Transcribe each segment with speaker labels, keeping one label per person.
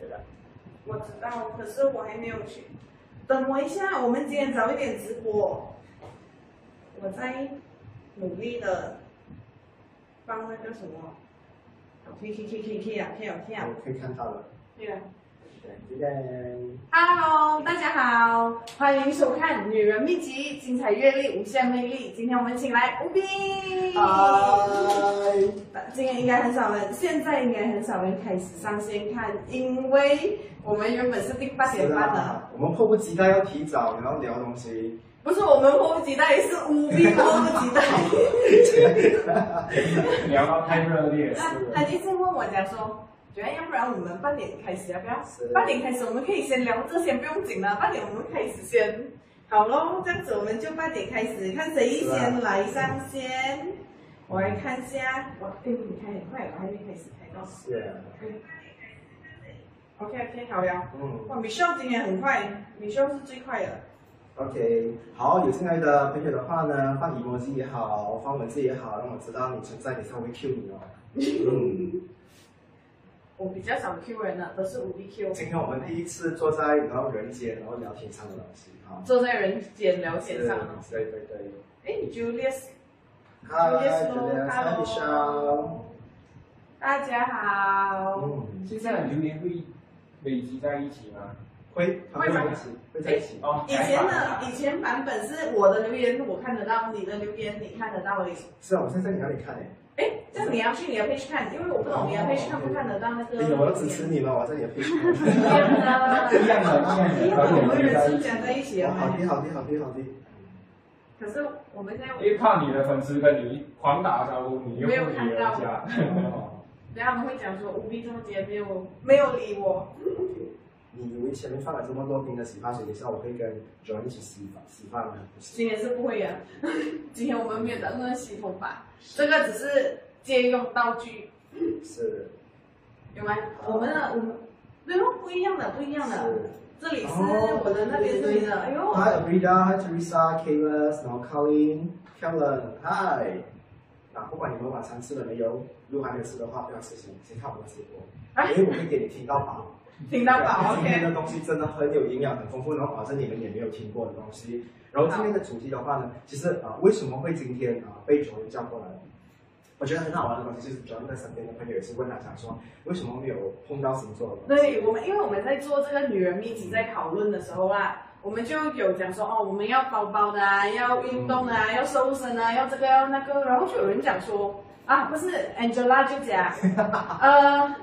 Speaker 1: 是的，我知道，可是我还没有去。等我一下，我们今天早一点直播。我在努力的帮那个什么，去去去去去啊去啊去啊
Speaker 2: 我可以看到了。
Speaker 1: 去啊！
Speaker 2: 对，这个
Speaker 1: Hello，大家好，欢迎收看《女人秘籍》，精彩阅历，无限魅力。今天我们请来吴斌。
Speaker 2: 嗨，
Speaker 1: 今天应该很少人，现在应该很少人开始上线看，因为我们原本是定八点半的，
Speaker 2: 我们迫不及待要提早，然后聊东西。
Speaker 1: 不是我们迫不及待，是吴斌迫不 及待。
Speaker 3: 聊到太热烈
Speaker 1: 他他一直问我讲说，觉得要不然我们八点开始要不要
Speaker 2: 是？
Speaker 1: 八点开始我们可以先聊这些，不用紧了。八点我们开始先，好咯，这样子我们就八点开始，看谁
Speaker 2: 是啊
Speaker 1: 先来上线。我来看一下，我哎，你开很快，我还没开始开到。
Speaker 2: 是啊，
Speaker 1: OK OK，好呀。
Speaker 2: 嗯
Speaker 1: 哇，米秀今天很快，米秀是最快的。
Speaker 2: ，OK，好，有进来的朋友的话呢，发 emoji 也好，发文字也好，让我知道你存在，等一下我会 Q 你哦。嗯，
Speaker 1: 我比较少 Q 人了，都是五 B Q。
Speaker 2: 今天我们第一次坐在然后人间，然后聊天上的东西哈。
Speaker 1: 坐在人间聊天上了。
Speaker 2: 对对对。
Speaker 1: 哎，Julius，Julius
Speaker 2: Hello，大家好。
Speaker 1: 大家好。
Speaker 2: 嗯，
Speaker 3: 现在的榴莲会累积在一起吗？
Speaker 2: 会会在一起，会在一起。
Speaker 3: 哦，
Speaker 1: 以前的以前版本是我的留言我看得到，你的留言你看得到而已。
Speaker 2: 是啊，我现在你那里看诶。
Speaker 1: 哎，这样你要去你的 page 看，因为我不懂你的 page 看不看得到那个。
Speaker 2: 哎，我要支持你们，我在你的 Facebook。
Speaker 1: 一样的，
Speaker 3: 一样的，一样的，
Speaker 1: 因为我们人是讲在一起的
Speaker 2: 哦好
Speaker 1: 嘛。
Speaker 2: 的，好的，好的，好的。
Speaker 1: 可是我们现在
Speaker 3: 因为怕你的粉丝跟你狂打招呼，你又不理人家。
Speaker 2: 哦
Speaker 1: 等下他们会讲说无比中介没有没有理我，
Speaker 2: 你以为前面放了这么多冰的洗发水，等一下我会跟 John 一起洗发洗发吗？不是，
Speaker 1: 今天是不会的。 今天我们没有打算洗头发，这个只是借用道具，
Speaker 2: 是
Speaker 1: 有吗？我们的我们没有不一样的，不一样的。
Speaker 2: 是。
Speaker 1: 这里是
Speaker 2: 哦
Speaker 1: 我的，那边是你的。哎呦，
Speaker 2: Hi Abrida, Hi Teresa, Kayla, Snow, Colin, Kellen, Hi。啊，不管你们晚餐吃了没有，如果还没有吃的话，不要吃先先看我们的直播，
Speaker 1: 哎
Speaker 2: 因为我会给你听到饱。
Speaker 1: 听到吧
Speaker 2: 今天
Speaker 1: ？OK。
Speaker 2: 的东西真的很有营养，很丰富，然后保证你们也没有听过的东西。然后今天的主题的话呢，其实啊、呃为什么会今天啊、呃被卓叫过来？我觉得很好玩的东西就是，主要在身边的朋友也是问他讲说，为什么没有碰到星座的东西？
Speaker 1: 对我们，因为我们在做这个女人秘籍在讨论的时候啦，我们就有讲说哦，我们要包包的啊，要运动的
Speaker 2: 嗯
Speaker 1: 啊，要瘦身啊，要这个要那个，然后就有人讲说啊，不是 Angela 就讲，呃。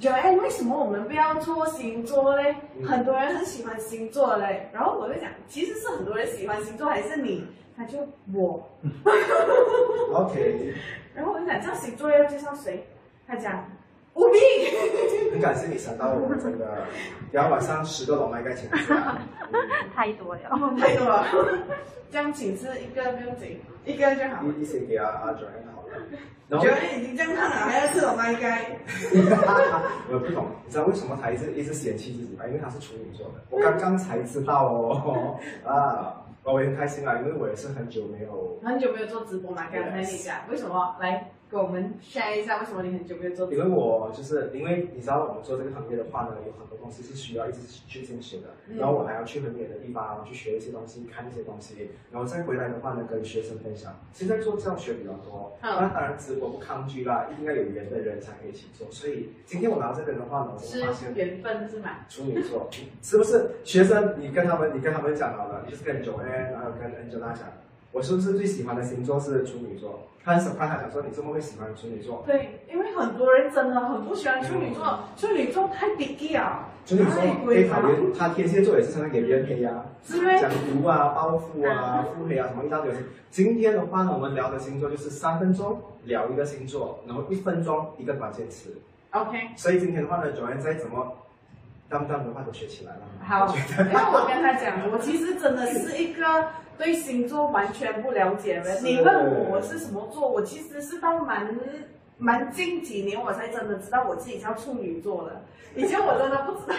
Speaker 1: Joanne，为什么我们不要做星座嘞？
Speaker 2: 嗯
Speaker 1: 很多人很喜欢星座嘞，然后我就讲，其实是很多人喜欢星座，还是你？他就我，
Speaker 2: 嗯，OK，
Speaker 1: 然后我就讲，这样星座要介绍谁？他讲吴斌。
Speaker 2: 很感谢你想到我，真的，不要晚上十个老麦盖请吃啊！
Speaker 4: 太多了。
Speaker 1: 哦，太多了， 这样请吃一个不用紧，一个就好
Speaker 2: 嗯。一一起给阿阿 j o a n 好了。然后
Speaker 1: 觉得已经这样烫了，还要吃我麦该。
Speaker 2: 我不懂，你知道为什么他一直一直嫌弃自己吗？因为他是处女座的，我刚刚才知道哦。啊，我也很开心啊，因为我也是很久没有，
Speaker 1: 很久没有做直播嘛，刚才你讲为什么？来给我们 share 一下，为什么你很久没有做直
Speaker 2: 因为
Speaker 1: 播？
Speaker 2: 我就是因为你知道我们做这个行业的话呢，有很多东西是需要一直去进修的，
Speaker 1: 嗯
Speaker 2: 然后我还要去很远的地方去学一些东西，看一些东西，然后再回来的话呢，跟学生分享。现在做教学比较多，那
Speaker 1: 嗯，
Speaker 2: 当然直播不抗拒啦，应该有缘的人才可以一起做。所以今天我拿这边的话呢，我
Speaker 1: 是
Speaker 2: 就发现
Speaker 1: 缘分是吗？
Speaker 2: 处女座，是不是？学生，你跟他们，你跟他们讲好了，你就是跟 Joanne 还有跟 Angela 讲，我是不是最喜欢的星座是处女座？他很 surprise，他讲说你怎么会喜欢处女座？
Speaker 1: 对，因为很多人真的很不喜欢处女座，处女座太 picky 啊，
Speaker 2: 处女座
Speaker 1: 太
Speaker 2: 被
Speaker 1: 龟毛
Speaker 2: 讨，厌，他天蝎座也是常常给别人黑啊，
Speaker 1: 是吗？
Speaker 2: 讲毒啊、包袱啊、腹黑啊什么一大堆。今天的话呢，我们聊的星座就是三分钟聊一个星座，然后一分钟一个关键词。
Speaker 1: OK，
Speaker 2: 所以今天的话呢，Joanne 再怎么当当的话都学起来了。
Speaker 1: 好，因为我跟他讲，我其实真的是一个对星座完全不了解的人。
Speaker 2: 是
Speaker 1: 你问我我是什么座，我其实是到蛮蛮近几年我才真的知道我自己叫处女座的，以前我真的不知道。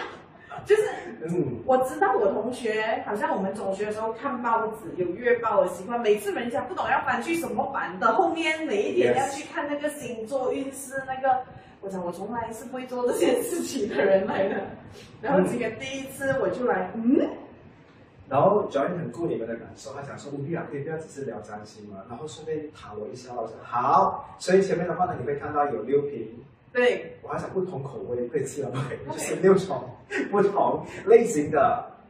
Speaker 1: 就是
Speaker 2: 嗯，
Speaker 1: 我知道我同学，好像我们中学的时候看报纸有月报的习惯，每次人家不懂要翻去什么版的，后面每一天
Speaker 2: Yes
Speaker 1: 要去看那个星座运势那个。我讲我从来是不会做这件事情的人来的。然后这个第一次我就来，嗯，
Speaker 2: 然后 Joanne 很顾你们的感受，他讲说吴碧啊，可以不要只是聊占星嘛，然后顺便塔我一下，我说好。所以前面的话呢，你会看到有六瓶，
Speaker 1: 对，
Speaker 2: 我还想不同口味可以吃了不可以？就是六种不同类型的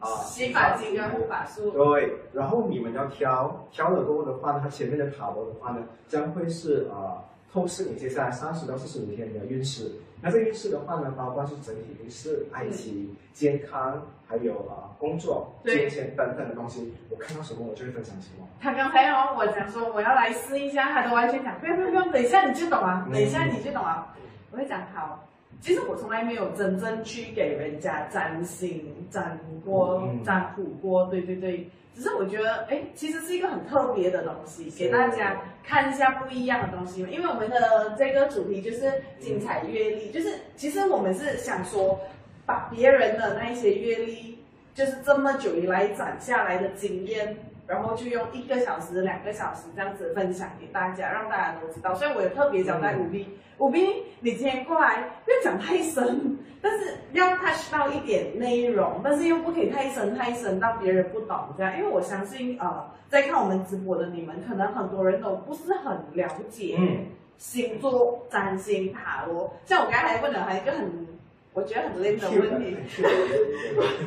Speaker 2: 啊
Speaker 1: 哦洗发精跟护发素，
Speaker 2: 对，然后你们要挑，挑了过后的话呢，它前面的塔罗的话呢，将会是呃透视你接下来三十到四十五天的运势。那这个运势的话呢，包括是整体运势、爱情、健康，还有啊、呃工作、
Speaker 1: 对
Speaker 2: 金钱等等的东西。我看到什么，我就会分享什么。
Speaker 1: 他刚才哦，我讲说我要来试一下，他都完全讲不用不用不用，等一下你就懂啊，
Speaker 2: 嗯
Speaker 1: 等一下你就懂啊。我会讲好，其实我从来没有真正去给人家占星、占卜
Speaker 2: 嗯、
Speaker 1: 占卜过，对对对。只是我觉得，哎，其实是一个很特别的东西，给大家看一下不一样的东西。因为我们的这个主题就是精彩阅历，就是其实我们是想说，把别人的那一些阅历，就是这么久以来攒下来的经验，然后就用一个小时、两个小时这样子分享给大家，让大家都知道。所以我也特别交代五 B，五 B，你今天过来不要讲太深，但是要 touch 到一点内容，但是又不可以太深太深到别人不懂这样。因为我相信，呃，在看我们直播的你们，可能很多人都不是很了解。
Speaker 2: 嗯，
Speaker 1: 星座、占星、塔罗。像我刚才问了他一个很，我觉得很 lame 的问题，
Speaker 2: 哎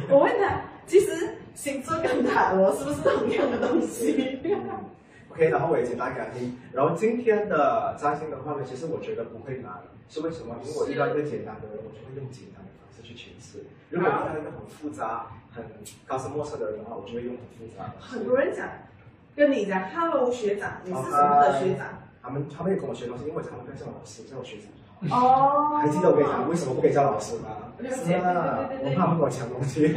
Speaker 1: 我问他，其实星座跟塔罗是不是同样的东西？
Speaker 2: OK，然后我也简单讲听。然后今天的占星的话呢，其实我觉得不会难，是为什么？因为我遇到一个简单的人，我就会用简单的方式去诠释；如果遇到一个很复杂、很高深莫测的人的话，我就会用很复杂的方式。
Speaker 1: 很多人讲，跟你讲，Hello 学长，你是什么的学长？
Speaker 2: 他们他们也跟我学东西，因为我常常跟上老师，叫我学长就好。
Speaker 1: 哦，
Speaker 2: 还记得我跟你讲为什么不可以叫老师吗？
Speaker 1: 了解
Speaker 2: 是啊，
Speaker 1: 对对对对
Speaker 2: 我怕他们跟我抢东西。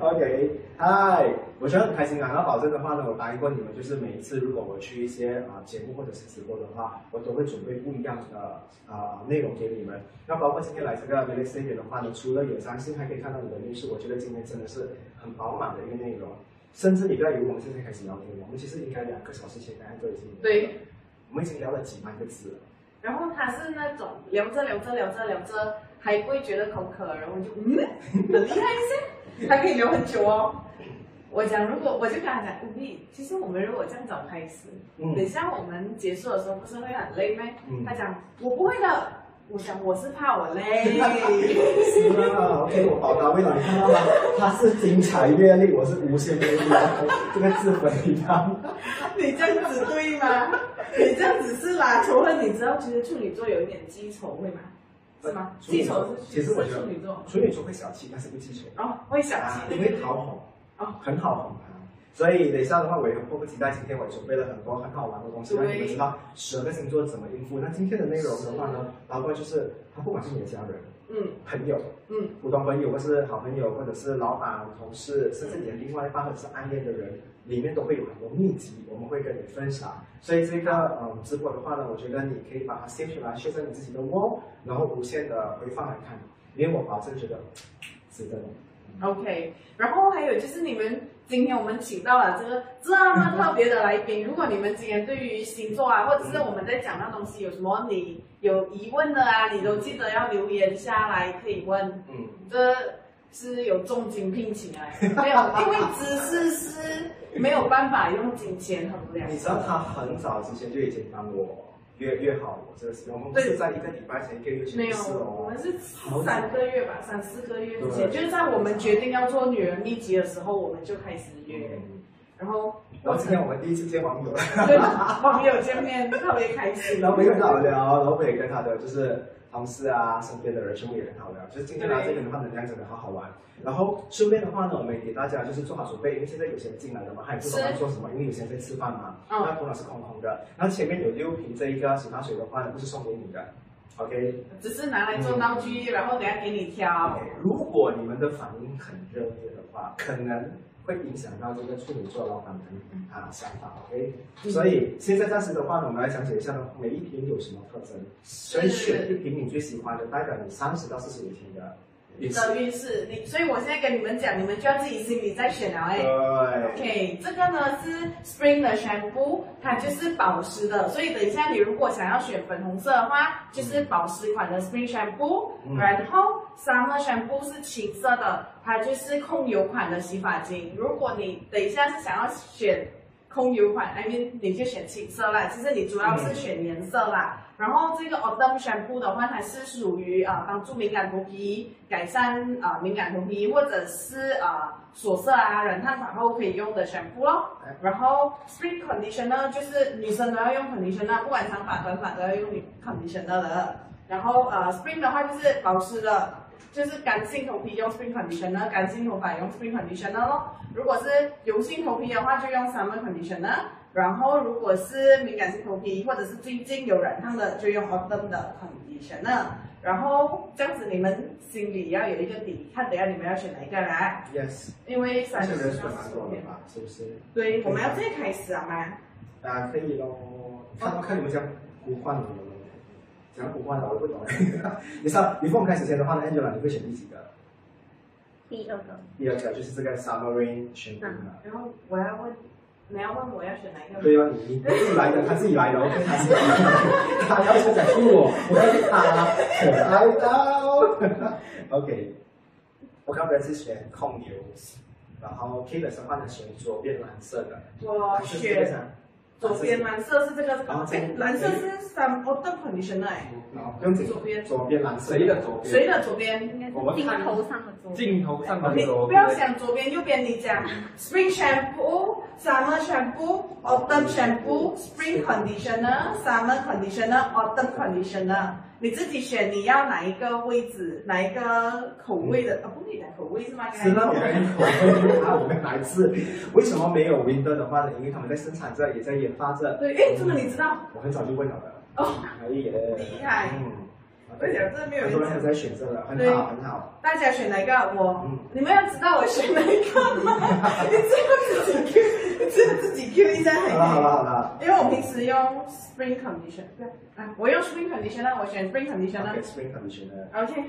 Speaker 2: OK，嗨，我觉得很开心啊。然后保证的话呢，我答应过你们，就是每一次如果我去一些啊、节目或者是直播的话，我都会准备不一样的啊、内容给你们。那包括今天来这个 v i l l a g e 的话呢，除了有三星，还可以看到你的运势，我觉得今天真的是很饱满的一个内容。甚至你不要以为我们现在开始聊天，我们其实应该两个小时前大家都已经
Speaker 1: 对，
Speaker 2: 我们已经聊了几万个字了。
Speaker 1: 然后他是那种聊着聊着聊着聊着，还不会觉得口渴，然后我就嗯，很厉害一些，他可以聊很久哦。我讲，如果我就跟他讲，五弟，其实我们如果这样早开始，
Speaker 2: 嗯
Speaker 1: 等一下我们结束的时候不是会很累吗？
Speaker 2: 嗯
Speaker 1: 他讲我不会的，我讲我是怕我 累。
Speaker 2: 是啊，OK，我宝达未来，你看到吗？他是精彩阅历，我是无限阅历，这个自毁一样。
Speaker 1: 你这样子对吗？你这样子是啦，除了你知道，其实处女座有一点记仇，会吗？是吗？
Speaker 2: 处女
Speaker 1: 记
Speaker 2: 座
Speaker 1: 仇是
Speaker 2: 其实我觉
Speaker 1: 是处
Speaker 2: 得
Speaker 1: 女座，
Speaker 2: 处女座会小气，但是不记仇
Speaker 1: 哦，会想
Speaker 2: 啊，
Speaker 1: 起
Speaker 2: 因为讨好，
Speaker 1: 哦
Speaker 2: 很好哄他。所以等一下的话，我也迫不及待，今天我准备了很多很好玩的东西，让你们知道十二个星座怎么应付。那今天的内容的话呢，包括就是，他不管是你的家人、
Speaker 1: 嗯
Speaker 2: 朋友、
Speaker 1: 嗯，
Speaker 2: 普通朋友，或是好朋友，或者是老板、同事，甚至你的另外一半或者是暗恋的人，里面都会有很多秘籍，我们会跟你分享。所以这个嗯直播的话呢，我觉得你可以把它 save 起来，写在你自己的 wall，然后无限的回放来看，因为我保证觉得值得的。
Speaker 1: OK，然后还有就是你们今天我们请到了这个这么特别的来宾，如果你们今天对于星座啊，或者是我们在讲那东西有什么你有疑问的啊，你都记得要留言下来可以问，
Speaker 2: 嗯，
Speaker 1: 这是有重金聘请啊，没有，因为知识是没有办法用金钱衡量
Speaker 2: 你知道他很早之前就已经帮我约约好我这个事情，我们不是在一个礼拜前、一个月前
Speaker 1: 没
Speaker 2: 的
Speaker 1: 有
Speaker 2: 事，
Speaker 1: 我
Speaker 2: 哦
Speaker 1: 们。是三个月吧，三四个月之前，
Speaker 2: 对
Speaker 1: 就是在我们决定要做女人秘籍的时候，我们就开始约，
Speaker 2: 嗯
Speaker 1: 然后
Speaker 2: 然后今天我们第一次见网友，
Speaker 1: 跟网友见面特别开心，
Speaker 2: 然后我也很好聊，然后我也跟他的就是同事啊、身边的人全部也很好聊。就是今天来这边的话，能量真的好好玩。然后顺便的话呢，我们也给大家就是做好准备，因为现在有些人进来了嘛，他也不懂要做什么，因为有些人在吃饭嘛，
Speaker 1: 嗯
Speaker 2: 那头脑是空空的。然后前面有六瓶这一个洗发水的话呢，不是送给你的，OK？
Speaker 1: 只是拿来做道具，然后等下给你挑。
Speaker 2: 如果你们的反应很热烈的话，可能会影响到这个处女座老板的啊想法，OK？、
Speaker 1: 嗯
Speaker 2: 所以现在暂时的话呢，我们来讲解一下呢，每一瓶有什么特征，所以选一瓶你最喜欢的，代表你三十到四十五天的也是
Speaker 1: 的运势。你，所以我现在跟你们讲，你们就要自己心里再选了哎、
Speaker 2: 对，
Speaker 1: OK，这个呢是 Spring 的 shampoo，它就是保湿的，所以等一下你如果想要选粉红色的话，就是保湿款的 Spring shampoo，、
Speaker 2: 嗯
Speaker 1: 然后 Summer shampoo 是青色的，它就是控油款的洗发精。如果你等一下是想要选控油款，I mean 你就选青色啦，其实你主要是选颜色啦。然后这个 Autumn shampoo 的话，它是属于啊、呃帮助敏感头皮改善啊、呃敏感头皮或者是啊、呃锁色啊染烫发后可以用的 shampoo 咯
Speaker 2: 哎。
Speaker 1: 然后 Spring conditioner 就是女生都要用 conditioner，不管长发短发都要用 conditioner 的。然后呃 Spring 的话就是保湿的。就是干性头皮用 spring conditioner，干性头发用 spring conditioner 咯。如果是油性头皮的话，就用 summer conditioner。然后如果是敏感性头皮或者是最近有染烫的，就用 autumn 的 conditioner。然后这样子你们心里要有一个底，看等一下你们要选哪一个啦。
Speaker 2: ，yes，
Speaker 1: 因为三
Speaker 2: 但
Speaker 1: 十
Speaker 2: 是人
Speaker 1: 分
Speaker 2: 数蛮多的吧，是不是？
Speaker 1: 对，我们要直接开始啊吗？
Speaker 2: 啊，可以喽。看看你们讲呼唤我，讲呼唤的我都不懂。 你上，你凤开始前的话呢，Angela，你会选第几个？
Speaker 4: 第二个，
Speaker 2: 第二个就是这个 Summer Rain 选品嘛。
Speaker 1: 然后我要问，你要问我要选哪一个吗？
Speaker 2: 对啊，你你自己来的，他自己来的，OK，他自己来的，他要是在听我，我要是他，我来到，OK，我刚才是选控油，然后 K 的时候呢选左边蓝色的，
Speaker 1: 我
Speaker 2: 还是这个
Speaker 1: 选
Speaker 2: 啥
Speaker 1: 左边，蓝色是这个，哎
Speaker 2: 啊这个
Speaker 1: 蓝色是 some autumn conditioner 哎、
Speaker 2: 然后用
Speaker 1: 左边
Speaker 2: 嗯左边蓝色
Speaker 3: 谁的左
Speaker 1: 谁
Speaker 3: 边？
Speaker 1: 的左边？
Speaker 4: 应该
Speaker 3: 我们
Speaker 4: 是镜头上的左。
Speaker 3: 镜头上的
Speaker 1: 你
Speaker 3: 左
Speaker 1: 不
Speaker 3: 边
Speaker 1: 要。想左边右边，你讲 spring shampoo、summer shampoo、autumn shampoo、spring conditioner、summer conditioner、autumn conditioner，你自己选你要哪一个位置，哪一个口味
Speaker 2: 嗯
Speaker 1: 的？啊、不，你的口味是吗？
Speaker 2: 是那我们口味啊，我们来自为什么没有 Windows 的话呢？因为他们在生产着，也在研发着。
Speaker 1: 对，哎，这个你知道
Speaker 2: 我很早就问了的，
Speaker 1: 哦，
Speaker 2: 哎呀，
Speaker 1: 厉害
Speaker 2: 嗯，
Speaker 1: 我讲这没有
Speaker 2: 很
Speaker 1: 人
Speaker 2: 多人还
Speaker 1: 讲。
Speaker 2: 在选择的，很
Speaker 1: 对
Speaker 2: 好，很好。
Speaker 1: 大家选哪一个？我，
Speaker 2: 嗯
Speaker 1: 你们要知道我选哪一个吗？ 你只有自己 Q，你只有自己 Q 一下还可以
Speaker 2: 好了好了好了
Speaker 1: 因为我平时用 spring condition，对啊，我用 spring conditioner，我选 spring conditioner。
Speaker 2: ，Spring Conditioner，
Speaker 1: OK，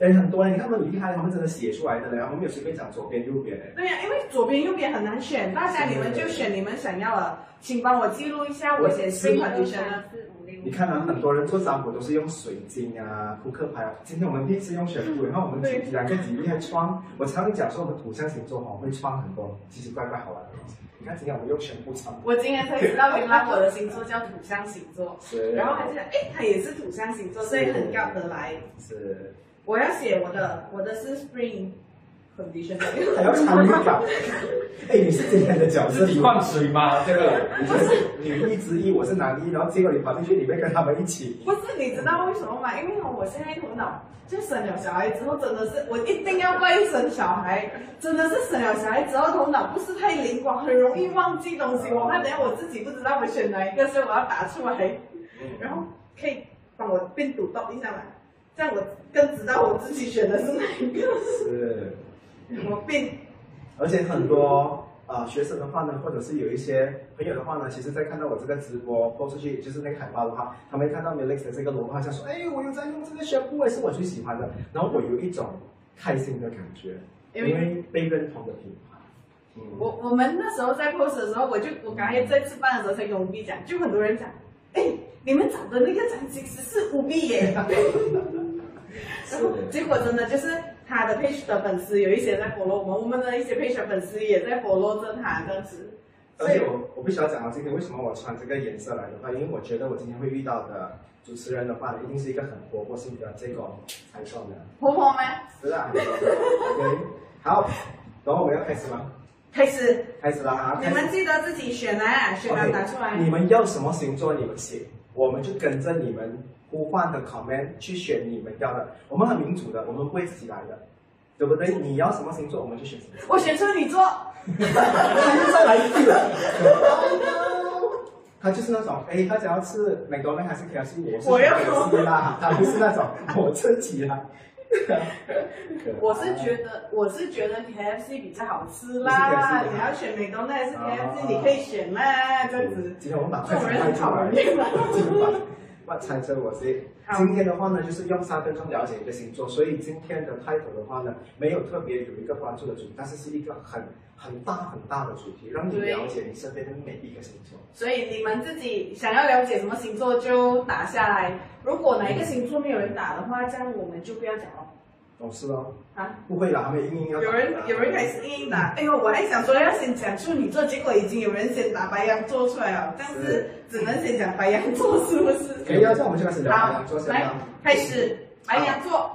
Speaker 2: 哎，很多人，你看他们很厉害，他们真的写出来的嘞，我们没有随便讲左边右边嘞。
Speaker 1: 对呀、因为左边右边很难选，大家你们就选你们想要的，请帮我记录一下我写 spring
Speaker 4: 一二
Speaker 1: conditioner。
Speaker 4: 三四五六。
Speaker 2: 你看啊，很多人做占卜都是用水晶啊、扑克牌啊。今天我们第一次用选股，然后我们主题两个极厉害创。我常常讲说，我们土象星座哦会创很多奇奇怪怪好玩的东西。你看今天我们用全部占卜，
Speaker 1: 我今天才知道，原来我的星座叫土象星座，
Speaker 2: 是
Speaker 1: 然后还是哎，它也是土象星座，所以很高得来。
Speaker 2: 是
Speaker 1: 我要写我的，我的是 spring conditioner。
Speaker 2: 还要参与感。哎，你是今天的角色，
Speaker 3: 自己灌水 吗？这个
Speaker 2: 你就是女一之一，我是男一，然后结果你跑进去里面跟他们一起。
Speaker 1: 不是，你知道为什么吗？因为我现在头脑就生了小孩之后，真的是我一定要怪生小孩，真的是生了小孩之后头脑不是太灵光，很容易忘记东西。我怕等下我自己不知道我选哪一个，所以我要打出来，然后可以帮我变读到一下嘛，这样我更知道我自己选的是哪一个。
Speaker 2: 是。
Speaker 1: 我变
Speaker 2: 而且很多啊、呃学生的话呢，或者是有一些朋友的话呢，其实在看到我这个直播播出去，就是那个海报的话，他们看到 Milix 的这个 logo，他想说，哎，我又在用这个宣布，哎，是我最喜欢的，然后我有一种开心的感觉，因
Speaker 1: 因为
Speaker 2: 为被认同的品牌。嗯，
Speaker 1: 我我们那时候在 post 的时候，我就我刚才在吃饭的时候才跟吴碧讲，就很多人讲，哎，你们找的那个张其实是吴碧 耶，然后结果真的就是他的 page 的粉丝有一些在 follow 我们，我们的一些 page 的粉丝也在 follow 着他这样子，
Speaker 2: 而
Speaker 1: 所以
Speaker 2: 且我我必须要讲到今天为什么我穿这个颜色来的话，因为我觉得我今天会遇到的主持人的话，一定是一个很活泼性格，结果呃才中的，
Speaker 1: 婆婆们
Speaker 2: 是啊，OK，好，然后我们要开始吗？
Speaker 1: 开始，
Speaker 2: 开始了啊！
Speaker 1: 你
Speaker 2: 开始
Speaker 1: 们记得自己选啊，选了
Speaker 2: OK，
Speaker 1: 拿出来。
Speaker 2: 你们要什么星座你们写，我们就跟着你们呼唤的 comment 去选你们要的。我们很民主的，我们不会自己来的，对不对？你要什么星座我们就选什么。
Speaker 1: 我选处女座，
Speaker 2: 他又再来一句了。 他就是那种，哎，他想要吃美国人还是 KFC，我是
Speaker 1: 我要
Speaker 2: 吃啦，他不是那种我自己啦。
Speaker 1: 我是觉得我是觉得 KFC 比较好吃啦
Speaker 2: 你是 KFC 的，
Speaker 1: 你要选美东那还是 KFC，、
Speaker 2: 哦
Speaker 1: 你可以选啦，这样子。
Speaker 2: 今天我们把
Speaker 1: 这种
Speaker 2: 快餐
Speaker 1: 人
Speaker 2: 带
Speaker 1: 很
Speaker 2: 出
Speaker 1: 讨
Speaker 2: 来
Speaker 1: 人，厌啊！
Speaker 2: 今晚我猜测我是
Speaker 1: 好
Speaker 2: 今天的话呢，就是用三分钟了解一个星座，所以今天的开头的话呢，没有特别有一个关注的主题，但是是一个很很大很大的主题，让你
Speaker 1: 对
Speaker 2: 了解你身边的每一个星座。
Speaker 1: 所以你们自己想要了解什么星座就打下来。如果哪一个星座没有人打的话，这样我们就不要讲了
Speaker 2: 懂事咯，
Speaker 1: 啊。
Speaker 2: 不会啦，他们硬硬要打啊
Speaker 1: 有人有人开始硬硬打，哎呦，我还想说要先讲处女座，结果已经有人先打白羊座出来了，但是只能先讲白羊座，是不
Speaker 2: 可
Speaker 1: 是？
Speaker 2: 以啊，这样我们就开始聊
Speaker 1: 好
Speaker 2: 白羊座先
Speaker 1: 来
Speaker 2: 啦。
Speaker 1: 开始，白羊座。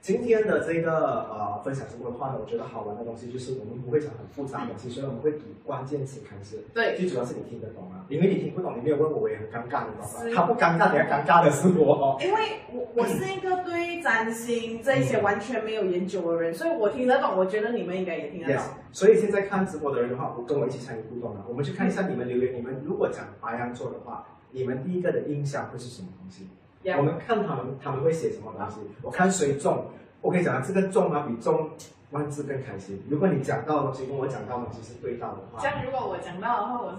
Speaker 2: 今天的这个呃分享中的话呢，我觉得好玩的东西就是我们不会讲很复杂的东西，所以我们会以关键词开始。
Speaker 1: 对，
Speaker 2: 最主要是你听得懂啊，因为你听不懂，你没有问我，我也很尴尬，你
Speaker 1: 是
Speaker 2: 知道吗？他不尴尬，等下尴尬的是我。
Speaker 1: 因为我我是一个对占星这一些完全没有研究的人，所以我听得懂，我觉得你们应该也听得
Speaker 2: Yes，
Speaker 1: 懂。
Speaker 2: 所以现在看直播的人的话，我跟我一起参与互动啊，我们去看一下你们留言，你们如果讲白羊座的话，你们第一个的印象会是什么东西？
Speaker 1: Yeah
Speaker 2: 我们看他们他们会写什么东西。我看谁中，我跟你讲啊，这个中啊比中万字更开心。如果你讲到的东西跟我讲到的东西是对到的话
Speaker 1: 这，样如果我讲到的话，我是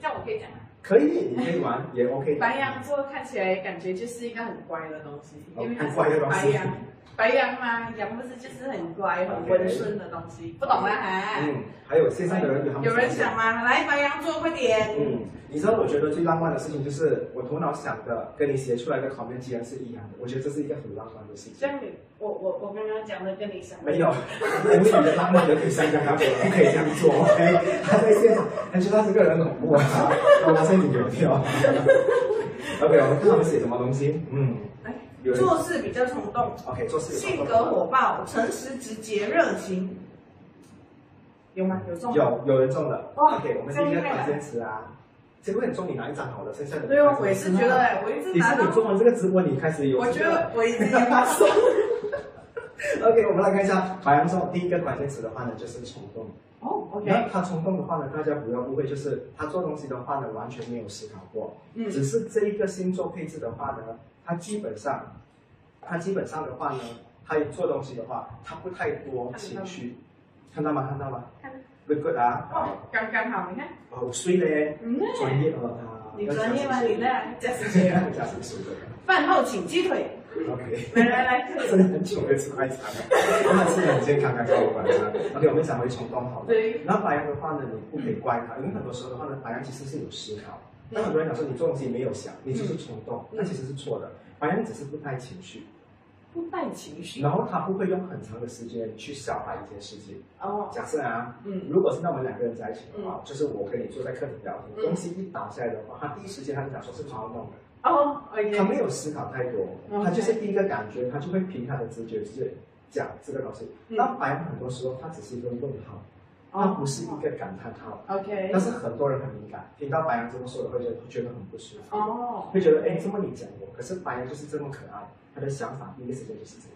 Speaker 1: 这样我可以讲吗？
Speaker 2: 可以，你可以玩也 OK 的。
Speaker 1: 白羊座看起来感觉就是一个很乖的东西，
Speaker 2: 哦
Speaker 1: 因为它
Speaker 2: 很乖
Speaker 1: 是
Speaker 2: 的东
Speaker 1: 白
Speaker 2: 西
Speaker 1: 羊，白羊嘛，羊不是就是很乖、很温顺的东西，不懂啦啊哈。
Speaker 2: 嗯，还有线上的人有他们
Speaker 1: 有人
Speaker 2: 想
Speaker 1: 想吗？来，白羊座快点！
Speaker 2: 嗯，你知道我觉得最浪漫的事情就是我头脑想的跟你写出来的 comment 竟然是一样的，我觉得这是一个很浪漫的事
Speaker 1: 这
Speaker 2: 情。
Speaker 1: 样你，我我我刚刚讲的跟你想的
Speaker 2: 没有，我们你的浪漫有点像刚刚我不可以这样做，OK？他在现场，哎他觉得他这个人很恐怖啊，我发现你有跳。OK，我们看他们写什么东西。嗯
Speaker 1: 哎，
Speaker 2: 有人
Speaker 1: 做事比较冲动，
Speaker 2: OK 做事
Speaker 1: 性格火爆，诚实直接，热情。有吗？有中吗？哦
Speaker 2: 有有人中了。
Speaker 1: 哇
Speaker 2: OK，我们第一
Speaker 1: 这
Speaker 2: 个
Speaker 1: 样厉害
Speaker 2: 关键词啊，结果你中你哪一张好了？剩下的
Speaker 1: 对啊，我也是觉得，哎我一直
Speaker 2: 你
Speaker 1: 拿
Speaker 2: 是
Speaker 1: 到
Speaker 2: 你，做完这个直播，你开始有
Speaker 1: 我
Speaker 2: 这
Speaker 1: 觉
Speaker 2: 个
Speaker 1: 得我一直也 发送。
Speaker 2: OK，我们来看一下白羊座第一个关键词的话呢，就是冲动。
Speaker 1: 哦
Speaker 2: 那
Speaker 1: ，OK，
Speaker 2: 他冲动的话呢，大家不要误会，就是他做东西的话呢，完全没有思考过。
Speaker 1: 嗯，
Speaker 2: 只是这一个星座配置的话呢，他基本上，他基本上的话呢，他做东西的话，他不太多情绪，看到吗？看到吗
Speaker 4: 看到
Speaker 2: ？Good good 啊！
Speaker 1: 哦，刚刚好，你看，
Speaker 2: 哦，我睡嘞，
Speaker 1: 嗯，
Speaker 2: 专业了啊！
Speaker 1: 你专业吗？你
Speaker 2: 呢？
Speaker 1: 那加时间。
Speaker 2: 加什么水的
Speaker 1: 饭后请鸡腿，
Speaker 2: ？OK。
Speaker 1: 来来来，
Speaker 2: 真的很久没吃快餐了，真的吃的很健康，刚刚我晚上。OK，我们讲回冲动好了。
Speaker 1: 对，
Speaker 2: 然后白羊的话呢，你不可以怪他，因为很多时候的话呢，白羊其实是有思考。那很多人讲说你做东西没有想，你就是冲动，
Speaker 1: 嗯
Speaker 2: 那其实是错的。白羊只是不带情绪，
Speaker 1: 不带情绪。
Speaker 2: 然后他不会用很长的时间去消化一件事情。
Speaker 1: 哦，
Speaker 2: 假设啊，
Speaker 1: 嗯，
Speaker 2: 如果是那我们两个人在一起的话，就是我跟你坐在客厅聊
Speaker 1: 嗯
Speaker 2: 天，东西一倒下来的话，他第一时间他就讲说是冲动的，
Speaker 1: 哦
Speaker 2: 他
Speaker 1: ，OK，
Speaker 2: 没有思考太多，
Speaker 1: 嗯
Speaker 2: 他就是第一个感觉，他就会凭他的直觉去讲这个东西。
Speaker 1: 嗯哦
Speaker 2: 那白羊很多时候他只是一个问号，他不是一个感叹号。
Speaker 1: ，OK，
Speaker 2: 但是很多人很敏感，听到白羊这么说的，会觉得会觉得很不舒服，
Speaker 1: 哦，
Speaker 2: 会觉得哎，这么你讲我，可是白羊就是这么可爱，他的想法第一时间就是这个。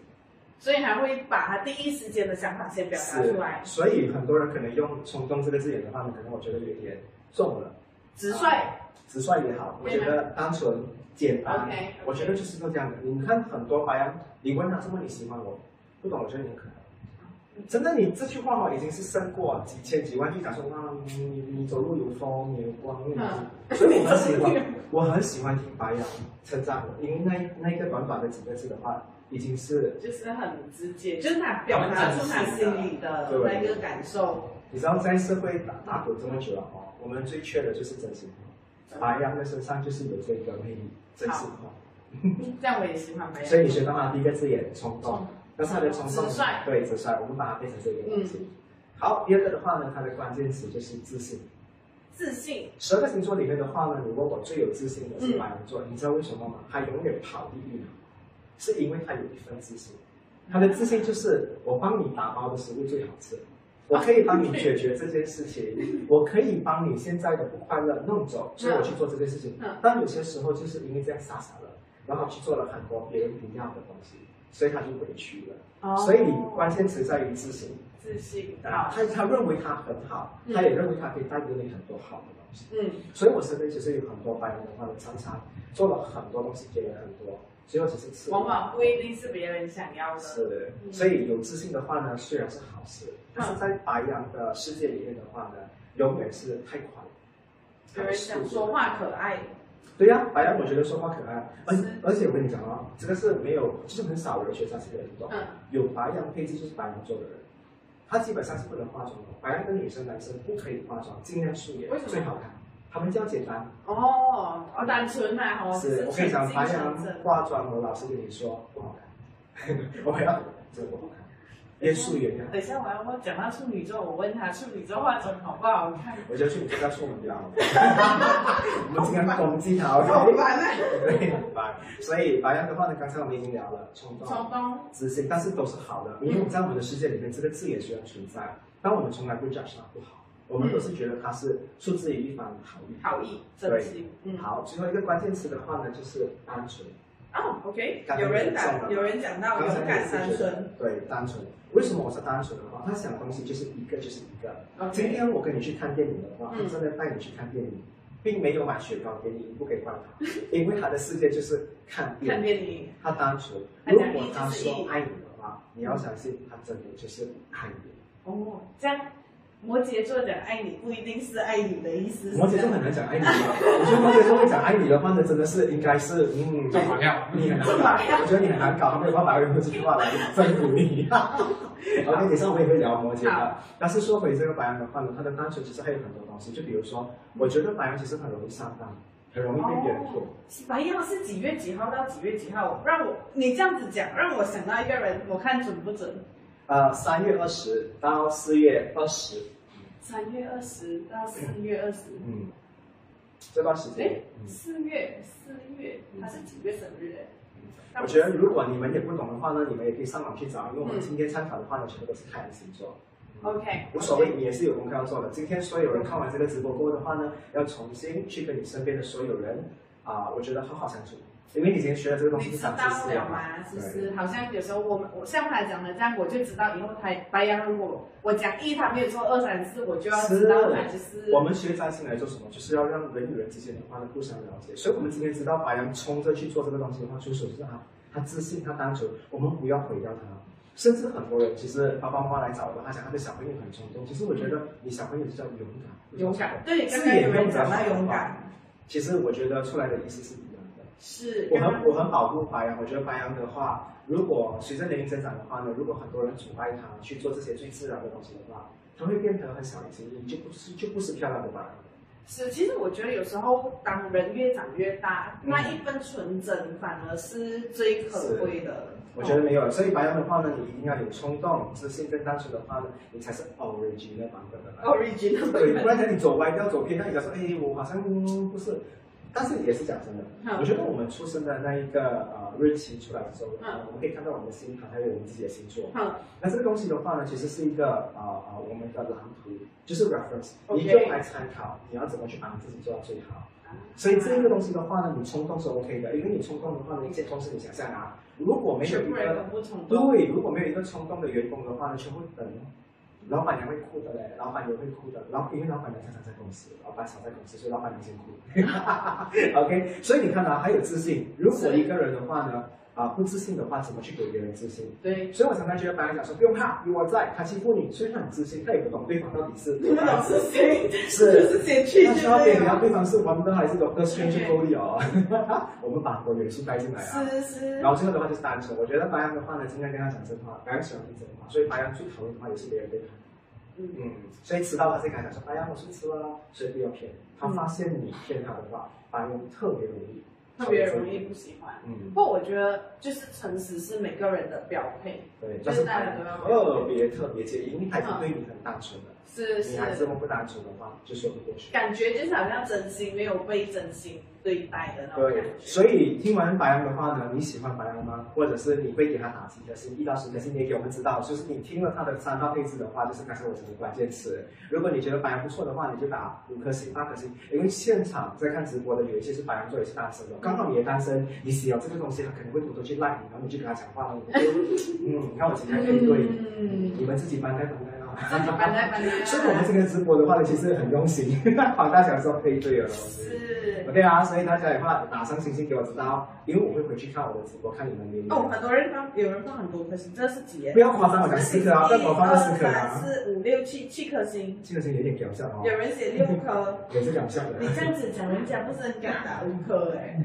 Speaker 1: 所以还会把他第一时间的想法先表达出来，
Speaker 2: 所以很多人可能用“冲动”这个字眼的话呢，可能我觉得有点重了，
Speaker 1: 直率，
Speaker 2: 直率也好，我觉得单纯简单
Speaker 1: OK，OK
Speaker 2: 我觉得就是这样的。你看很多白羊，你问他这么你喜欢我，不懂，我觉得你很可爱。真的，你这句话哦，已经是胜过几千几万句讲说，哇，你你走路有风，你有光，你有啊所以我很喜欢，我很喜欢听白羊称赞我，因为那那一个短短的几个字的话，已经是
Speaker 1: 就是很直接，就是他表达出他心里的那个感受。
Speaker 2: 你知道在社会打打滚这么久了哦，我们最缺的就是真心话，白羊的身上就是有这个魅力，真心话。
Speaker 1: 这样我也喜欢白
Speaker 2: 所以
Speaker 1: 羊。
Speaker 2: 你学到它第一个字眼冲动，但是它的冲动
Speaker 1: 直率
Speaker 2: 对直率，我们把它变成这个东西。好，第二个的话呢，它的关键词就是自信。
Speaker 1: 自信，
Speaker 2: 十二个星座里面的话呢，你问我最有自信的是白羊座，你知道为什么吗？他永远跑第一名，是因为他有一份自信。他的自信就是我帮你打包的食物最好吃，我可以帮你解决这件事情，我可以帮你现在的不快乐弄走，所以我去做这件事情
Speaker 1: 嗯。
Speaker 2: 但有些时候就是因为这样傻傻的，然后去做了很多别人不要的东西，所以他就委屈了。
Speaker 1: 哦
Speaker 2: 所以关键词在于自信。
Speaker 1: 自信，
Speaker 2: 啊
Speaker 1: 好，
Speaker 2: 他他认为他很好，他也认为他可以带给你很多好的东西。
Speaker 1: 嗯，
Speaker 2: 所以我身边其实有很多白人的话呢，常常做了很多东西，给了很多，最后只是吃。
Speaker 1: 往往不一定是别人想要的。
Speaker 2: 是
Speaker 1: 嗯，
Speaker 2: 所以有自信的话呢，虽然是好事，但是在白羊的世界里面的话呢，永远是太快。
Speaker 1: 有人想说话可爱，
Speaker 2: 对呀、白羊我觉得说话可爱，而
Speaker 1: 是
Speaker 2: 而且我跟你讲啊，这个是没有，就是很少有学长是个人懂。
Speaker 1: 嗯，
Speaker 2: 有白羊配置就是白羊座的人，他基本上是不能化妆的。白羊的女生、男生不可以化妆，尽量素颜
Speaker 1: 为什么
Speaker 2: 最好看。他们这样简单，
Speaker 1: 哦，哦，单纯嘛，哦，
Speaker 2: 是我跟你讲，白羊
Speaker 1: 纯
Speaker 2: 化妆，我老实跟你说不好看， 我要这不好看，
Speaker 1: 嗯
Speaker 2: 连素颜呀。
Speaker 1: 等一下我要问，讲到处女座，我问他处女座化妆好不好看？
Speaker 2: 我就去你这家出门比较 好。我们今天攻击他
Speaker 1: 好
Speaker 2: ，OK？
Speaker 1: 烦啊！
Speaker 2: 对，很烦。所以白羊的话呢，刚才我们已经聊了冲动、
Speaker 1: 冲动，
Speaker 2: 执行，但是都是好
Speaker 1: 嗯
Speaker 2: 的，因为在我们的世界里面，这个字也虽然存在，但我们从来不 judge 它不好，
Speaker 1: 嗯
Speaker 2: 我们都是觉得它是出自于一番好意。
Speaker 1: 好意，真心，嗯，
Speaker 2: 好，最后一个关键词的话呢，就是单纯。
Speaker 1: 哦，OK，有人打，有人讲到
Speaker 2: 刚才
Speaker 1: 勇敢
Speaker 2: 我
Speaker 1: 三
Speaker 2: 是觉
Speaker 1: 纯
Speaker 2: 得，对单纯。为什么我说单纯的话？他想的东西就是一个就是一个。今
Speaker 1: ，OK，
Speaker 2: 天我跟你去看电影的话，
Speaker 1: 嗯
Speaker 2: 他真的带你去看电影，并没有买雪糕给你，你不可以怪 他，因为他的世界就是看电
Speaker 1: 看
Speaker 2: 影，
Speaker 1: 电影，
Speaker 2: 他单纯。
Speaker 1: 他
Speaker 2: 如
Speaker 1: 讲
Speaker 2: 果
Speaker 1: 一
Speaker 2: 他
Speaker 1: 就是一
Speaker 2: 说爱你的话，你要相信他真的就是爱你。
Speaker 1: 哦，这样摩羯座讲爱你不一定是爱你的意思，
Speaker 2: 摩羯座很难讲爱你的，我觉得摩羯座会讲爱你的话呢，真的是应该是嗯，
Speaker 3: 正能量。
Speaker 2: 你很难
Speaker 1: 干
Speaker 2: 搞，
Speaker 1: 嘛呀？
Speaker 2: 我觉得你很难搞，他没有办法用这句话来征服你。OK，等一下我们也会聊摩羯的。但是说回这个白羊的话呢，它的单纯其实还有很多东西，就比如说，我觉得白羊其实很容易上当，很容易被别人骗。
Speaker 1: 白羊是几月几号到几月几号？让我你这样子讲，让我想到一个人，我看准不准？
Speaker 2: 呃，三月二十到四月二十，
Speaker 1: 三月二十到四月二十，
Speaker 2: 嗯，这段时间，嗯
Speaker 1: 四月四月他是几月生日？哎
Speaker 2: 嗯我觉得如果你们也不懂的话呢，你们也可以上网去找，因为我们今天参考的话呢，全部都是太阳星座。
Speaker 1: OK，
Speaker 2: 无所谓，你也是有功课要做的。今天所有人看完这个直播过后的话呢，要重新去跟你身边的所有人啊、我觉得好好相处，因为你已经学了这个东
Speaker 1: 你
Speaker 2: 西，
Speaker 1: 知
Speaker 2: 长
Speaker 1: 道
Speaker 2: 知识
Speaker 1: 了嘛？是不是？好像有时候我们我像他讲的这样，我就知道以后他白羊如果我讲一，他没有说二三四，我就要知道他就是
Speaker 2: 我们学占星来做什么，就是要让人与人之间的话呢互相了解。所以，我们今天知道白羊冲着去做这个东西的话，出手就是他，他自信，他单纯，我们不要毁掉他。甚至很多人其实爸爸妈妈来找我，他讲他的小朋友很冲动，其实我觉得你小朋友就叫勇敢，
Speaker 1: 勇敢。对，刚
Speaker 2: 是
Speaker 1: 刚
Speaker 2: 也
Speaker 1: 有
Speaker 2: 不
Speaker 1: 人
Speaker 2: 用讲
Speaker 1: 讲到勇敢，，
Speaker 2: 其实我觉得出来的意思是一样的。
Speaker 1: 是
Speaker 2: 我很我很保护白羊，我觉得白羊的话，如果随着年龄增长的话呢，如果很多人阻碍他去做这些最自然的东西的话，他会变得很小心翼翼，就不是就不是漂亮的白羊。
Speaker 1: 是，其实我觉得有时候当人越长越大，
Speaker 2: 嗯
Speaker 1: 那一份纯真反而是最可贵的。
Speaker 2: 我觉得没有，所以白羊的话呢，你一定要有冲动、自信跟单纯的话呢，你才是哦 original 版本的
Speaker 1: 哦
Speaker 2: 白羊。
Speaker 1: original
Speaker 2: 对，不然你走歪掉、走偏，那你讲说，哎，我好像、嗯不是。但是也是讲真的，
Speaker 1: 嗯
Speaker 2: 我觉得我们出生的那一个呃日期出来的时候，
Speaker 1: 嗯
Speaker 2: 我们可以看到我们的星盘，还有我们自己的星座。
Speaker 1: 嗯
Speaker 2: 那这个东西的话呢，其实是一个呃呃我们的蓝图，就是 reference，
Speaker 1: OK
Speaker 2: 你用来参考，你要怎么去把你自己做到最好。所以这一个东西的话呢，你冲动是 OK 的，因为你冲动的话呢，一切都是你想象啊。如果没有
Speaker 1: 全
Speaker 2: 一
Speaker 1: 部人
Speaker 2: 个
Speaker 1: 都不冲动。
Speaker 2: 对，如果没有一个冲动的员工的话呢，全部等。老板娘会哭的嘞，老板也会哭的，老因为老板娘常常在公司，老板少在公司，所以老板娘先哭。OK，所以 你看啊，还有自信。如果
Speaker 1: 是
Speaker 2: 一个人的话呢，啊、不自信的话，怎么去给别人自信？
Speaker 1: 对，
Speaker 2: 所以我常常觉得白人讲说不用怕，有我在，他欺负你，所以他很自信，他也不懂对方到底是
Speaker 1: 你们老是谁？
Speaker 2: 是。
Speaker 1: 是谁去
Speaker 2: 那需要
Speaker 1: 对
Speaker 2: 点聊
Speaker 1: 了？
Speaker 2: 对方是 Wonder 还是 Doctor Strange 勾引哦？ 我们把我元素带进来啊。
Speaker 1: 是是
Speaker 2: 然。后最后的话就是单纯，我觉得白羊的话呢，尽量跟他讲真话，白羊喜欢听真话，所以白羊最讨厌的话也是别人背叛。
Speaker 1: 嗯
Speaker 2: 嗯，所以迟到他最敢讲说，白羊我是迟了啦，所以不要骗。他发现你骗他的话，白羊特别容易，
Speaker 1: 特别容易。不喜欢。
Speaker 2: 嗯
Speaker 1: 不，过我觉得就是诚实是每个人的标配。
Speaker 2: 对，
Speaker 1: 就
Speaker 2: 就是是
Speaker 1: 大
Speaker 2: 白
Speaker 1: 家
Speaker 2: 羊
Speaker 1: 都要
Speaker 2: 特别特别介意，因为他已经对你很单纯了。
Speaker 1: 是
Speaker 2: 你还
Speaker 1: 嗯
Speaker 2: 是
Speaker 1: 是，
Speaker 2: 问不单纯的话，就说不过去。
Speaker 1: 感觉就是好像真心没有被真心对待的那种感
Speaker 2: 对，
Speaker 1: 觉。
Speaker 2: 所以听完白羊的话呢，你喜欢白羊吗？或者是你会给他打几颗星，一到十颗星，你也给我们知道。就是你听了他的三大配置的话，就是刚才我讲的关键词。如果你觉得白羊不错的话，你就打五颗星、八颗星。因为现场在看直播的有一些是白羊座，也是单身的。刚好你也单身，你喜欢这个东西，他可能会偷偷去赖你，然后你就跟他讲话了。你就嗯，你看我今天对不对？
Speaker 1: 嗯，
Speaker 2: 你们自己搬来搬来啊。
Speaker 1: 自己 搬来搬
Speaker 2: 所以我们
Speaker 1: 来。
Speaker 2: 这个直播的话呢，其实很用心，黄大小说配对了。
Speaker 1: 是。
Speaker 2: OK， OK 啊，所以大家的话打上星星给我知道，因为我会回去看我的直播，看你们留言。
Speaker 1: 哦，很多人放，有人放很多颗星，这是几耶
Speaker 2: 不？要夸张，我讲四颗啊，不要
Speaker 1: 一
Speaker 2: 给我放二十颗
Speaker 1: 三
Speaker 2: 啊，
Speaker 1: 四五六七七颗星，
Speaker 2: 这个是有点搞笑哦，
Speaker 1: 有人写六颗，
Speaker 2: 也是搞笑的
Speaker 1: 你。这样子讲，人家不是很敢打五颗哎。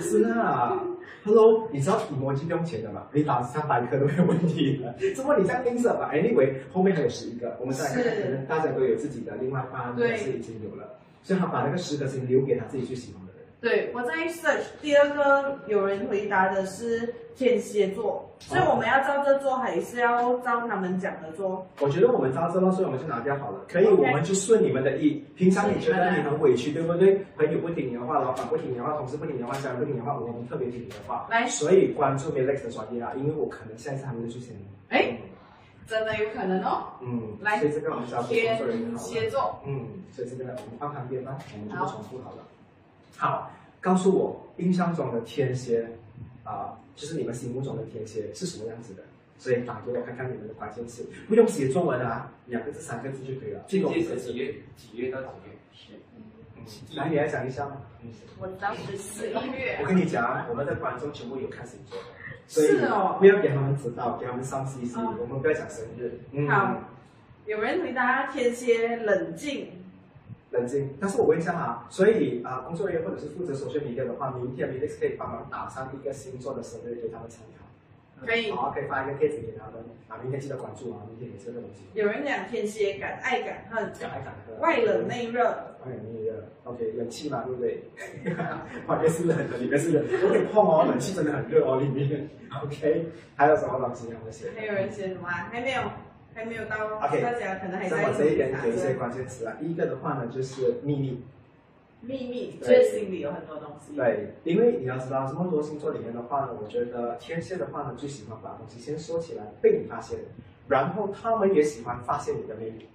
Speaker 2: 是啊，Hello，你知道 emoji 不用钱的嘛？你打三百颗都没有问题的。只不过你这样盯着吧？Anyway，后面还有十一个，我们再来看看，
Speaker 1: 是
Speaker 2: 可能大家都有自己的另外一半，或
Speaker 1: 对
Speaker 2: 者是已经有了，所以他把那个十颗星留给他自己最喜欢的人。
Speaker 1: 对，我在 search 第二个有人回答的是天蝎座，所以我们要照这做，还是要照他们讲的做？
Speaker 2: 我觉得我们照这了，所以我们就拿掉好了。可以，
Speaker 1: OK
Speaker 2: 我们就顺你们的意。平常你觉
Speaker 1: 是
Speaker 2: 得你很委屈，对不对？朋友不听你的话，老板不听你的话，同事不听你的话，家人不听你的话，我们特别听你的话。
Speaker 1: 来
Speaker 2: 所以关注 Relax 的专业啊，因为我可能下一次还没有出现。
Speaker 1: 哎，真的有可能哦。
Speaker 2: 嗯，
Speaker 1: 来
Speaker 2: 所以这个我们交给工作人员
Speaker 1: 天
Speaker 2: 好了。
Speaker 1: 蝎座，
Speaker 2: 嗯，所以这个我们放旁边吧，我们就
Speaker 1: 好
Speaker 2: 不重复好了。好，告诉我印象中的天蝎啊、就是你们心目中的天蝎是什么样子的？所以打给我看看你们的关键词，不用写中文啊，两个字、三个字就可以了。最多
Speaker 5: 这
Speaker 2: 五
Speaker 5: 是
Speaker 2: 个
Speaker 5: 几
Speaker 2: 字。
Speaker 5: 月几月到几月？
Speaker 2: 嗯来，你来讲一下嘛。嗯，
Speaker 4: 我知道十
Speaker 1: 十
Speaker 4: 四
Speaker 1: 一月
Speaker 2: 我，跟你讲，我们的观众全部有看星座的，所以
Speaker 1: 是哦
Speaker 2: 不。要给他们知道，给他们上信息。
Speaker 1: 哦
Speaker 2: 我们不要讲生日。嗯，
Speaker 1: 好有人回答天蝎冷静，
Speaker 2: 冷静。但是我问一下啊，所以啊、工作人员或者是负责手续理的的话，明天 Minix 可以帮忙打上一个星座的生日给他们参考，
Speaker 1: 可以。
Speaker 2: 好，可以发一个贴纸给他们啊，明天记得关注啊，明天也是这个东西。
Speaker 1: 有人讲天蝎敢爱敢恨，
Speaker 2: 敢爱敢喝，
Speaker 1: 外冷，内热，
Speaker 2: 外冷内热，OK，冷气嘛，对不对？ 外面是冷的，里面是冷，有点 碰哦，冷气真的很热哦，里面。OK，还有什么东西啊要写？
Speaker 1: 还有人写什么啊？还没有，还没有到
Speaker 2: OK，
Speaker 1: 大家可能还
Speaker 2: 那
Speaker 1: 在
Speaker 2: 我这一边
Speaker 1: 打
Speaker 2: 给一些
Speaker 1: 着
Speaker 2: 关键词啊，第一个的话呢就是秘密。
Speaker 1: 秘密，
Speaker 2: 对
Speaker 1: 这心里有很多东西。
Speaker 2: 对，因为你要知道这么多星座里面的话呢，我觉得天蝎的话呢最喜欢把东西先说起来，被你发现，然后他们也喜欢发现你的魅力。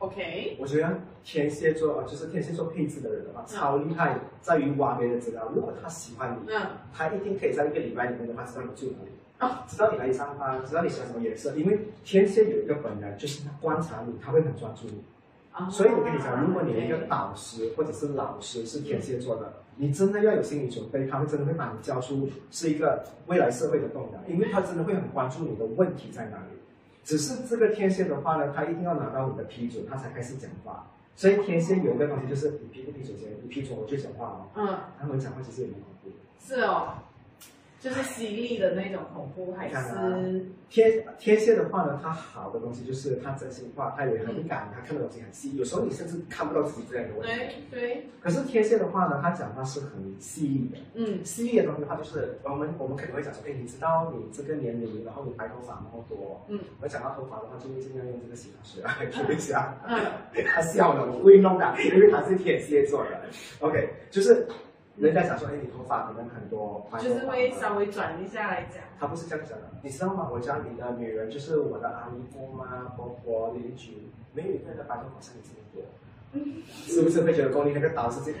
Speaker 1: OK，
Speaker 2: 我觉得天蝎座呃就是天蝎座配置的人的啊话，超厉害，在于挖别人资料。如果他喜欢你，
Speaker 1: 嗯，
Speaker 2: 他一定可以在一个礼拜里面的话知道你住哪里。
Speaker 1: 哦
Speaker 2: 知道你哪里上班，知道你喜欢什么颜色，因为天蝎有一个本能，就是他观察你，他会很专注你。
Speaker 1: 啊
Speaker 2: 所以我跟你讲，如果你的一个
Speaker 1: OK
Speaker 2: 导师或者是老师是天蝎座的，你真的要有心理准备，他们真的会把你教出是一个未来社会的栋梁，因为他真的会很关注你的问题在哪里。只是这个天蝎的话呢，他一定要拿到你的批准，他才开始讲话。所以天蝎有一个东西就是你批不批准先，你批准我就讲话哦。
Speaker 1: 嗯，
Speaker 2: 他们讲话其实也蛮恐怖的。
Speaker 1: 是哦，就是犀利的那种恐怖，还
Speaker 2: 看啊
Speaker 1: 是
Speaker 2: 天天蝎的话呢，它好的东西就是它真心话，它也很敏感，它看的东西很细，有时候你甚至看不到自己这样的问题。
Speaker 1: 对对，
Speaker 2: 可是天蝎的话呢，他讲话是很细腻的。
Speaker 1: 嗯
Speaker 2: 细腻的东西的话，就是我们我们可能会讲说，哎，你知道你这个年龄，然后你白头发那么多，
Speaker 1: 嗯，
Speaker 2: 我讲到头发的话，就尽量用这个洗发水来 Q 一下。
Speaker 1: 嗯，
Speaker 2: 啊他笑了，我故意弄的， 因为他是天蝎座的。OK，就是人家讲说，哎，你头发可能很多，白头发
Speaker 1: 就是会
Speaker 2: 嘛
Speaker 1: 稍微转一下来讲，
Speaker 2: 他不是这样讲的，你知道吗？我家里的女人就是我的阿姨、姑妈、婆婆、邻居，没有一个人的白头发像你这么多，是不是会觉得功力那个嗯刀是这个？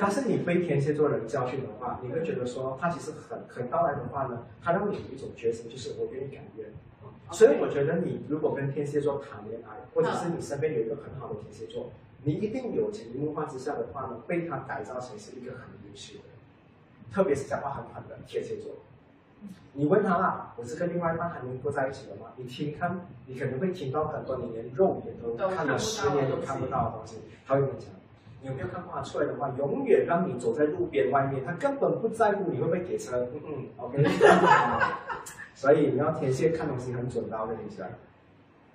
Speaker 2: 但是你被天蝎座人教训的话，你会觉得说他其实很很到来的话呢，他让你有一种觉醒，就是我愿意改变。所以我觉得你如果跟天蝎座谈恋爱，或者是你身边有一个很好的天蝎座，你一定有潜移默化之下的话呢，被他改造成是一个很优秀的人，特别是讲话很狠的天蝎座。你问他啦，我是跟另外一半还能够在一起的吗？你听看，你可能会听到很多你连肉眼都看了十年都看不到的东西。他会跟你讲，你有没有看过他出来的话，永远让你走在路边外面，他根本不在乎你会不会给车。嗯 嗯，OK 所以你要天蝎看东西很准的，啊我跟你讲。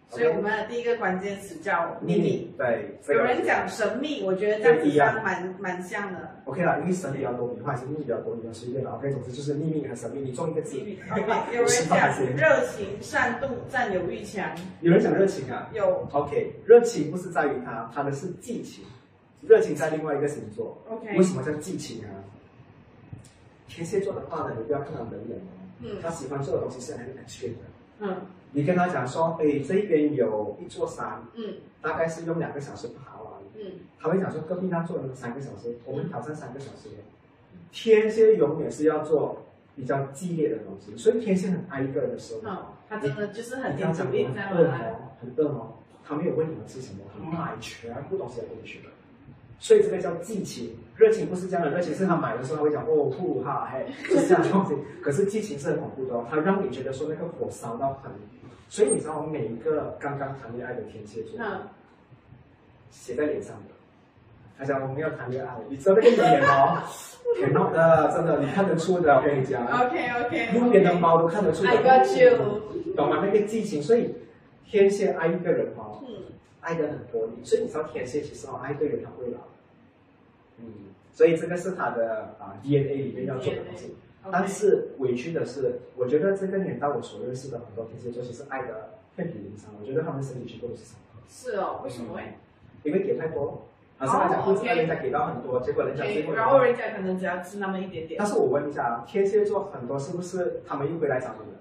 Speaker 1: 所以我们的第一个关键词叫秘
Speaker 2: 秘
Speaker 1: 密。
Speaker 2: 密对，这个
Speaker 1: 有人讲神秘，我觉得这样子
Speaker 2: 对一样
Speaker 1: 像蛮蛮像的。
Speaker 2: OK 啦，因为神比较多，你还是秘密比较多，你要随便啦。OK，总之就是秘密和神秘，你中一个字。
Speaker 1: 有人讲热情、善妒、占有欲强，
Speaker 2: 有人讲热情啊，
Speaker 1: 有
Speaker 2: OK，热情不是在于他，他的是激情。热情在另外一个星座，
Speaker 1: OK，
Speaker 2: 为什么叫激情啊？天蝎座的话呢，你不要看他冷冷哦，
Speaker 1: 嗯
Speaker 2: 他喜欢做的东西是很 extreme 的。
Speaker 1: 嗯
Speaker 2: 你跟他讲说，哎，这边有一座山，
Speaker 1: 嗯
Speaker 2: 大概是用两个小时爬完，
Speaker 1: 嗯，
Speaker 2: 他会讲说隔壁那座有三个小时，我们挑战三个小时。
Speaker 1: 嗯
Speaker 2: 天蝎永远是要做比较激烈的东西，所以天蝎很爱一个人的时候，
Speaker 1: 嗯好，他真的就是很
Speaker 2: 你刚
Speaker 1: 有主
Speaker 2: 讲嗯
Speaker 1: 力
Speaker 2: 很
Speaker 1: 这样
Speaker 2: 饿
Speaker 1: 来。
Speaker 2: 哦，很饿哦，他没有问你们吃什么，他买全部东西来给你选的。所以这个叫激情。热情不是这样的，热情是他买的时候他会讲哦呼哈 嘿，是这样的东西。可是激情是很恐怖的哦，它让你觉得说那个火烧到很。所以你知道我每一个刚刚谈恋爱的天蝎座，
Speaker 1: 嗯，
Speaker 2: 写在脸上的。他讲我们要谈恋爱，你知道那个脸 哦，挺闹的，真的，你看得出的，我跟你讲。
Speaker 1: OK OK，
Speaker 2: 路边的猫都看得出来
Speaker 1: I got you。
Speaker 2: 哎懂吗？那个激情，所以天蝎爱一个人哦，
Speaker 1: 嗯，
Speaker 2: 爱的很多力，所以你知道天蝎其实哦，爱一个人他会老，嗯，所以这个是他的啊 DNA 里面要做的东西。但是委屈的是，我觉得这个年代我所认识的很多天蝎座，其实爱的遍体鳞伤。我觉得他们身体结构都是伤口，
Speaker 1: 是哦，为什么
Speaker 2: 嗯
Speaker 1: 会？
Speaker 2: 因为给太多，而是他讲不知道人家给到很多，结果人家最后
Speaker 1: 哦 OK，然后人家可能只要吃那么一点点
Speaker 2: 但。是我问一下啊，天蝎座很多是不是他们又回来找你了？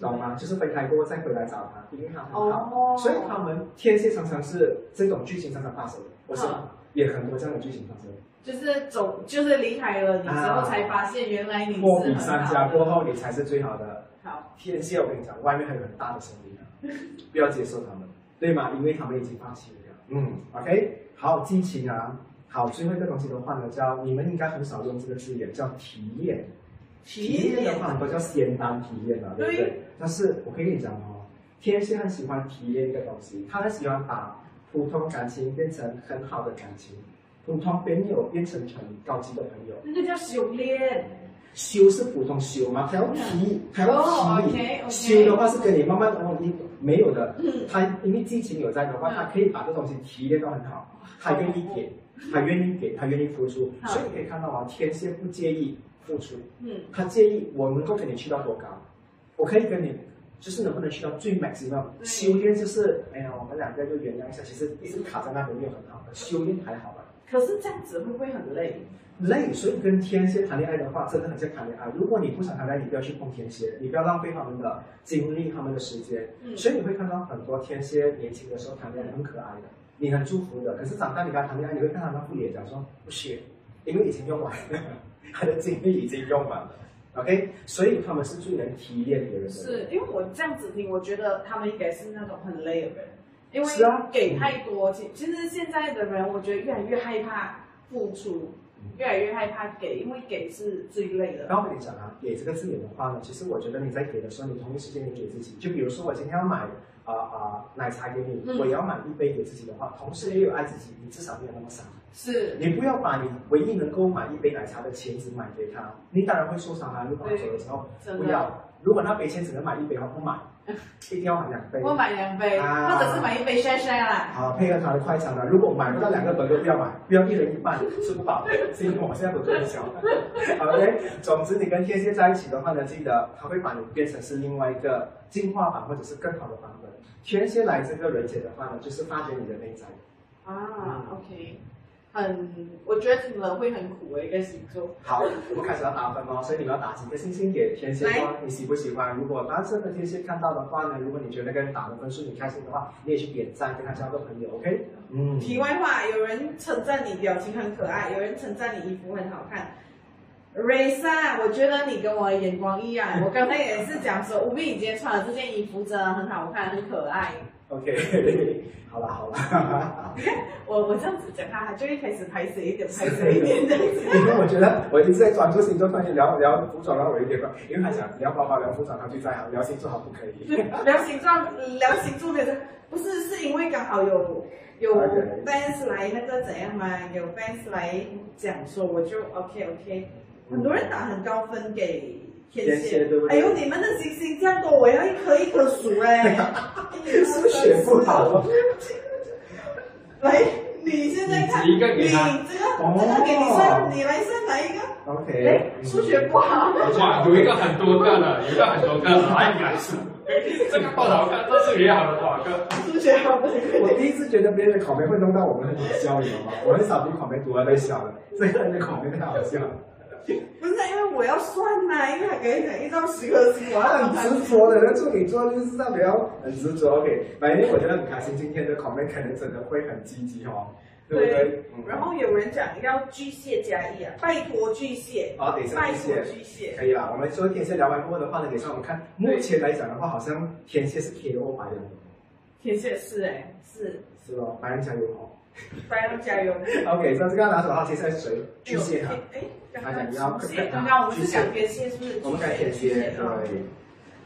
Speaker 2: 懂吗？就是分开过后再回来找他，因为他很好，
Speaker 1: 嗯哦，
Speaker 2: 所以他们天蝎常常是这种剧情常常发生的，我是、
Speaker 1: 嗯
Speaker 2: 也很多这样的剧情发生。
Speaker 1: 就是走，就是离开了你之后才发现，原来你
Speaker 2: 货
Speaker 1: 嗯是
Speaker 2: 比
Speaker 1: 很
Speaker 2: 三
Speaker 1: 好
Speaker 2: 家过
Speaker 1: 的。
Speaker 2: 后，你才是最好的
Speaker 1: 好，
Speaker 2: 天蝎。我跟你讲，外面还有很大的声音啊， 不要接受他们，对吗？因为他们已经放弃了。嗯，OK，好，激情啊，好，最后一个东西的话呢，叫你们应该很少用这个字眼，叫体验。体验的话，很多叫仙丹体验啊，对不对？但是我可以跟你讲哦，天蝎很喜欢体验一个东西，他很喜欢把普通感情变成很好的感情，普通朋友变成很高级的朋友。
Speaker 1: 那个叫修炼。
Speaker 2: 修是普通修嘛，还要提，还要
Speaker 1: 哦
Speaker 2: 提。
Speaker 1: ，OK，OK
Speaker 2: 修的话是跟你慢慢的哦，你没有的，
Speaker 1: 嗯
Speaker 2: 他因为激情有在的话，
Speaker 1: 嗯
Speaker 2: 他可以把这东西提炼到很好，他愿意给，他愿意给，他愿意付出，
Speaker 1: 哦好
Speaker 2: 所以你可以看到啊，天蝎不介意付出，
Speaker 1: 嗯
Speaker 2: 他介意我能够跟你去到多高，我可以跟你，就是能不能去到最 maximum。
Speaker 1: 对
Speaker 2: 修炼就是，哎呀，我们两个就原谅一下，其实一直卡在那里没有很好的，修炼还好吧。
Speaker 1: 可是这样子会不会很累？
Speaker 2: 累，所以跟天蝎谈恋爱的话，真的很像谈恋爱。如果你不想谈恋爱，你不要去碰天蝎，你不要浪费他们的精力、他们的时间。
Speaker 1: 嗯
Speaker 2: 所以你会看到很多天蝎年轻的时候谈恋爱很可爱的，你很祝福的。可是长大你跟他谈恋爱，你会看他那副脸，讲说不屑，因为已经用完了，他的精力已经用完了。OK，所以他们是最能体验别人的。
Speaker 1: 是因为我这样子听，我觉得他们应该是那种很累的人，因为
Speaker 2: 是啊
Speaker 1: 给太多。其其实现在的人，我觉得越来越害怕付出，越来越害怕给，因为给是最累的。
Speaker 2: 然后我跟你讲啊，给这个字眼的话呢，其实我觉得你在给的时候，你同一时间你给自己，就比如说我今天要买啊啊、奶茶给你，
Speaker 1: 嗯
Speaker 2: 我也要买一杯给自己的话，同时也有爱自己，你至少没有那么傻。
Speaker 1: 是，
Speaker 2: 你不要把你唯一能够买一杯奶茶的钱只买给他，你当然会受伤啊。如果他走的时候
Speaker 1: 真
Speaker 2: 不
Speaker 1: 的。
Speaker 2: 要，如果那杯钱只能买一杯，我不 买，一定要买两杯。
Speaker 1: 我买两杯，
Speaker 2: 啊
Speaker 1: 或者是买一杯晒晒啦。
Speaker 2: 好，配合他的快餐了。如果买不到两个本就不要买，不要一人一半，吃不饱。是因为我现在本很小。OK，总之你跟天蝎在一起的话呢，记得他会把你变成是另外一个进化版或者是更好的版本。天蝎来这个人姐的话呢，就是发掘你的内在。嗯
Speaker 1: 啊，OK，很，我觉得听了会很苦的一个星座。
Speaker 2: 好，我们开始要打分哦，所以你们要打几个星星给天蝎座
Speaker 1: 来，
Speaker 2: 你喜不喜欢？如果当真的天蝎看到的话呢，如果你觉得那个人打的分数你开心的话，你也去点赞，跟他交个朋友，OK？嗯
Speaker 1: 题外话，有人称赞你表情很可爱，有人称赞你衣服很好看。Raysa，我觉得你跟我眼光一样。我刚才也是讲说，吴敏你今天穿的这件衣服真的很好看，很可爱。
Speaker 2: ，OK，好啦好啦。
Speaker 1: 我我这样子讲他，他就会开始排水一点，排水一点这样子。
Speaker 2: 因为我觉得我一直在专注星座，突然间聊聊服装，让我有点乱，因为他想聊包包、聊服装，他最在啊行；聊星座，好不可以。
Speaker 1: 聊星座，聊星座的，不是是因为刚好有有
Speaker 2: Okay
Speaker 1: fans 来那个怎样嘛，有 fans 来讲说，我就 OK OK。很多
Speaker 2: 嗯
Speaker 1: 人打很高分给天
Speaker 2: 天蝎
Speaker 1: 蝎
Speaker 2: 对不，对
Speaker 1: 哎呦，你们的星星这样多，我要一颗一颗数 哎、
Speaker 2: 数学不好，
Speaker 1: 来，哎你现在看，
Speaker 3: 你
Speaker 1: 你
Speaker 3: 指一个给他
Speaker 1: 这个、
Speaker 2: 哦
Speaker 1: 这个给你算，你来算哪一个？哎
Speaker 2: OK，，
Speaker 1: 数学不好，
Speaker 3: 哇，有一个很多个的，有一个很多个 的，哎，原来是这个报道看，这是也好了多少个？
Speaker 1: 数学好不
Speaker 2: 我第一次觉得别人的口碑会弄到我们很好笑，你知道吗？我很少比口碑读的被笑的，这个人的口碑太好笑了，
Speaker 1: 不是因为我要算呐、因为他给你讲一到十颗星，我要
Speaker 2: 他
Speaker 1: 让
Speaker 2: 很
Speaker 1: 他
Speaker 2: 执着的，那处女座就是代表很执着。OK，反正我觉得很开心，今天的口碑可能真的会很积极哦，对不对？嗯
Speaker 1: 然后有人讲要巨蟹加一啊，拜托巨蟹，
Speaker 2: 好，等一下，
Speaker 1: 拜
Speaker 2: 谢
Speaker 1: 托
Speaker 2: 谢。
Speaker 1: 巨蟹，
Speaker 2: 可以啦，我们说天蝎聊完过后的话呢，等一下我们看目前来讲的话，好像天蝎是 KO 白羊的，
Speaker 1: 天蝎是哎，是，
Speaker 2: 是咯，白人加油哦。
Speaker 1: 白羊加油。
Speaker 2: OK，上次刚刚拿手好，接下来是谁？巨蟹 哈。
Speaker 1: 哎，刚
Speaker 2: 他
Speaker 1: 刚
Speaker 2: 想啊要
Speaker 1: 巨蟹，刚啊刚我们是讲天蝎，是不是？
Speaker 2: 我们看天蝎， 对，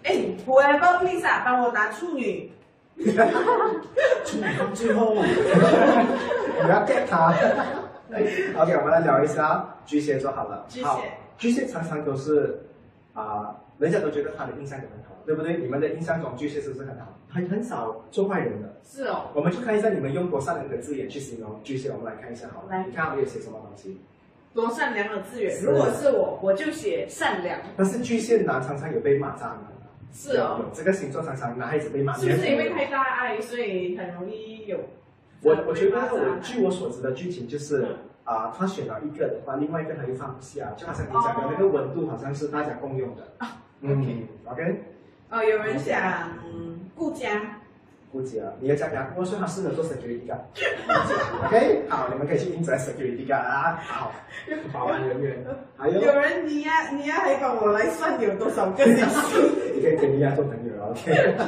Speaker 1: 哎，我来帮 Lisa 帮我拿处女，
Speaker 2: 处女座最后，你要 get 他。OK，我们来聊一下巨蟹座好了。
Speaker 1: 巨蟹
Speaker 2: 好，巨蟹常常都是啊、人家都觉得他的印象都很好，对不对？你们的印象中巨蟹是不是很好？很很少做坏人的。
Speaker 1: 是哦，
Speaker 2: 我们去看一下你们用多善良的字眼去形容巨蟹，我们来看一下好了
Speaker 1: 来。
Speaker 2: 你看我们有写什么东西？
Speaker 1: 多善良的资源。
Speaker 2: 是
Speaker 1: 如果是我，我就写善良，
Speaker 2: 但是巨蟹男常常有被骂渣男的。
Speaker 1: 是哦，
Speaker 2: 有这个星座常常男孩子被骂。
Speaker 1: 是不是因为太大爱，所以很容易有？
Speaker 2: 我我觉得我据我所知的剧情就是
Speaker 1: 嗯
Speaker 2: 啊、他选了一个的话，另外一个他又放不下，就好像你讲
Speaker 1: 哦
Speaker 2: 的那个温度好像是大家共用的。
Speaker 1: 啊
Speaker 2: 嗯，OK，
Speaker 1: 哦，有人想嗯顾家，
Speaker 2: 估计啊，你要加给他，我说他适合做 security guard。OK，好，你们可以去应征 security guard 啊，好，保安人员，还有
Speaker 1: 有人你呀你呀还管我来算有多少个小 时？
Speaker 2: 你可以跟你亚做朋友啊，OK。嗯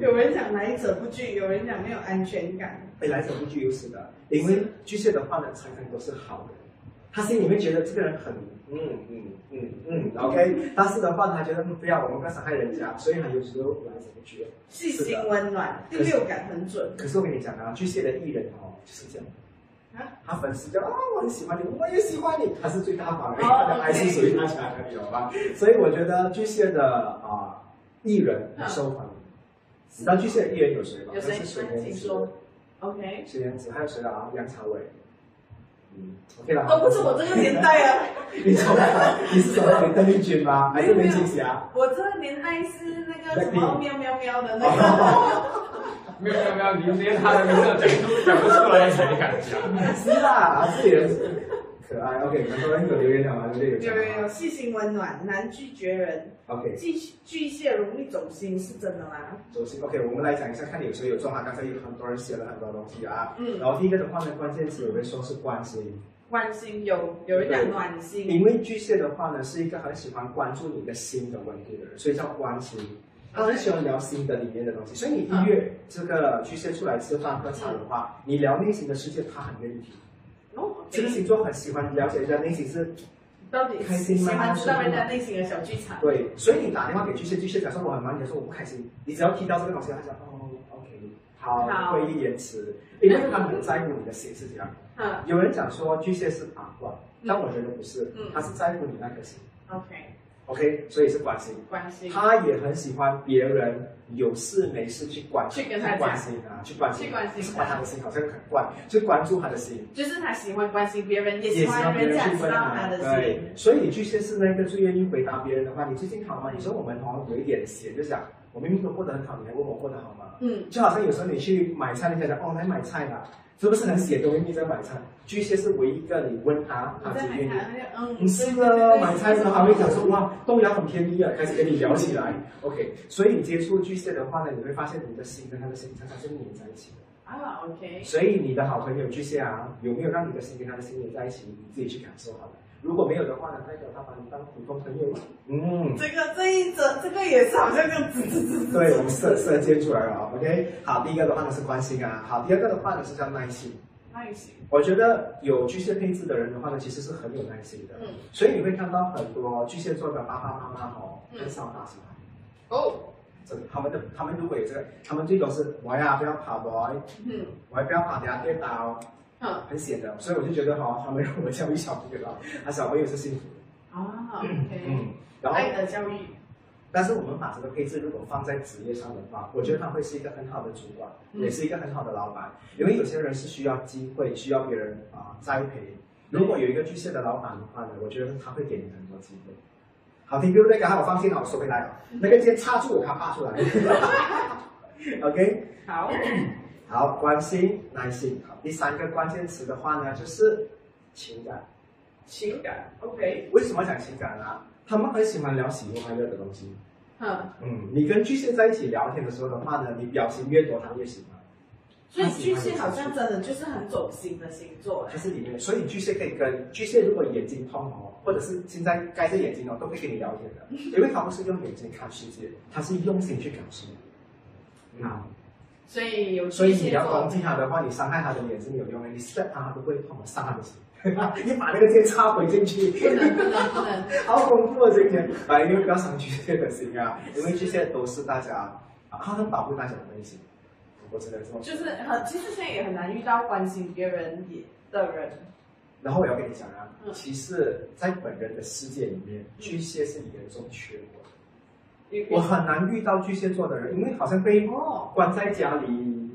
Speaker 1: 有人讲来者不拒，有人讲没有安全感，
Speaker 2: 本来是不具优势的，因为巨蟹的话呢，常常都是好人，他心里面觉得这个人很，嗯嗯嗯嗯，OK，但是的话呢，他觉得嗯不要，我们不要伤害人家，所以他有时候来者不拒。
Speaker 1: 细心温暖，第六感很准。
Speaker 2: 可是我跟你讲啊，巨蟹的艺人哦就是这样
Speaker 1: 啊。
Speaker 2: 他粉丝就啊，我很喜欢你，我也喜欢你，他是最大方的，
Speaker 1: 哦
Speaker 2: 他的
Speaker 1: OK
Speaker 2: 爱是属于他家的，你懂吗？所以我觉得巨蟹的啊、艺人很受欢迎。你知道巨蟹的艺人有谁吗？
Speaker 1: 有谁
Speaker 2: 那是水
Speaker 1: 请
Speaker 2: 莲子
Speaker 1: 说？OK，
Speaker 2: 谁颜值还有谁啊？梁朝伟。嗯，OK 啦。
Speaker 1: 都哦不是我这个年。代啊。
Speaker 2: 你什么？你是什么？邓丽君吗？ 还是林啊青霞？
Speaker 1: 我这个年代是那个什么喵喵喵的那个，
Speaker 3: 没有没有没有，你连他的名字讲都讲不出来，谁敢讲？
Speaker 2: 是啦，自己人是可爱。OK，很多人有留言了吗？对不对？
Speaker 1: 有人有
Speaker 2: 有。
Speaker 1: 细心温暖，难拒绝人，
Speaker 2: OK，
Speaker 1: 巨巨蟹容易走心，是真的吗？
Speaker 2: 首先 OK，我们来讲一下，看有谁有中啊？刚才有很多人写了很多东西啊。
Speaker 1: 嗯，
Speaker 2: 然后第一个的话呢，关键词有人说是关心，
Speaker 1: 关心有有人讲暖心，
Speaker 2: 因为巨蟹的话呢是一个很喜欢关注你的心的问题的人，所以叫关心。
Speaker 1: 嗯
Speaker 2: 他很喜欢聊心的里面的东西，所以你一约这个巨蟹出来吃饭喝茶的话，你聊内心的世界，他很愿意听。
Speaker 1: 哦，
Speaker 2: 这个星座很喜欢了解人家内心是
Speaker 1: 到底喜欢知道人家内心的小剧场，
Speaker 2: 对，所以你打电话给巨蟹，巨蟹假设我很忙，你就说我不开心，你只要提到这个东西，他讲哦，OK，好，
Speaker 1: 好
Speaker 2: 会议延迟，因为他很在乎你的心是怎样。
Speaker 1: 嗯
Speaker 2: 有人讲说巨蟹是八卦，但我觉得不是
Speaker 1: 嗯，
Speaker 2: 他是在乎你那颗心
Speaker 1: ，OK，
Speaker 2: ，OK，所以是关心。
Speaker 1: 关心，
Speaker 2: 他也很喜欢别人有事没事去关
Speaker 1: 去跟他讲
Speaker 2: 关心啊，去关心，
Speaker 1: 去关心
Speaker 2: 是关他的心，好像很怪，去关注他的心。
Speaker 1: 就是他喜欢关心别人，也喜
Speaker 2: 也希望
Speaker 1: 欢
Speaker 2: 别
Speaker 1: 人
Speaker 2: 人
Speaker 1: 家
Speaker 2: 去
Speaker 1: 知
Speaker 2: 分
Speaker 1: 道他
Speaker 2: 享。
Speaker 1: 的
Speaker 2: 对
Speaker 1: 心，，
Speaker 2: 所以巨蟹是那个最愿意回答别人的话。你最近好吗？你说我们好像有一点闲，就想我明明都过得很好，你还问我过得好吗？
Speaker 1: 嗯，
Speaker 2: 就好像有时候你去买菜，人家讲哦来买菜吧，是不是很写都明明在买菜？巨蟹是唯一一个你问他，他
Speaker 1: 我在
Speaker 2: 只
Speaker 1: 海
Speaker 2: 愿意。
Speaker 1: 看，嗯，
Speaker 2: 你是呢，买菜的时候还会讲说哇，豆芽很便宜啊，开始跟你聊起来。OK，所以你接触巨蟹的话呢，你会发现你的心跟他的心常常是黏在一起的。
Speaker 1: 啊，OK，
Speaker 2: 所以你的好朋友巨蟹啊，有没有让你的心跟他的心连在一起？你自己去感受好了。如果没有的话呢，代表他把你当普通朋友了。嗯，
Speaker 1: 这个这一则这个也是好像就滋滋滋
Speaker 2: 对，我们射射箭出来了啊。OK，好，第一个的话呢是关心啊，好，第二个的话呢是叫耐心。
Speaker 1: 耐心，
Speaker 2: 我觉得有巨蟹配置的人的话呢，其实是很有耐心的。
Speaker 1: 嗯，
Speaker 2: 所以你会看到很多巨蟹座的爸爸妈妈哦，
Speaker 1: 嗯
Speaker 2: 很少打小孩。
Speaker 1: 哦，
Speaker 2: 这个他们的他们如果有这个，他们最多是我呀不要跑我，
Speaker 1: 嗯，
Speaker 2: 我还不要跑，等下跌倒。
Speaker 1: 嗯。
Speaker 2: 很显的，所以我就觉得哈、他们让我教育小朋友啊，啊，小朋友是幸福的，
Speaker 1: 啊，OK，
Speaker 2: 嗯，然后，
Speaker 1: 爱的教育，
Speaker 2: 但是我们把这个配置如果放在职业上的话，我觉得他会是一个很好的主管，
Speaker 1: 嗯
Speaker 2: 也是一个很好的老板，因为有些人是需要机会，需要别人啊、栽培。如果有一个巨蟹的老板的话呢，我觉得他会给你很多机会。好听对不对？刚才我放心了，我收回来了。
Speaker 1: 嗯
Speaker 2: 那个先插住我，他拔出来。OK，
Speaker 1: 好，
Speaker 2: 好，关心、耐心。好，第三个关键词的话呢，就是情感。
Speaker 1: 情感，OK，
Speaker 2: 为什么讲情感啊？他们很喜欢聊喜怒哀乐的东西。
Speaker 1: 嗯，
Speaker 2: 嗯，你跟巨蟹在一起聊天的时候的话呢，你表情越多，他越喜欢。
Speaker 1: 所以巨蟹好像真的就是很走心的星座，
Speaker 2: 它是里面，所以巨蟹可以跟巨蟹，如果眼睛通红，或者是现在盖着眼睛哦，都会跟你聊天的，因为他们是用眼睛看世界，他是用心去感受。啊，
Speaker 1: 所以有
Speaker 2: 所
Speaker 1: 巨
Speaker 2: 以你
Speaker 1: 蟹
Speaker 2: 要
Speaker 1: 座
Speaker 2: 攻，击他的话，你伤害他的脸是没有用的，你 slap 他他都不会痛，我伤他的心。 你把那个剑插回进去，
Speaker 1: 不能不能不能，
Speaker 2: 好恐怖啊！今天，反正不要伤巨蟹的心啊，因为巨蟹都是大家啊，他很保护大家的关系。我只能说，
Speaker 1: 就是很，其实现在也很难遇到关心别人也的人，
Speaker 2: 然后我要跟你讲啊，
Speaker 1: 嗯
Speaker 2: 其实，在本人的世界里面，巨蟹是严重缺我的，
Speaker 1: 也
Speaker 2: 我很难遇到巨蟹座的人，因为好像被
Speaker 1: 哦，
Speaker 2: 关在家里，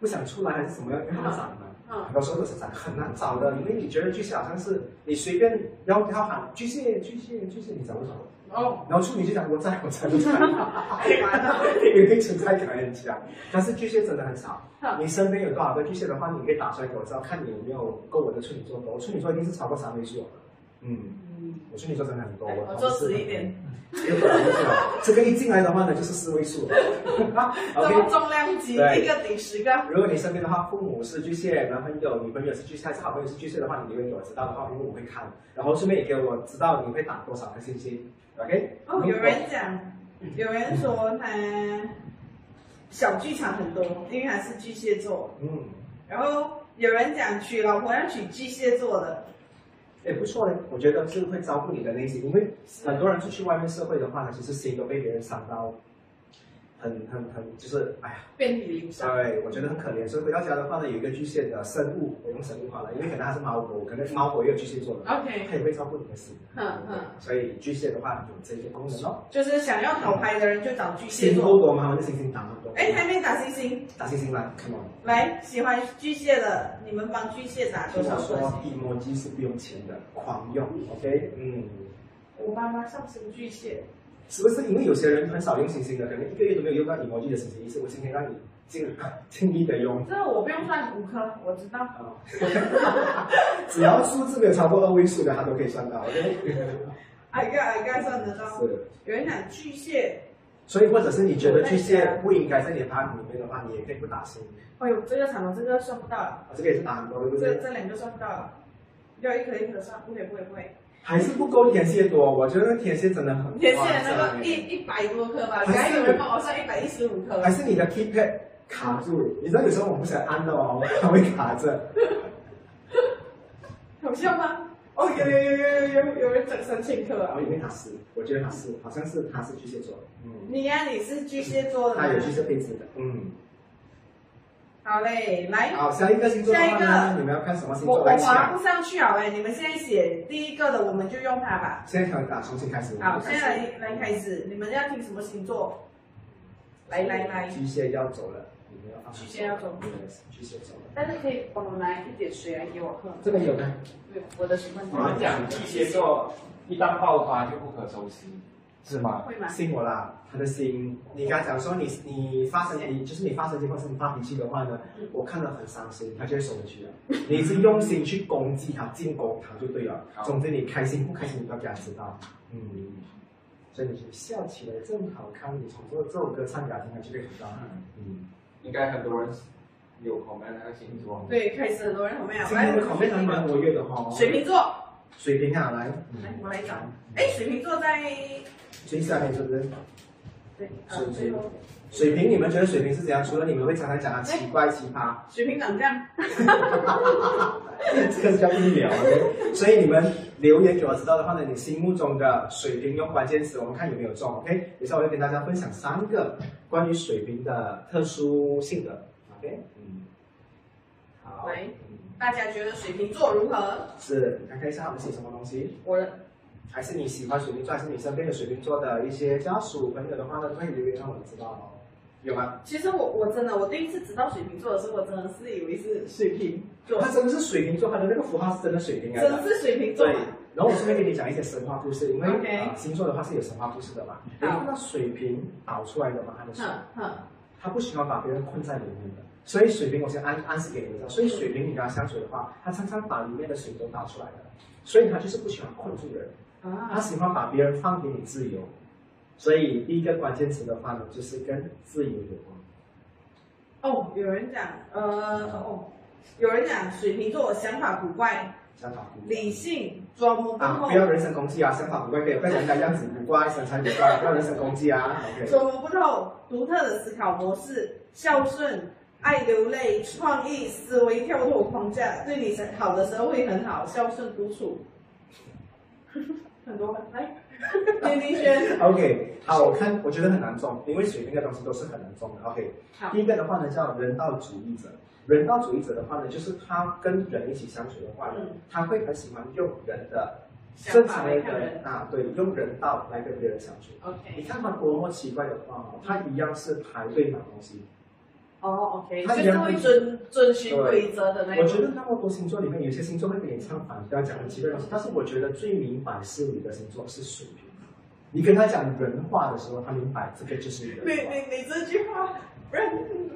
Speaker 2: 不想出来还是什么样，因为他们长嘛。
Speaker 1: 嗯，
Speaker 2: 有时候都是长很难找的，因为你觉得巨蟹好像是你随便要要喊巨蟹巨蟹巨蟹，你找不着。
Speaker 1: 哦，
Speaker 2: 然后处女就讲我在我在我在，
Speaker 1: 好烦 啊，
Speaker 2: 因为存在感很强。但是巨蟹真的很少
Speaker 1: 嗯，
Speaker 2: 你身边有多少个巨蟹的话，你可以打出来给我知道，看你有没有够我的处女座多。我处女座一定是超过三位数的。嗯，
Speaker 1: 嗯，
Speaker 2: 我处女座真的很多，
Speaker 1: 我
Speaker 2: 做
Speaker 1: 做直一点，，
Speaker 2: 有可能是啊这个一进来的话呢，就是四位数了。
Speaker 1: 这
Speaker 2: OK，
Speaker 1: 么重量级，
Speaker 2: 对
Speaker 1: 一个顶十个，
Speaker 2: 如果你身边的话，父母是巨蟹，男朋友、女朋友是巨蟹，还是好朋友是巨蟹的话，你留言给我知道的话，因为我会看，然后顺便也给我知道你会打多少个星星，OK？
Speaker 1: 哦，有人讲，有人说他小剧场很多，因为他是巨蟹座。
Speaker 2: 嗯，
Speaker 1: 然后有人讲娶老婆要娶巨蟹座的，
Speaker 2: 也不错嘞，我觉得是会照顾你的内心，因为很多人出去外面社会的话呢，其实心都被别人伤到，很很很，就是哎呀，
Speaker 1: 遍体鳞伤。
Speaker 2: 对，我觉得很可怜。所以回到家的话呢，有一个巨蟹的生物，我用生物化了，因为可能它是猫狗，可能猫狗也有巨蟹座的，
Speaker 1: OK，
Speaker 2: 它也会照顾你的心，
Speaker 1: 嗯嗯，
Speaker 2: 所以巨蟹的话有这些功能哦。
Speaker 1: 就是想要讨牌的人就找巨蟹
Speaker 2: 星
Speaker 1: 座。
Speaker 2: 多多嘛，我们就星星打嘛。
Speaker 1: 哎，还没打星星，
Speaker 2: 打星星来，come on。
Speaker 1: 来，喜欢巨蟹的，你们帮巨蟹打
Speaker 2: 听
Speaker 1: 多
Speaker 2: 我
Speaker 1: 少
Speaker 2: 说
Speaker 1: 分？
Speaker 2: ，emoji 是不用钱的，狂用，OK？嗯，
Speaker 1: 我妈妈上升巨蟹，
Speaker 2: 是不是因为有些人很少用星星的，可能一个月都没有用到 emoji 的星星，于是我今天让你 尽尽力的用。
Speaker 1: 这我不用算骨科，我知道。
Speaker 2: 啊， 只要数字没有超过二位数的，它都可以算到，OK？
Speaker 1: 矮个矮个算得到。
Speaker 2: 是，
Speaker 1: 有人讲巨蟹，
Speaker 2: 所以或者是你觉得巨蟹不应该在你的答案里面的话，你也可以不打星，
Speaker 1: 哎呦，这个惨了，这个算不到了，
Speaker 2: 啊，这个也是打很多，对不
Speaker 1: 这
Speaker 2: 对？
Speaker 1: 这两个算不到了，要一颗一颗算，不会不会不会。
Speaker 2: 还是不够天蝎多，我觉得天蝎真的很
Speaker 1: 天
Speaker 2: 夸
Speaker 1: 线
Speaker 2: 张
Speaker 1: 那个
Speaker 2: 欸
Speaker 1: 一一百多颗吧，
Speaker 2: 还是
Speaker 1: 还有人帮我算一百一十五颗
Speaker 2: 还。是你的 keypad 卡住？你知道有时候我不想按的哦，它会卡着。
Speaker 1: 有效吗？哦，有有有有有有有人整三千颗
Speaker 2: 然
Speaker 1: 啊
Speaker 2: 后！因为他是，我觉得他是，好像是他是巨蟹座，嗯，
Speaker 1: 你呀、你是巨蟹座的吗
Speaker 2: 他有巨蟹配置的，嗯。
Speaker 1: 好嘞，来，
Speaker 2: 好，下一个星座的话
Speaker 1: 下一
Speaker 2: 呢，你们要看什么星
Speaker 1: 我
Speaker 2: 座
Speaker 1: 我
Speaker 2: 来
Speaker 1: 划
Speaker 2: 抢？
Speaker 1: 不上去好嘞，你们现在写第一个的，我们就用它吧。
Speaker 2: 现在从啊，重新开始。
Speaker 1: 好，
Speaker 2: 我们
Speaker 1: 现
Speaker 2: 开始
Speaker 1: 在来来开始，你们要听什么星座？来来来，
Speaker 2: 巨蟹要走了，你们要放
Speaker 1: 巨蟹要走
Speaker 2: ，yes，巨蟹走了。
Speaker 1: 但是可以帮我拿一点水来给我喝。
Speaker 2: 这边有呢，
Speaker 1: 对，我的水分
Speaker 5: 我们讲巨蟹座一旦爆发就不可收拾，是吗？
Speaker 1: 会吗？
Speaker 2: 信我啦，他的心。你刚才讲说你你发神经，就是你发神经或是你发脾气的话呢
Speaker 1: 嗯，
Speaker 2: 我看了很伤心，他就会收回去了。你是用心去攻击他、进攻他就对了。
Speaker 5: 好
Speaker 2: 总之你开心不开心，你都给他知道。嗯，所以你就笑起来真好看。你从这这首歌唱给他听，他就会知道。嗯，
Speaker 5: 应该很多人有 c o m 那个星座，
Speaker 1: 对，开始很多人有没有？
Speaker 2: 今
Speaker 1: 来
Speaker 2: 天的口碑还蛮活跃的哈、
Speaker 1: 水瓶座，
Speaker 2: 水平啊，来，
Speaker 1: 来
Speaker 2: 嗯
Speaker 1: 我来找。哎，水瓶座在
Speaker 2: 最下面是不是？
Speaker 1: 对，
Speaker 2: 水
Speaker 1: 呃，
Speaker 2: 瓶
Speaker 1: 最后
Speaker 2: 水平，你们觉得水平是怎样？除了你们会常常讲他啊奇怪、奇葩，
Speaker 1: 水瓶长这样。
Speaker 2: 这个叫医疗。OK？所以你们留言给我知道的话呢，你心目中的水平用关键词，我们看有没有中。OK，等一下我会跟大家分享三个关于水平的特殊性格。OK，嗯，好，
Speaker 1: 来
Speaker 2: 嗯
Speaker 1: 大家觉得水瓶座如何？
Speaker 2: 是你看看一下我们写什么东西，
Speaker 1: 我的
Speaker 2: 还是你喜欢水瓶座，还是你身边的水瓶座的一些家属朋友的话呢，都可以留言让我们知道哦。有吗？
Speaker 1: 其实我我真的我第一次知道水瓶座的时候，我真的是以为是水瓶座
Speaker 2: 他，真的是水瓶座，他的那个符号是真的水瓶来的。
Speaker 1: 真是水瓶座
Speaker 2: 对。，然后我顺便给你讲一些神话故事，因为
Speaker 1: OK
Speaker 2: 呃星座的话是有神话故事的嘛。
Speaker 1: 好
Speaker 2: 然后那水瓶导出来的嘛，他的水，
Speaker 1: 哼哼，
Speaker 2: 他不喜欢把别人困在里面的，所以水瓶我先暗暗示给你们知道，所以水瓶你跟他相处的话，他常常把里面的水都倒出来的，所以他就是不喜欢困住人，他
Speaker 1: 啊，
Speaker 2: 喜欢把别人放给你自由。所以第一个关键词的话呢，就是跟自由有关。
Speaker 1: 哦，有人讲，呃，哦，有人讲水瓶座想法古怪，
Speaker 2: 想法不一
Speaker 1: 理
Speaker 2: 样。
Speaker 1: 性、装模
Speaker 2: 啊，
Speaker 1: 不
Speaker 2: 不要
Speaker 1: 动、
Speaker 2: 人身攻击啊，想法古怪可以被人家样子古怪，身材古怪，不要人身攻击啊。OK，
Speaker 1: 装模不动、独特的思考模式、孝顺、爱流泪、创意、思维跳脱框架，对你好的时候会很好，孝顺独处。很多吧来，丁丁轩，
Speaker 2: OK，好，我看我觉得很难中，因为水那个东西都是很难中的。OK，
Speaker 1: 好
Speaker 2: 第一个的话呢叫人道主义者，人道主义者的话呢，就是他跟人一起相处的话呢，
Speaker 1: 嗯
Speaker 2: 他会很喜欢用人的
Speaker 1: 想
Speaker 2: 正
Speaker 1: 法
Speaker 2: 常
Speaker 1: 来
Speaker 2: 的
Speaker 1: 看人
Speaker 2: 人啊，对，用人道来跟别人相处。你
Speaker 1: ，OK，
Speaker 2: 看他多么奇怪的话哦，他一样是排队买东西。
Speaker 1: 哦，OK，
Speaker 2: 他
Speaker 1: 就
Speaker 2: 原
Speaker 1: 是会遵遵循规则的那
Speaker 2: 我
Speaker 1: 一
Speaker 2: 觉
Speaker 1: 种。
Speaker 2: 得那么多星座里面，有些星座会跟你唱反调，讲很奇怪的东西。但是我觉得最明白是你的星座是水瓶。你跟他讲人话的时候，他明白这个就是人
Speaker 1: 你
Speaker 2: 话。
Speaker 1: 你你这句话让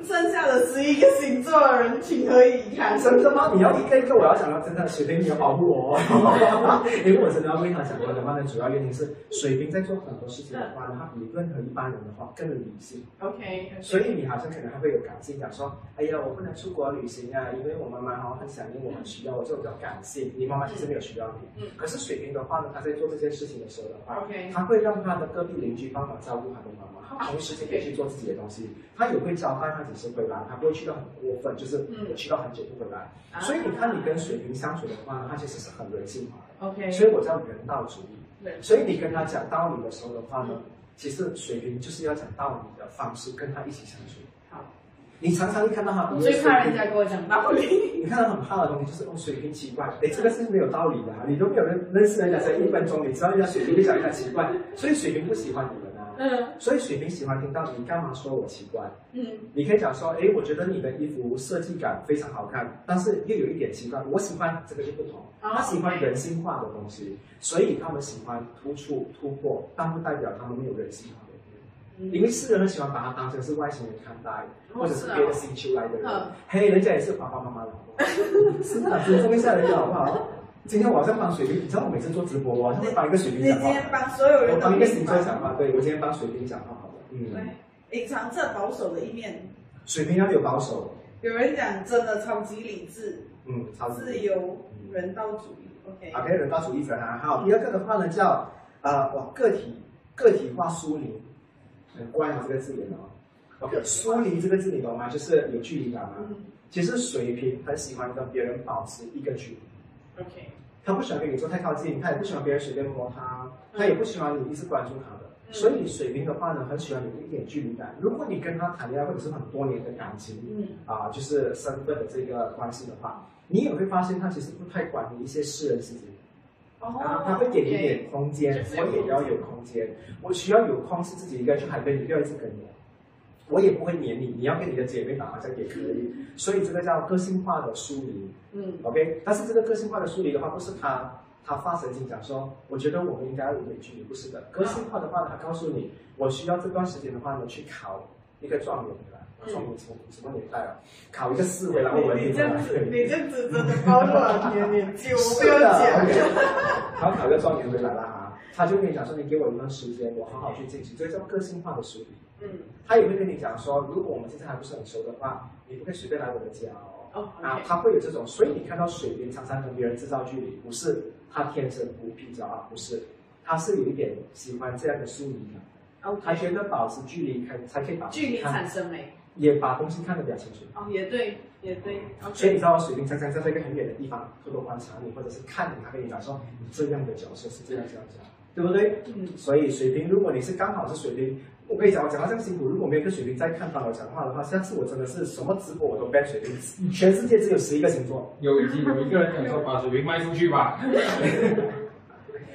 Speaker 1: 剩下的十一个星座的人情何以堪？
Speaker 2: 真的吗？你要一个一个，我要讲到真的，水瓶你要保护 我哦，因为我真的要为他讲话的话呢，主要原因是水瓶在做很多事情的话呢，他比任何一般人的话更理性。
Speaker 1: OK，
Speaker 2: 所以你好像可能还会有感性，讲说，哎呀，我不能出国旅行啊，因为我妈妈好像很想念我，很需要我，这种叫感性。你妈妈其实没有需要你，
Speaker 1: 嗯
Speaker 2: 可是水瓶的话呢，他在做这件事情的时候的话
Speaker 1: OK
Speaker 2: 他会让他的隔壁邻居帮忙照顾他的妈妈，他同时间可以去做自己的东西，他也会交代他几时回来，他不会去到很过分，就是
Speaker 1: 嗯
Speaker 2: 我去到很久不回来。
Speaker 1: 啊
Speaker 2: 所以你看，你跟水瓶相处的话呢，他其实是很人性化
Speaker 1: OK，
Speaker 2: 的，所以我叫人道主义。
Speaker 1: 对
Speaker 2: 所以你跟他讲道理的时候的话呢，其实水瓶就是要讲道理的方式跟他一起相处。
Speaker 1: 好，
Speaker 2: 你常常会看到他，
Speaker 1: 我最怕人家跟我讲道理。
Speaker 2: 你看到很怕的东西，就是哦，水瓶奇怪，哎，这个是没有道理的、啊，你都没有人认识人家才一分钟，你知道人家水瓶就讲人家奇怪，所以水瓶不喜欢你们啊。
Speaker 1: 嗯
Speaker 2: 所以水瓶喜欢听到你干嘛说我奇怪，
Speaker 1: 嗯
Speaker 2: 你可以讲说，哎，我觉得你的衣服设计感非常好看，但是又有一点奇怪，我喜欢这个就不同。
Speaker 1: 哦
Speaker 2: 他喜欢人性化的东西，所以他们喜欢突出突破，但不代表他们没有人性化的一
Speaker 1: 嗯
Speaker 2: 面。因为世人很喜欢把它当成是外星人看
Speaker 1: 哦
Speaker 2: 待，或者
Speaker 1: 啊
Speaker 2: 是别的星球来的人
Speaker 1: 嗯。
Speaker 2: 嘿，人家也是爸爸妈妈的，好不好？是啊，尊重一下人家好不好？今天晚上帮水瓶，你知道我每次做直播，我好像会帮一个水
Speaker 1: 你
Speaker 2: 瓶
Speaker 1: 今
Speaker 2: 讲话，
Speaker 1: 天帮所有人都
Speaker 2: 我帮一个星座讲话，对我今天帮水瓶讲话好了。嗯，
Speaker 1: 对，隐藏着保守的一面。
Speaker 2: 水瓶要有保守，
Speaker 1: 有人讲真的超级理智、
Speaker 2: 嗯，超自
Speaker 1: 自由、人道主义。OK，
Speaker 2: OK，人道主义者啊。好，第二个的话呢叫呃，哇，个体个体化梳理，很怪啊这个字眼哦。OK，梳理这个字你懂吗？就是有距离感啊。
Speaker 1: 嗯
Speaker 2: 其实水瓶很喜欢跟别人保持一个距离，
Speaker 1: ，OK，
Speaker 2: 他不喜欢跟你坐太靠近，他也不喜欢别人随便摸他，
Speaker 1: 嗯
Speaker 2: 他也不喜欢你一直关注他的。
Speaker 1: 嗯
Speaker 2: 所以水瓶的话呢，很喜欢有一点距离感。如果你跟他谈恋爱或者是很多年的感情，
Speaker 1: 嗯
Speaker 2: 啊、就是身份的这个关系的话，你也会发现他其实不太管你一些私人事情。然后
Speaker 1: 哦，
Speaker 2: 啊他会给你一点空间，
Speaker 1: 就是有
Speaker 2: 我也要有空间，我需要有空是自己一个人去海边，你不要一直跟我，我也不会黏你，你要跟你的姐妹打麻将也可以，所以这个叫个性化的疏离
Speaker 1: 嗯
Speaker 2: ，OK？但是这个个性化的疏离的话，不是他他发神经讲说，我觉得我们应该有点距离，不是的，个性化的话呢，他告诉你，我需要这段时间的话呢，去考一个状元回
Speaker 1: 嗯
Speaker 2: 来，状元什么什么年代啊？考一个试回来，我文
Speaker 1: 你你
Speaker 2: 凭回
Speaker 1: 这
Speaker 2: 来
Speaker 1: 样子，你这样子真的暴露了你的 年纪，我不要
Speaker 2: 讲
Speaker 1: 讲。。
Speaker 2: 好，考个状元回来了哈，他就跟你讲说，你给我一段时间，我好好去进行，这叫个性化的梳理。
Speaker 1: 嗯，
Speaker 2: 他也会跟你讲说，如果我们现在还不是很熟的话，你不可以随便来我的家哦。
Speaker 1: 哦
Speaker 2: 啊，
Speaker 1: ，OK，
Speaker 2: 他会有这种，所以你看到水瓶常常跟别人制造距离，不是他天生孤僻骄傲，不是，他是有一点喜欢这样的疏离感，他
Speaker 1: OK，
Speaker 2: 觉得保持距离看才可以把
Speaker 1: 距离
Speaker 2: 看，
Speaker 1: 产生美。
Speaker 2: 也把东西看得比较清楚。
Speaker 1: 哦，也对，也对。
Speaker 2: 啊所以
Speaker 1: OK，
Speaker 2: 你知道水瓶常常站在一个很远的地方偷偷观察你，或者是看你，他跟你讲说你这样的角色是这样这样这样，对不对？
Speaker 1: 嗯，
Speaker 2: 所以水瓶，如果你是刚好是水瓶，我跟你讲，我讲到这么辛苦，如果没有跟水瓶再看到我讲话的话，下次我真的是什么直播我都 ban 水瓶，全世界只有十一个星座，
Speaker 3: 有已经有一个人想说把水瓶卖出去吧，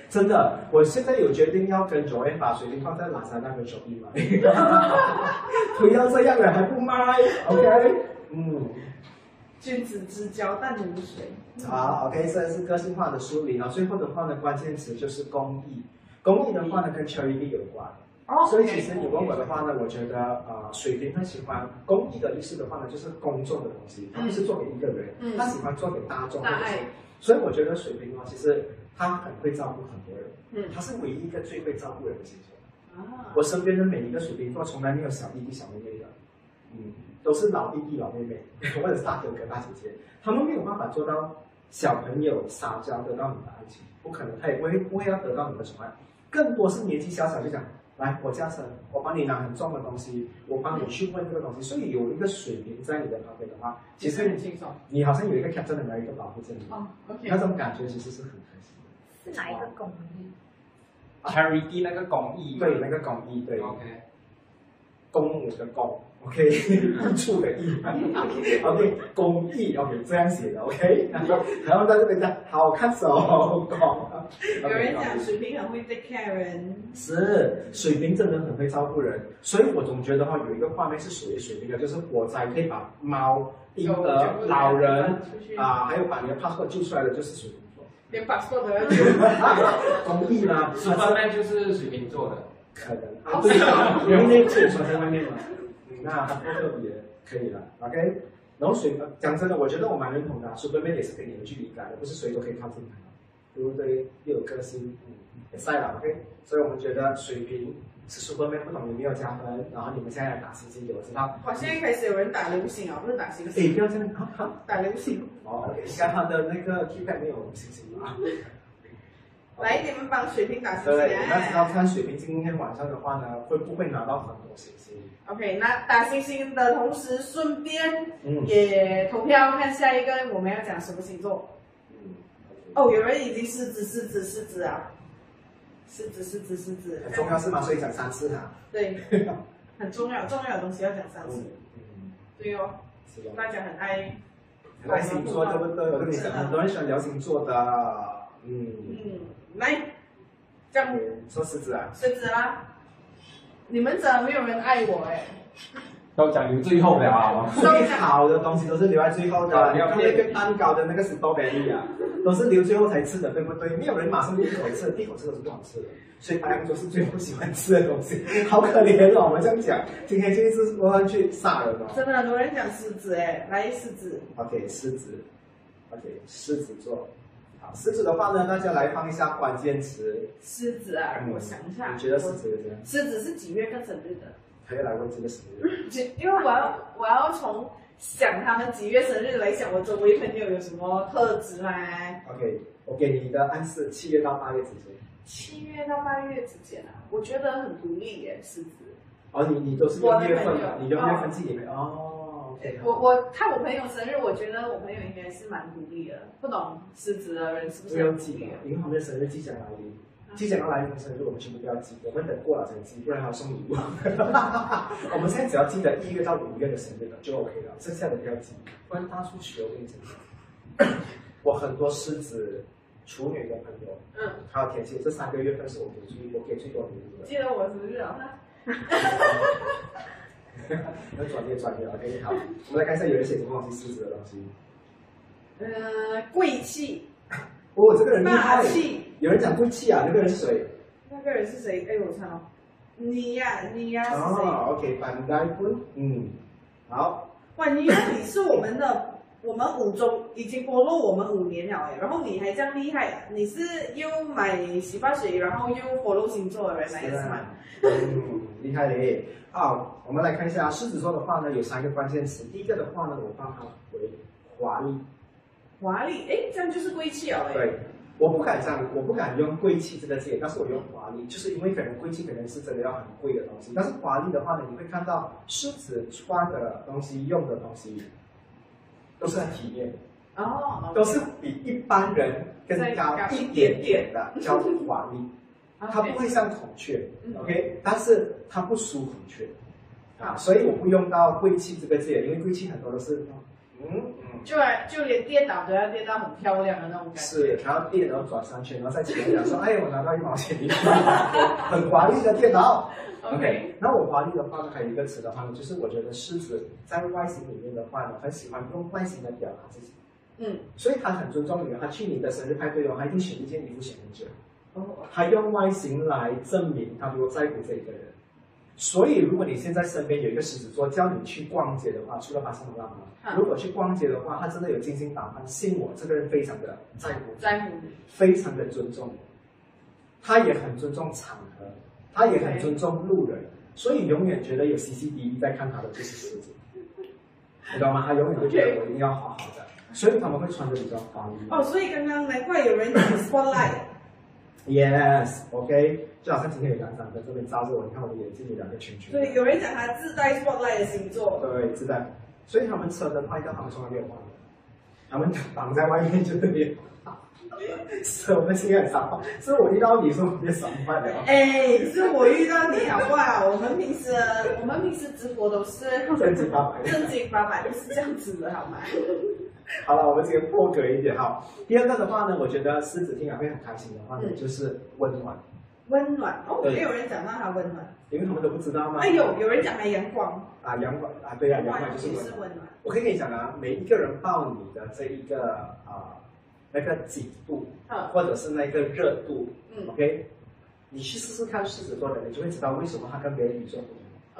Speaker 2: 真的，我现在有决定要跟 j o 把水瓶放在拉萨那个手艺买， 不要这样了还不卖，OK？嗯。
Speaker 1: 君子之交淡如水。
Speaker 2: 好，OK，这是个性化的梳理，然后最后的话呢，关键词就是公益。公益的话呢，跟 charity 有关。
Speaker 1: 哦
Speaker 2: 所以其实你问我的话呢，我觉得呃，水瓶很喜欢公益的意思的话呢，就是公众的东西，他不是做给一个人，
Speaker 1: 嗯
Speaker 2: 他喜欢做给大众。
Speaker 1: 大爱。
Speaker 2: 所以我觉得水瓶哦，其实他很会照顾很多人，
Speaker 1: 嗯
Speaker 2: 他是唯一一个最会照顾人的星座。
Speaker 1: 啊
Speaker 2: 我身边的每一个水瓶座，从来没有小弟弟、小妹妹的，嗯，都是老弟弟、老妹妹，或者是大哥哥、大姐姐，他们没有办法做到小朋友撒娇得到你的爱情，不可能，他也不会不会要得到你的嗯宠爱，更多是年纪小小就讲，来我加深，我帮你拿很重的东西，我帮你去问这个东西，所以有一个水平在你的旁边的话，其
Speaker 1: 是很
Speaker 2: 实
Speaker 1: 轻松。
Speaker 2: 你好嗯像有一个 Captain America 保护着你，
Speaker 1: 哦，OK，
Speaker 2: 那种感觉其实是很开心的。
Speaker 4: 是哪一个公益？
Speaker 5: charity 那个公益
Speaker 2: 对那个公益，对
Speaker 5: ，OK，
Speaker 2: 公母的公，OK，益 处的益，OK，公益，OK，这样写的，OK，然 后然后在这边讲好看手工
Speaker 1: 有人讲
Speaker 2: ，OK，
Speaker 1: 水瓶很会 take care 人，
Speaker 2: 是水瓶真的很会照顾人，所以我总觉得哈有一个画面是属于水瓶的，就是火灾可以把猫、婴
Speaker 1: 全部
Speaker 2: 儿、
Speaker 1: 都
Speaker 2: 老人
Speaker 1: 出去，
Speaker 2: 啊，还有把你的 passport 救出来的就是水瓶座，
Speaker 1: 连 passport 都要
Speaker 2: 公益啦，
Speaker 5: s u
Speaker 2: 啊
Speaker 5: p e 就是水瓶座的，
Speaker 2: 可能啊，对啊，因为那天穿在外面嘛，嗯那他不特别可以了，OK。然后谁？呃讲真的，我觉得我蛮认同的、啊，说妹妹也是跟你们去理解的，不是谁都可以靠近他，对不对？又有个性，嗯，也晒了，OK。所以我们觉得水平是 Superman，不懂有没有加分？然后你们现在来打星星给我知道。
Speaker 1: 哇，现在开始有人打流行啊，不是打星
Speaker 2: 哎，
Speaker 1: 星，
Speaker 2: 不要这样，啊哈、
Speaker 1: 打流行。
Speaker 2: 哦，OK，应该他的那个 keypad 没有星星吧？
Speaker 1: 来，你们帮水瓶打星
Speaker 2: 对，
Speaker 1: 星
Speaker 2: 那知道
Speaker 1: 啊。
Speaker 2: 看水平今天晚上的话呢，会不会拿到很多星星？
Speaker 1: OK，那打星星的同时，顺便
Speaker 2: 嗯
Speaker 1: 也投票看下一个我们要讲什么星座。
Speaker 2: 嗯，OK。
Speaker 1: 哦，有人已经狮子，狮子，狮子啊，狮子，狮子，狮子
Speaker 2: 很，重要是吗？所以讲三次哈。
Speaker 1: 对，很重要，重要的东西要讲三次。
Speaker 2: 嗯，
Speaker 1: 对哦，
Speaker 2: 是的。
Speaker 1: 大家很爱，
Speaker 2: 爱星座对不对？我跟你讲，很多人喜欢聊星座的。嗯，
Speaker 1: 嗯，来，这样
Speaker 2: 说狮子啊，
Speaker 1: 狮子啦，你们怎么没有人爱我哎、
Speaker 5: 都讲留最后了啊，
Speaker 2: 最好的东西都是留在最后的。你看那个蛋糕的那个 strawberry 啊，都是留最后才吃的，对不对？没有人马上第一口吃，第一口吃都是不好吃的。所以白羊座是最不喜欢吃的东西， 好可怜哦！我们这样讲，今天就一直慢慢去杀人哦。
Speaker 1: 真的很多人讲狮子哎、来狮子，
Speaker 2: OK，狮子，OK，狮子座。好，狮子的话呢，大家来放一下关键词。
Speaker 1: 狮子啊，我想一下，
Speaker 2: 你觉得狮子有怎样
Speaker 1: 我？狮子是几月份生日的？
Speaker 2: 还要来问这个生日？
Speaker 1: 因为我要我要从想他们几月生日来想我周围朋友有什么特质啊，
Speaker 2: OK，我给你的暗示，七月到八月之间。
Speaker 1: 七月到八月之间啊，我觉得很独立耶、狮子。
Speaker 2: 哦，你你都是用月份的
Speaker 1: 我的朋友，
Speaker 2: 你用月份记里面。哦，OK，
Speaker 1: 我我看我朋友生日，我觉得我朋友应该是蛮独立的，不懂狮子的人是不
Speaker 2: 不
Speaker 1: 是
Speaker 2: 要
Speaker 1: 很独
Speaker 2: 记
Speaker 1: 立
Speaker 2: 了
Speaker 1: 啊？，
Speaker 2: 银行的啊生日记下来临，记下来临的生日我们全部不要记，我们等过了才记，不然还要送礼物。 我们现在只要记得一月到五月的生日了就 OK 了，剩下的不要记，不然大数学我跟你讲。 我很多狮子、处女的朋友，
Speaker 1: 嗯，
Speaker 2: 还有天蝎，这三个月份是我给最我给最多礼物的。
Speaker 1: 记得我生日啊，
Speaker 2: 要转变转变，OK，好，我们来看一下有人写什么东西，狮子的东西。
Speaker 1: 呃，贵气、
Speaker 2: 哦，这个人厉
Speaker 1: 霸
Speaker 2: 害，
Speaker 1: 气，
Speaker 2: 有人讲贵气啊，那个人是谁？
Speaker 1: 那个人是谁？哎，我操，你呀、你呀、是谁？
Speaker 2: 哦，OK，板带坤，嗯，好，
Speaker 1: 哇，你看你是我们的，我们五中已经过落我们五年了哎，然后你还这样厉害，啊你是又买洗发水，然后又 follow 星座的人来
Speaker 2: 啊
Speaker 1: 是吗？
Speaker 2: 嗯，厉害嘞。好，我们来看一下狮子座的话呢，有三个关键词。第一个的话呢，我帮它回华丽，
Speaker 1: 华丽，哎，这样就是贵气哦，哎，
Speaker 2: 对，我不敢这样，我不敢用贵气这个字眼，但是我用华丽，就是因为可能贵气可能是真的要很贵的东西，但是华丽的话呢，你会看到狮子穿的东西、用的东西都是很体面的，
Speaker 1: 哦，
Speaker 2: 都是比一般人更高
Speaker 1: 再高
Speaker 2: 一点点的，叫华丽。它不会像孔雀
Speaker 1: 嗯
Speaker 2: ，OK，但是它不输孔雀啊，所以我不用到贵气这个字眼，因为贵气很多都是嗯嗯
Speaker 1: 就来就连跌倒都要跌到很漂亮的那种感觉。
Speaker 2: 是，然后电然后转三圈，然后再起来 讲说，哎，我拿到一毛钱， 一毛钱很华丽的电脑。
Speaker 1: OK，
Speaker 2: 那我华丽的话呢，还有一个词的话呢，就是我觉得狮子在外形里面的话呢，很喜欢用外形来表达自己，
Speaker 1: 嗯，
Speaker 2: 所以他很尊重你，他去你的生日派对哦，他一定选一件衣服选很久。
Speaker 1: 哦，
Speaker 2: 他用外形来证明他多在乎这个人。所以，如果你现在身边有一个狮子座叫你去逛街的话，除了巴塞罗那嘛，
Speaker 1: 嗯
Speaker 2: 如果去逛街的话，他真的有精心打扮，信我这个人非常的在乎，
Speaker 1: 在乎你，
Speaker 2: 非常的尊重我，他也很尊重场合，他也很尊重路人，所以永远觉得有 CCTV 在看他的就是狮子，你知道吗？他永远就觉得我一定要好好的。所以他们会穿的比较华丽。
Speaker 1: 哦，所以刚刚难怪有人讲 spotlight，
Speaker 2: Yes，OK，、就好像今天有两盏灯这边照着我，你看我的眼睛有两个圈圈。
Speaker 1: 对，有人讲他自带 spotlight 的星座，
Speaker 2: 对，是的。所以他们车灯坏掉，他们从来没有换的，他们挡在外面就是没有。是我们现在少，是我遇到你说别少坏了。
Speaker 1: 哎，是我遇到你好不好？我们平时我们平时直播都是
Speaker 2: 正经八百。
Speaker 1: 正经八百，就是这样子的好吗？
Speaker 2: 好了，我们这个破格一点哈。第二个的话呢，我觉得狮子听了会很开心的话呢，
Speaker 1: 嗯
Speaker 2: 就是温暖，
Speaker 1: 温暖哦，
Speaker 2: 对
Speaker 1: 也有人讲到他温暖，
Speaker 2: 因为他们都不知道嘛。
Speaker 1: 哎有有人讲他阳光，
Speaker 2: 啊，阳光啊，对呀、阳光就是
Speaker 1: 也
Speaker 2: 温
Speaker 1: 是
Speaker 2: 暖。
Speaker 1: 温暖，
Speaker 2: 我可以跟你讲啊，每一个人抱你的这一个啊、那个几度，
Speaker 1: 嗯
Speaker 2: 或者是那个热度
Speaker 1: 嗯
Speaker 2: ，OK，你去试试看狮子座的人，你就会知道为什么他跟别的女生不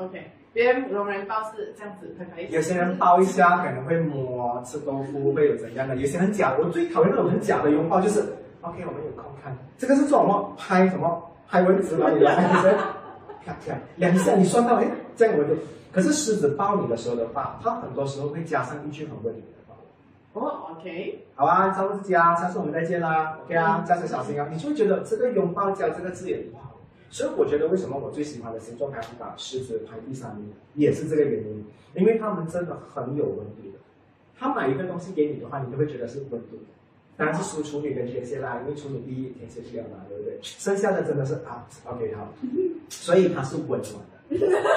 Speaker 2: 同。
Speaker 1: ，OK，别人容人抱是这样子，他可以，
Speaker 2: 有些人抱一下可能会摸吃豆腐，会有怎样的？有些人假，我最讨厌那种很假的拥抱，就是 OK，我们有空看，这个是做什么？拍什么？拍蚊子吗？你来拍谁？啪啪两下，你算到哎，这样我就。可是狮子抱你的时候的话，它很多时候会加上一句很温柔的话。
Speaker 1: 哦，OK，
Speaker 2: 好啊，照顾自己啊，下次我们再见啦，OK 啊，驾车小心啊，你就会觉得这个拥抱加这个字眼不好。所以我觉得为什么我最喜欢的星座排行榜狮子排第三名，也是这个原因，因为他们真的很有温度的。他买一个东西给你的话，你都会觉得是温度的。当然是输处女跟天蝎啦，因为处女第一，天蝎第二嘛，对不对？剩下的真的是啊，OK 好，所以它是温暖的。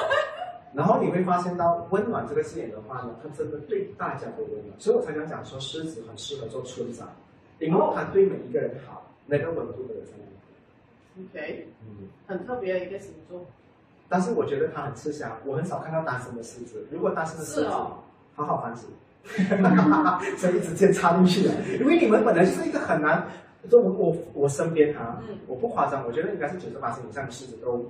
Speaker 2: 然后你会发现到温暖这个字眼的话呢，它真的对大家都温暖，所以我才想讲说狮子很适合做村长，因为它对每一个人好，那个温度的人才能。
Speaker 1: OK，
Speaker 2: 嗯，
Speaker 1: 很特别的一个星座，
Speaker 2: 但是我觉得它很吃香，我很少看到单身的狮子。如果单身的狮
Speaker 1: 是
Speaker 2: 子，
Speaker 1: 哦
Speaker 2: 好好反省， 所以直接插进去了，因为你们本来就是一个很难。就我我我身边啊，
Speaker 1: 嗯
Speaker 2: 我不夸张，我觉得应该是九十八以上的狮子都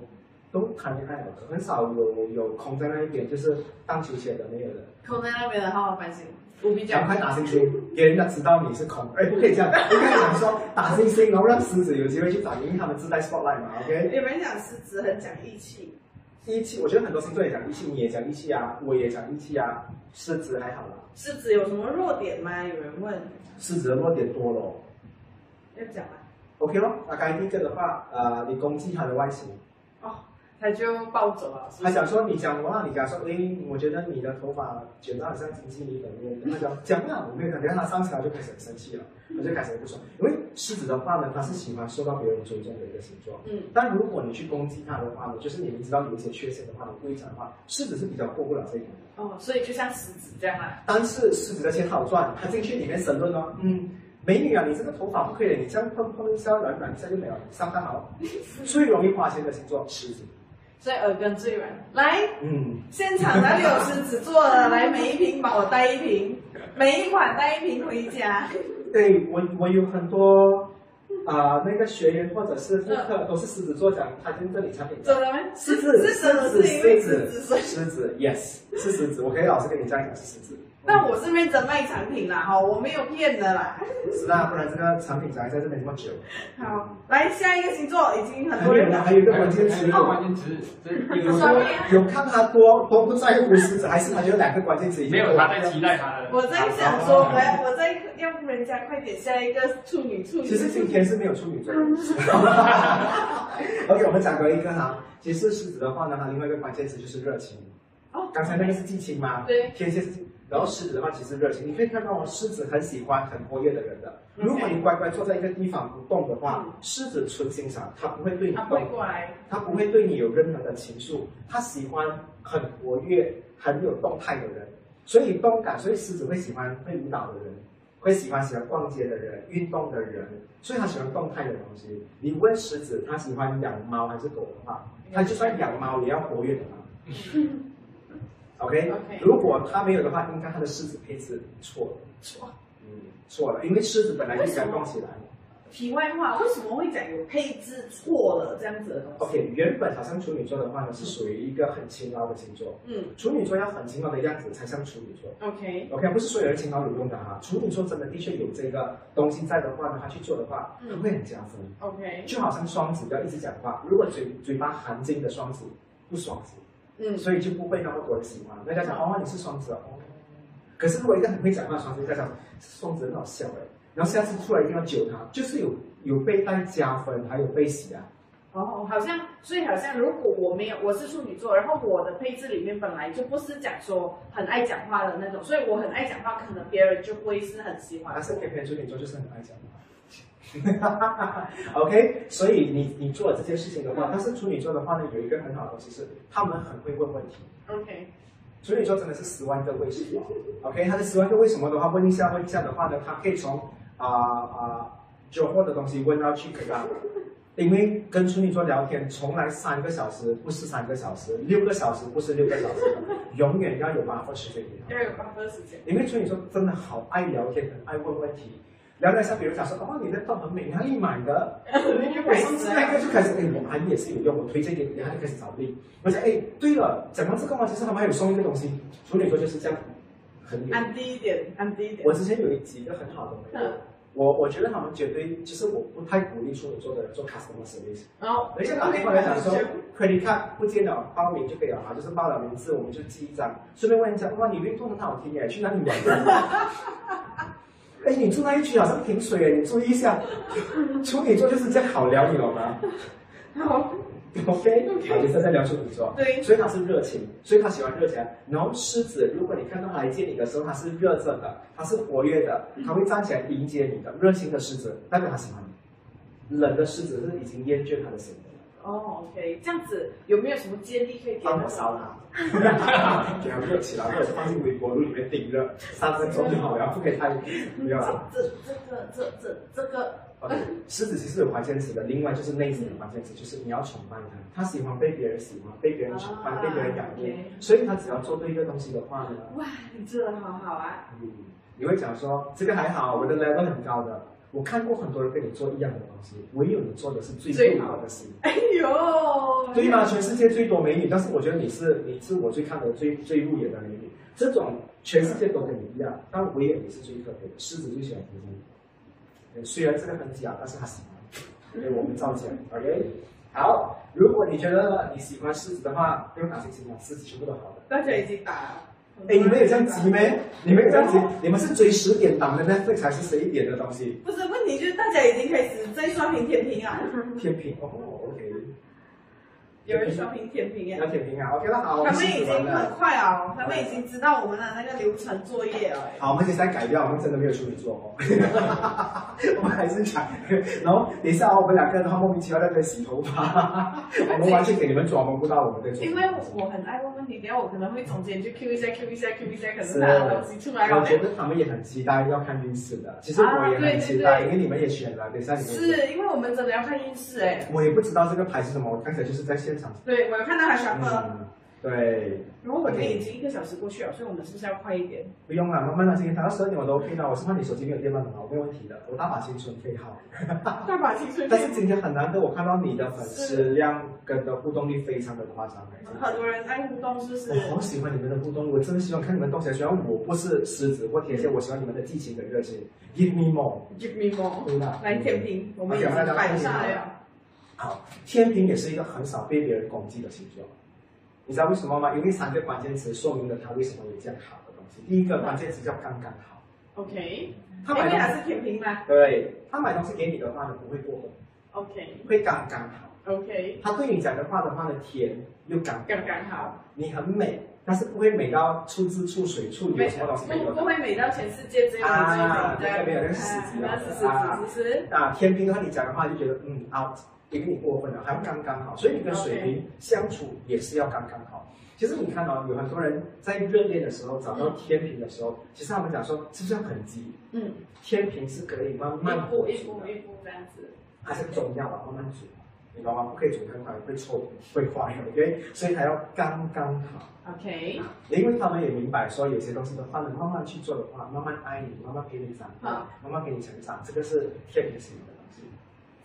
Speaker 2: 都谈恋爱了，很少有有空在那一边，就是荡秋千的没有的。
Speaker 1: 扣在那边的好好反省，我比较
Speaker 2: 赶快打星星，给人家知道你是空。哎，不可以这样，应该讲说打星星，然后让狮子有机会去找你，因为他们自带 spotlight 嘛，OK？
Speaker 1: 有人讲狮子很讲义气，
Speaker 2: 义气，我觉得很多星座也讲义气，你也讲义气啊，我也讲义气啊。狮子还好啦，
Speaker 1: 狮子有什么弱点吗？有人问，
Speaker 2: 狮子的弱点多咯。
Speaker 1: 要讲吗？
Speaker 2: OK 咯，那刚才第一个的话，呃，你攻击他的外形，
Speaker 1: 他就暴走了，是不
Speaker 2: 他
Speaker 1: 是
Speaker 2: 想说你讲我，你讲说，诶，我觉得你的头发卷到很像金鸡米粉面，他讲讲啊，我没有讲，然后他上次他就开始很生气了，他就开始很不爽，因为狮子的话呢，他是喜欢受到别人尊重的一个星座。
Speaker 1: 嗯
Speaker 2: 但如果你去攻击它的话呢，就是你明知道有一些缺陷的话，你故意讲的话，狮子是比较过不了这一关的。
Speaker 1: 哦，所以就像狮子这样啊啦，
Speaker 2: 但是狮子的钱好赚，它进去里面神论哦，嗯，美女啊，你这个头发不可以，你这样碰碰一下软软一下就没有了，上班好。最容易花钱的星座狮子，
Speaker 1: 所以耳根最软。来，
Speaker 2: 嗯，
Speaker 1: 现场哪里有狮子座的？来，每一瓶帮我带一瓶，每一款带一瓶回家。
Speaker 2: 对我我有很多啊、那个学员或者是顾客都是狮子座讲，他跟这里产品
Speaker 1: 真的吗？
Speaker 2: 狮子，
Speaker 1: 是真的
Speaker 2: 狮子，
Speaker 1: 是因为
Speaker 2: 狮
Speaker 1: 狮子
Speaker 2: 子，
Speaker 1: 所以。
Speaker 2: 狮子，yes，是狮子，我可以老实跟你这样讲是狮子。
Speaker 1: 但我是认真卖产品啦，哈，我没有骗的啦。
Speaker 2: 嗯是啦，不然这个产品宅在这边这么久。
Speaker 1: 好，来下一个星座，已经很
Speaker 2: 还
Speaker 1: 多
Speaker 2: 有
Speaker 1: 人
Speaker 2: 呢，
Speaker 1: 讲
Speaker 2: 还有一个
Speaker 3: 还有
Speaker 2: 关键词
Speaker 3: 还有一，个关键词，这比如
Speaker 1: 上
Speaker 3: 说
Speaker 1: 面
Speaker 2: 有看他多多不在乎狮子，还是他觉得两个关键词已经
Speaker 3: 没有他在期待他的，
Speaker 1: 我在想说，我要我在要不人家快点下一个处女处女。
Speaker 2: 其实今天是没有处 女座的。OK，我们讲过一个哈，其实狮子的话呢，它另外一个关键词就是热情。
Speaker 1: 哦
Speaker 2: 刚才那个是激情嘛？
Speaker 1: 对，
Speaker 2: 天蝎是激，然后狮子的话其实热情。你可以看到哦，狮子很喜欢很活跃的人的。如果你乖乖坐在一个地方不动的话，狮子纯欣赏，他不会对你
Speaker 1: 嗯他不
Speaker 2: 动
Speaker 1: 会。过来。
Speaker 2: 他不会对你有任何的情愫，他喜欢很活跃、很有动态的人，所以动感，所以狮子会喜欢会舞蹈的人，会喜欢喜欢逛街的人、运动的人，所以他喜欢动态的东西。你问狮子，他喜欢养猫还是狗的话，他就算养猫也要活跃的嘛。OK，
Speaker 1: OK
Speaker 2: 如果他没有的话，应该他的狮子配置错了，
Speaker 1: 错。
Speaker 2: 嗯，错了，因为狮子本来就想动起来。
Speaker 1: 题外话，为什么会讲有配置错了这样子的东西？
Speaker 2: OK，原本好像处女座的话呢，是属于一个很勤劳的星座。
Speaker 1: 嗯
Speaker 2: 处女座要很勤劳的样子才像处女座。
Speaker 1: ，OK，
Speaker 2: OK，不是所有人勤劳有用的哈、处女座真的的确有这个东西在的话呢，他去做的话，
Speaker 1: 嗯
Speaker 2: 他会很加分。
Speaker 1: OK，
Speaker 2: 就好像双子不要一直讲话，如果嘴嘴巴含金的双子不双子，
Speaker 1: 嗯
Speaker 2: 所以就不会那么多人喜欢。大家讲哦，你是双子哦，可是如果一个很会讲话的双子在讲，双子很好笑哎，然后下次出来一定要救他，就是有有被带加分，还有被洗啊。
Speaker 1: 哦，好像，所以好像，如果我没有，我是处女座，然后我的配置里面本来就不是讲说很爱讲话的那种，所以我很爱讲话，可能别人就不会啊是很喜欢
Speaker 2: 但。是偏偏处女座就是很爱讲话。OK，所以你你做了这件事情的话，但是处女座的话呢，有一个很好的东西是，他们很会问问题。
Speaker 1: OK，
Speaker 2: 处女座真的是十万个为什么。OK，他的十万个为什么的话，问一下问一下的话呢，他可以从啊啊 j o 的东西问到去 k 啊。因为跟处女座聊天，从来三个小时不是三个小时，六个小时不是六个小时的，永远要有 buffer 时间给他。
Speaker 1: 要有八分时间。
Speaker 2: 因为处女座真的好爱聊天，很爱问问题。聊聊一下，比如讲说，哦，你的豆很美，哪里买的？我上次那个就开始，哎，我们也是有用，我推荐给你，然后就开始找力。我想，哎，对了，讲到这个话，其实他们还有送一个东西，处女座就是这样，很有。
Speaker 1: 安低一点，安低一点。
Speaker 2: 我之前有一几个很好的朋友，我我觉得他们绝对，其实我不太鼓励处女座的人做 customer service。
Speaker 1: 然后
Speaker 2: 人家打电话来讲说，credit card 不见了，报名就可以了哈，啊就是报了名字我们就记一张，顺便问一下，哇，你运动很好听耶，去哪里玩的？哎，你住那一区好像停水耶，你注意一下。处女座就是这样好聊，你懂吗
Speaker 1: 好，
Speaker 2: ？OK，好，你在在聊处女座。
Speaker 1: 对，
Speaker 2: 所以他是热情，所以他喜欢热情。然后狮子，如果你看到他来见你的时候，他是热着的，他是活跃的，他会站起来迎接你的。热情的狮子代表他喜欢你，冷的狮子是已经厌倦他的行为了。
Speaker 1: 哦，OK，这样子有没有什么建议可以给
Speaker 2: 帮我
Speaker 1: 我？
Speaker 2: 烧 它，给它热起来，或者放进微波炉里面叮热三分钟就好了，不可以太没有 啦。
Speaker 1: 这这这这这这个，
Speaker 2: OK，狮哦子其实有关键词的，另外就是内心的关键词，就是你要崇拜它，它喜欢被别人喜欢，被别人崇拜，被别人仰啊慕，所以它只要做对一个东西的话呢，
Speaker 1: 哇，你真的好好啊！
Speaker 2: 嗯，你会讲说这个还好，我的 level 很高的。我看过很多人跟你做一样的东西，唯有你做的是最不好的事。
Speaker 1: 哎呦，
Speaker 2: 对吗？全世界最多美女，但是我觉得你是你是我最看的最最入眼的美女。这种全世界都跟你一样，但唯有你是最特别的。狮子最喜欢服务，对虽然这个很假，但是他喜欢，对我们照讲。OK，好，如果你觉得你喜欢狮子的话，不用打星星了，狮子全部都好的。
Speaker 1: 大家已经打了。
Speaker 2: 哎，你们有这样急咩？你们有这样急？你们是追十点档的 Netflix 还是十一点的东西？
Speaker 1: 不是问题，就是大家已经开始在刷屏舔屏啊，
Speaker 2: 天平哦，OK，
Speaker 1: 有人刷屏舔屏
Speaker 2: 要
Speaker 1: 啊，
Speaker 2: 天平啊，OK 那好，我
Speaker 1: 他们
Speaker 2: 狮
Speaker 1: 已
Speaker 2: 子
Speaker 1: 经
Speaker 2: 完了
Speaker 1: 很。快了，他们已经知道我们的那个流程作业了。
Speaker 2: 好，我们现在改掉，我们真的没有处女座哦， 我们还是讲。然后等一下哦，我们两个人的话莫名其妙在这洗头发，我们完全给你们装蒙不到我们的处女
Speaker 1: 因
Speaker 2: 座。
Speaker 1: 为我很爱问问题，等下我可能会中间就 Q 一下 Q 一下 Q 一下，可能他的东西出来
Speaker 2: 我
Speaker 1: 了。
Speaker 2: 觉得他们也很期待要看运势的，其实我也很期
Speaker 1: 啊
Speaker 2: 待，
Speaker 1: 对对对
Speaker 2: 因为你们也选了，等一下你们也选。
Speaker 1: 是因为我们真的要看运势哎，
Speaker 2: 我也不知道这个牌是什么，我刚才就是在现场。
Speaker 1: 对我有看到他刷了，
Speaker 2: 嗯，对，
Speaker 1: 然后我们已经一个小时过去了，所以我们是不是要快一点？
Speaker 2: 不用了，慢慢的，今天打到十二点我都 OK 的，我是怕你手机没有电慢的嘛，我没有问题的，我大把青春可以耗。
Speaker 1: 大把青春
Speaker 2: 但是今天很难得，我看到你的粉丝量跟的互动率非常的夸张哎，真的
Speaker 1: 很多人爱互动，是不是？
Speaker 2: 我好喜欢你们的互动，我真的希望看你们动起来。虽然我不是狮子或天蝎，我喜欢你们的激情跟热情。Give me more，
Speaker 1: Give me more，
Speaker 2: 对吧？
Speaker 1: 来舔屏，我们已经摆上来了。
Speaker 2: 好，天平也是一个很少被别人攻击的星座，你知道为什么吗？因为三个关键词说明了他为什么有这样好的东西。第一个关键词叫刚刚好，
Speaker 1: OK，
Speaker 2: 他
Speaker 1: 因
Speaker 2: 买
Speaker 1: 为
Speaker 2: 东
Speaker 1: 它
Speaker 2: 西，
Speaker 1: 是甜品嘛。
Speaker 2: 对他买东西给你的话呢，不会过分，
Speaker 1: OK
Speaker 2: 会刚刚好。
Speaker 1: OK，
Speaker 2: 他对你讲的话的话呢，甜又刚
Speaker 1: 刚刚好，
Speaker 2: 你很美，但是不会美到出汁出水出油什么东西没
Speaker 1: 不
Speaker 2: 有的
Speaker 1: 不。会美到全世界只有你最美
Speaker 2: 啊
Speaker 1: 这样。
Speaker 2: 没有那是狮子
Speaker 1: 啊
Speaker 2: 啊
Speaker 1: 那是狮子，是
Speaker 2: 啊，天平的话，你讲的话就觉得嗯 out，因为你过分了，还刚刚好，所以你跟水瓶相处也是要刚刚好。其实你看哦，有很多人在热恋的时候找到天平的时候，其实他们讲说是不是要很急？
Speaker 1: 不是？嗯，
Speaker 2: 天平是可以慢慢
Speaker 1: 一步一步一步这样子。
Speaker 2: 还是重要啊，慢慢煮，你懂吗？
Speaker 1: 嗯
Speaker 2: 不可以煮太快，会臭，会坏，OK？所以还要刚刚好。
Speaker 1: OK，
Speaker 2: 因为他们也明白说，有些东西的话呢，慢慢去做的话，慢慢爱你，慢慢陪你长大
Speaker 1: 嗯，
Speaker 2: 慢慢陪你成长，这个是天平型的东西。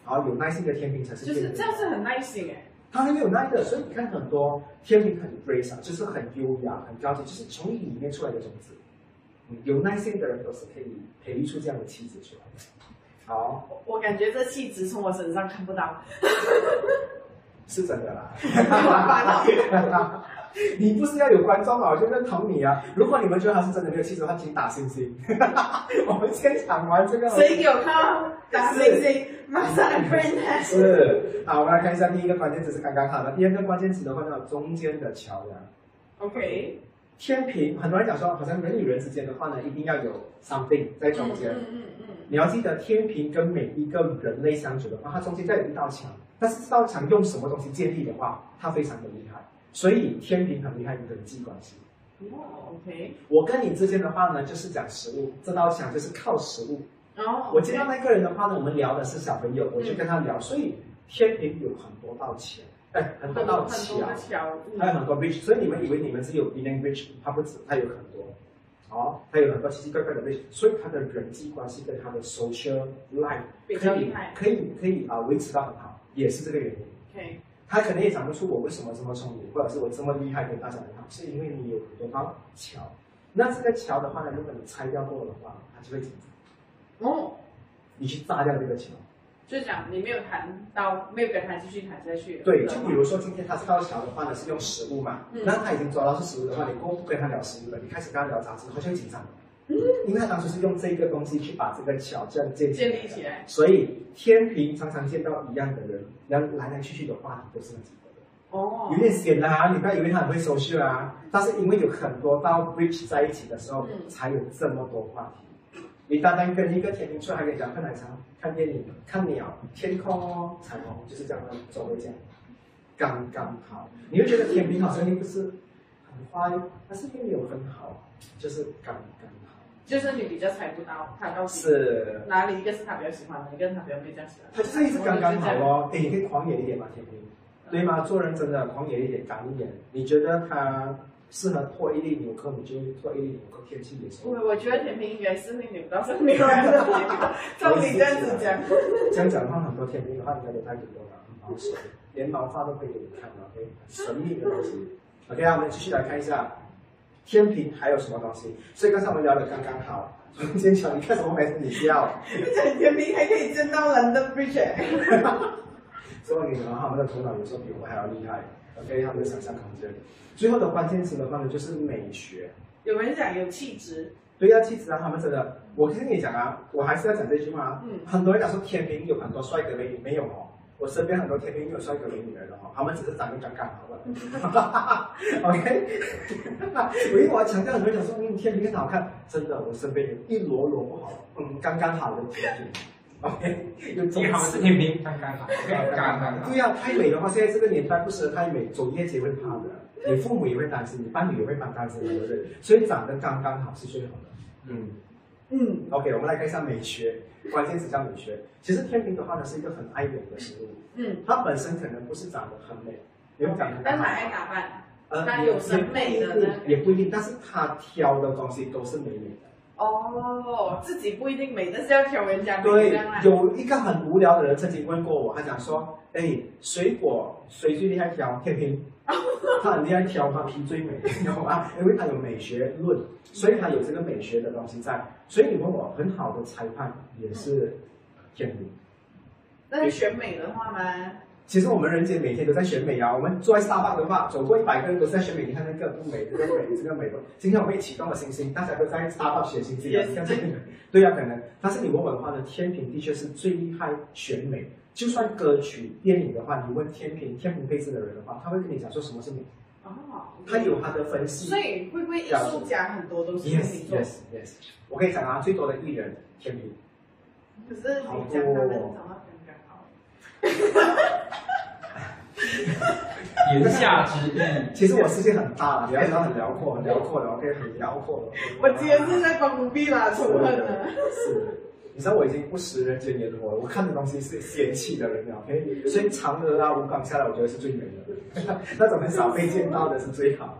Speaker 2: 然后有耐心的天平才是
Speaker 1: 就
Speaker 2: 天平
Speaker 1: 是这样是很耐心哎。
Speaker 2: 他很有耐的，所以你看很多天平很 grace 啊，就是很优雅、很高级，就是从你里面出来的种子。嗯，有耐心的人都是可以培育出这样的气质出来的。好，
Speaker 1: 我我感觉这气质从我身上看不到。
Speaker 2: 是真的啦。
Speaker 1: 没办法到。
Speaker 2: 你不是要有观众啊，我就认同你啊。如果你们觉得他是真的没有气质的话， 请打星星。我们现场玩这个。
Speaker 1: 谁有靠打星星，马上 friend
Speaker 2: 是，好，我们来看一下第一个关键词是刚刚好的，第二个关键词的话叫中间的桥梁。
Speaker 1: OK，
Speaker 2: 天平，很多人讲说，好像人与人之间的话呢，一定要有 something 在中间。
Speaker 1: 嗯嗯嗯嗯，
Speaker 2: 你要记得，天平跟每一个人类相处的话，它中间再有一道墙，但是这道墙用什么东西建立的话，它非常的厉害。所以天平很厉害于人际关系。
Speaker 1: 哦 OK，
Speaker 2: 我跟你之间的话呢，就是讲食物，这道墙就是靠食物。
Speaker 1: 然后
Speaker 2: 我见到那个人的话呢，我们聊的是小朋友，我就跟他聊，所以天平有很多道墙，哎，很
Speaker 1: 很
Speaker 2: 多
Speaker 1: 多
Speaker 2: 道
Speaker 1: 很多
Speaker 2: 墙
Speaker 1: 个。桥，
Speaker 2: 还有很多 bridge，所以你们以为你们只有 b i l l i n g bridge，它不止，它有很多，哦，它有很多奇奇怪怪的 bridge，所以它的人际关系跟它的 social life
Speaker 1: 比较
Speaker 2: 可
Speaker 1: 厉
Speaker 2: 以
Speaker 1: 害。
Speaker 2: 可以可以啊、维持到很好，也是这个原因。
Speaker 1: OK，
Speaker 2: 他可能也讲不出我为什么这么聪明，或者是我这么厉害跟大家很好，是因为你有很多道桥。那这个桥的话呢，如果你拆掉过的话，它就会停止
Speaker 1: 哦，
Speaker 2: 你去炸掉这个桥。
Speaker 1: 就讲你没有谈到，没有跟他继续谈下去。
Speaker 2: 对，就比如说今天他这道桥的话呢是用食物嘛，
Speaker 1: 嗯
Speaker 2: 那他已经抓到是食物的话，你过后不跟他聊食物了，你开始跟他聊杂志，他就会紧张，因为他当初是用这个东西去把这个桥这样建
Speaker 1: 建
Speaker 2: 立
Speaker 1: 立
Speaker 2: 起
Speaker 1: 起
Speaker 2: 来的。
Speaker 1: 来。
Speaker 2: 所以天平常常见到一样的人，然后来来去去的话题都是那几个
Speaker 1: 哦
Speaker 2: 人，有点显然啊，你不要以为他很会收拾啊，但是因为有很多到 bridge 在一起的时候，
Speaker 1: 嗯
Speaker 2: 才有这么多话题。你单单跟一个天平出来，还可以讲看奶茶、看电影、看鸟、天空哦、彩虹，就是这样的，总会这样，刚刚好。你会觉得天平好像又不是很坏，但是又没有很好，就是刚刚好。
Speaker 1: 就是你比较猜不到他到底
Speaker 2: 是
Speaker 1: 哪里一个是他比较喜欢的，一个是他比较没这样喜欢的。
Speaker 2: 他就是一直刚刚好哦。哎，你可以狂野一点嘛，天平，对吗？做人真的狂野一点，敢一点。你觉得他适合脱一粒纽扣，你就脱一粒纽扣。天气也是
Speaker 1: 我我觉得甜品应该是会扭到上面的甜品，照你这样子讲，
Speaker 2: 这样讲的话，很多天平的话，应该都带给我了，很保守，连毛发都可以给你看了，OK，很神秘的东西。OK，那我们继续来看一下天平还有什么东西。所以刚才我们聊的刚刚好。坚强，你看什么没事？你笑。
Speaker 1: 甜品还可以见到人的 bridge，
Speaker 2: 所以你们他们的头脑有时候比我们还要厉害，OK，他们的想象空间。最后的关键词的话呢，就是美学。
Speaker 1: 有人讲有气质，
Speaker 2: 对呀、其实啊，他们真的，我跟你讲啊，我还是要讲这句话啊。
Speaker 1: 嗯
Speaker 2: 很多人讲说天平有很多帅哥美女，没有哦。我身边很多天平有帅哥美女来的哦，他们只是长得刚刚好而已。OK，我因为我要强调，很多人讲说嗯天平很好看，真的，我身边有一箩箩不好，嗯刚刚好的天平。OK，有
Speaker 5: 因为他们是天平，刚刚好，刚刚好
Speaker 2: 对。呀、太美的话，现在这个年代不适合太美，走夜街会怕的，你父母也会担心，你伴侣也会蛮担心的，对不对？所以长得刚刚好是最好的。
Speaker 5: 嗯，
Speaker 1: 嗯，
Speaker 2: OK，我们来看一下美学，关键词叫美学。其实天平的话呢，是一个很爱美的食物，
Speaker 1: 嗯，
Speaker 2: 它本身可能不是长得很美，也不长得
Speaker 1: 但
Speaker 2: 很
Speaker 1: 是
Speaker 2: 好
Speaker 1: 还爱打扮，
Speaker 2: 呃，
Speaker 1: 它有审美的那个
Speaker 2: 也不一定，也不一定，但是它挑的东西都是美美的。
Speaker 1: 哦，自己不一定美，但是要挑人家美这
Speaker 2: 对
Speaker 1: 样，啦。
Speaker 2: 有一个很无聊的人曾经问过我，他讲说：“哎，水果谁最厉害挑？天平，他很厉害挑，他皮最美，你知道吗？因为他有美学论，所以他有这个美学的东西在。所以你问我很好的裁判也是天平。
Speaker 1: 但是选美的话嘛，
Speaker 2: 其实我们人间每天都在选美啊，我们坐在沙发的话，走过一百个人都是在选美，你看那个不美，这个美，这个美不。今天我们也启动了星星，大家都在沙发选星星啊，
Speaker 1: Yes，
Speaker 2: 你看这个，对呀、啊，可能。但是你问我的话呢，天平的确是最厉害选美，就算歌曲、电影的话，你问天平、天平配置的人的话，他会跟你讲说什么是美，
Speaker 1: 哦，
Speaker 2: 他有他的分析
Speaker 1: 所。以会不会艺术家很多都是天
Speaker 2: Yes,
Speaker 1: 秤座？
Speaker 2: yes, yes。我跟你讲啊，最多的艺人天平，
Speaker 1: 可是你讲他们长得刚刚好，
Speaker 5: 言下之意，
Speaker 2: 其实我世界很大，你要知道很辽阔，很辽阔的，OK，很辽阔的。
Speaker 1: 我今天是在帮奴婢啦，仇恨了。
Speaker 2: 是，你知道我已经不食人间烟火了，我看的东西是嫌弃的人了，OK？所以嫦娥啊、吴刚下来，我觉得是最美的， 那种很少被见到的是最好。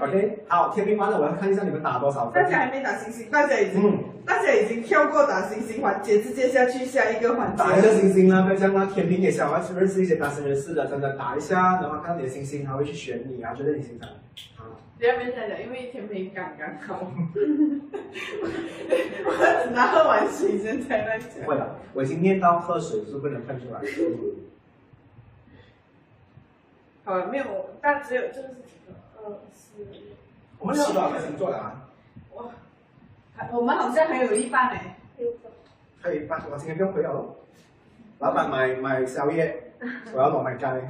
Speaker 2: OK，好，天平完了，我要看一下你们打多少分
Speaker 1: 大。家还没打星星，大家已经、
Speaker 2: 嗯，
Speaker 1: 大家已经跳过打星星环节，直接下去下一个环
Speaker 2: 打一下
Speaker 1: 节。
Speaker 2: 星星啦，不要这样啦。天平也想要认识一些单身人士的，真的打一下，然后看到你的星星，他会去选你啊，觉得你欣赏。好，
Speaker 1: 不要跟他讲，因为天平刚刚 好。我只拿喝完水先才在
Speaker 2: 不会
Speaker 1: 讲。
Speaker 2: 了，我已经念到喝水是不能喷出来的。
Speaker 1: 好了，没有，但只有这个是呃几个？二四，
Speaker 2: 我们聊到哪个星座了啊？
Speaker 1: 哇，还我们好像还有一半哎、
Speaker 4: 六个，
Speaker 2: 还有一半，我今天不用回了咯。老板买买 宵夜，我要裸买干。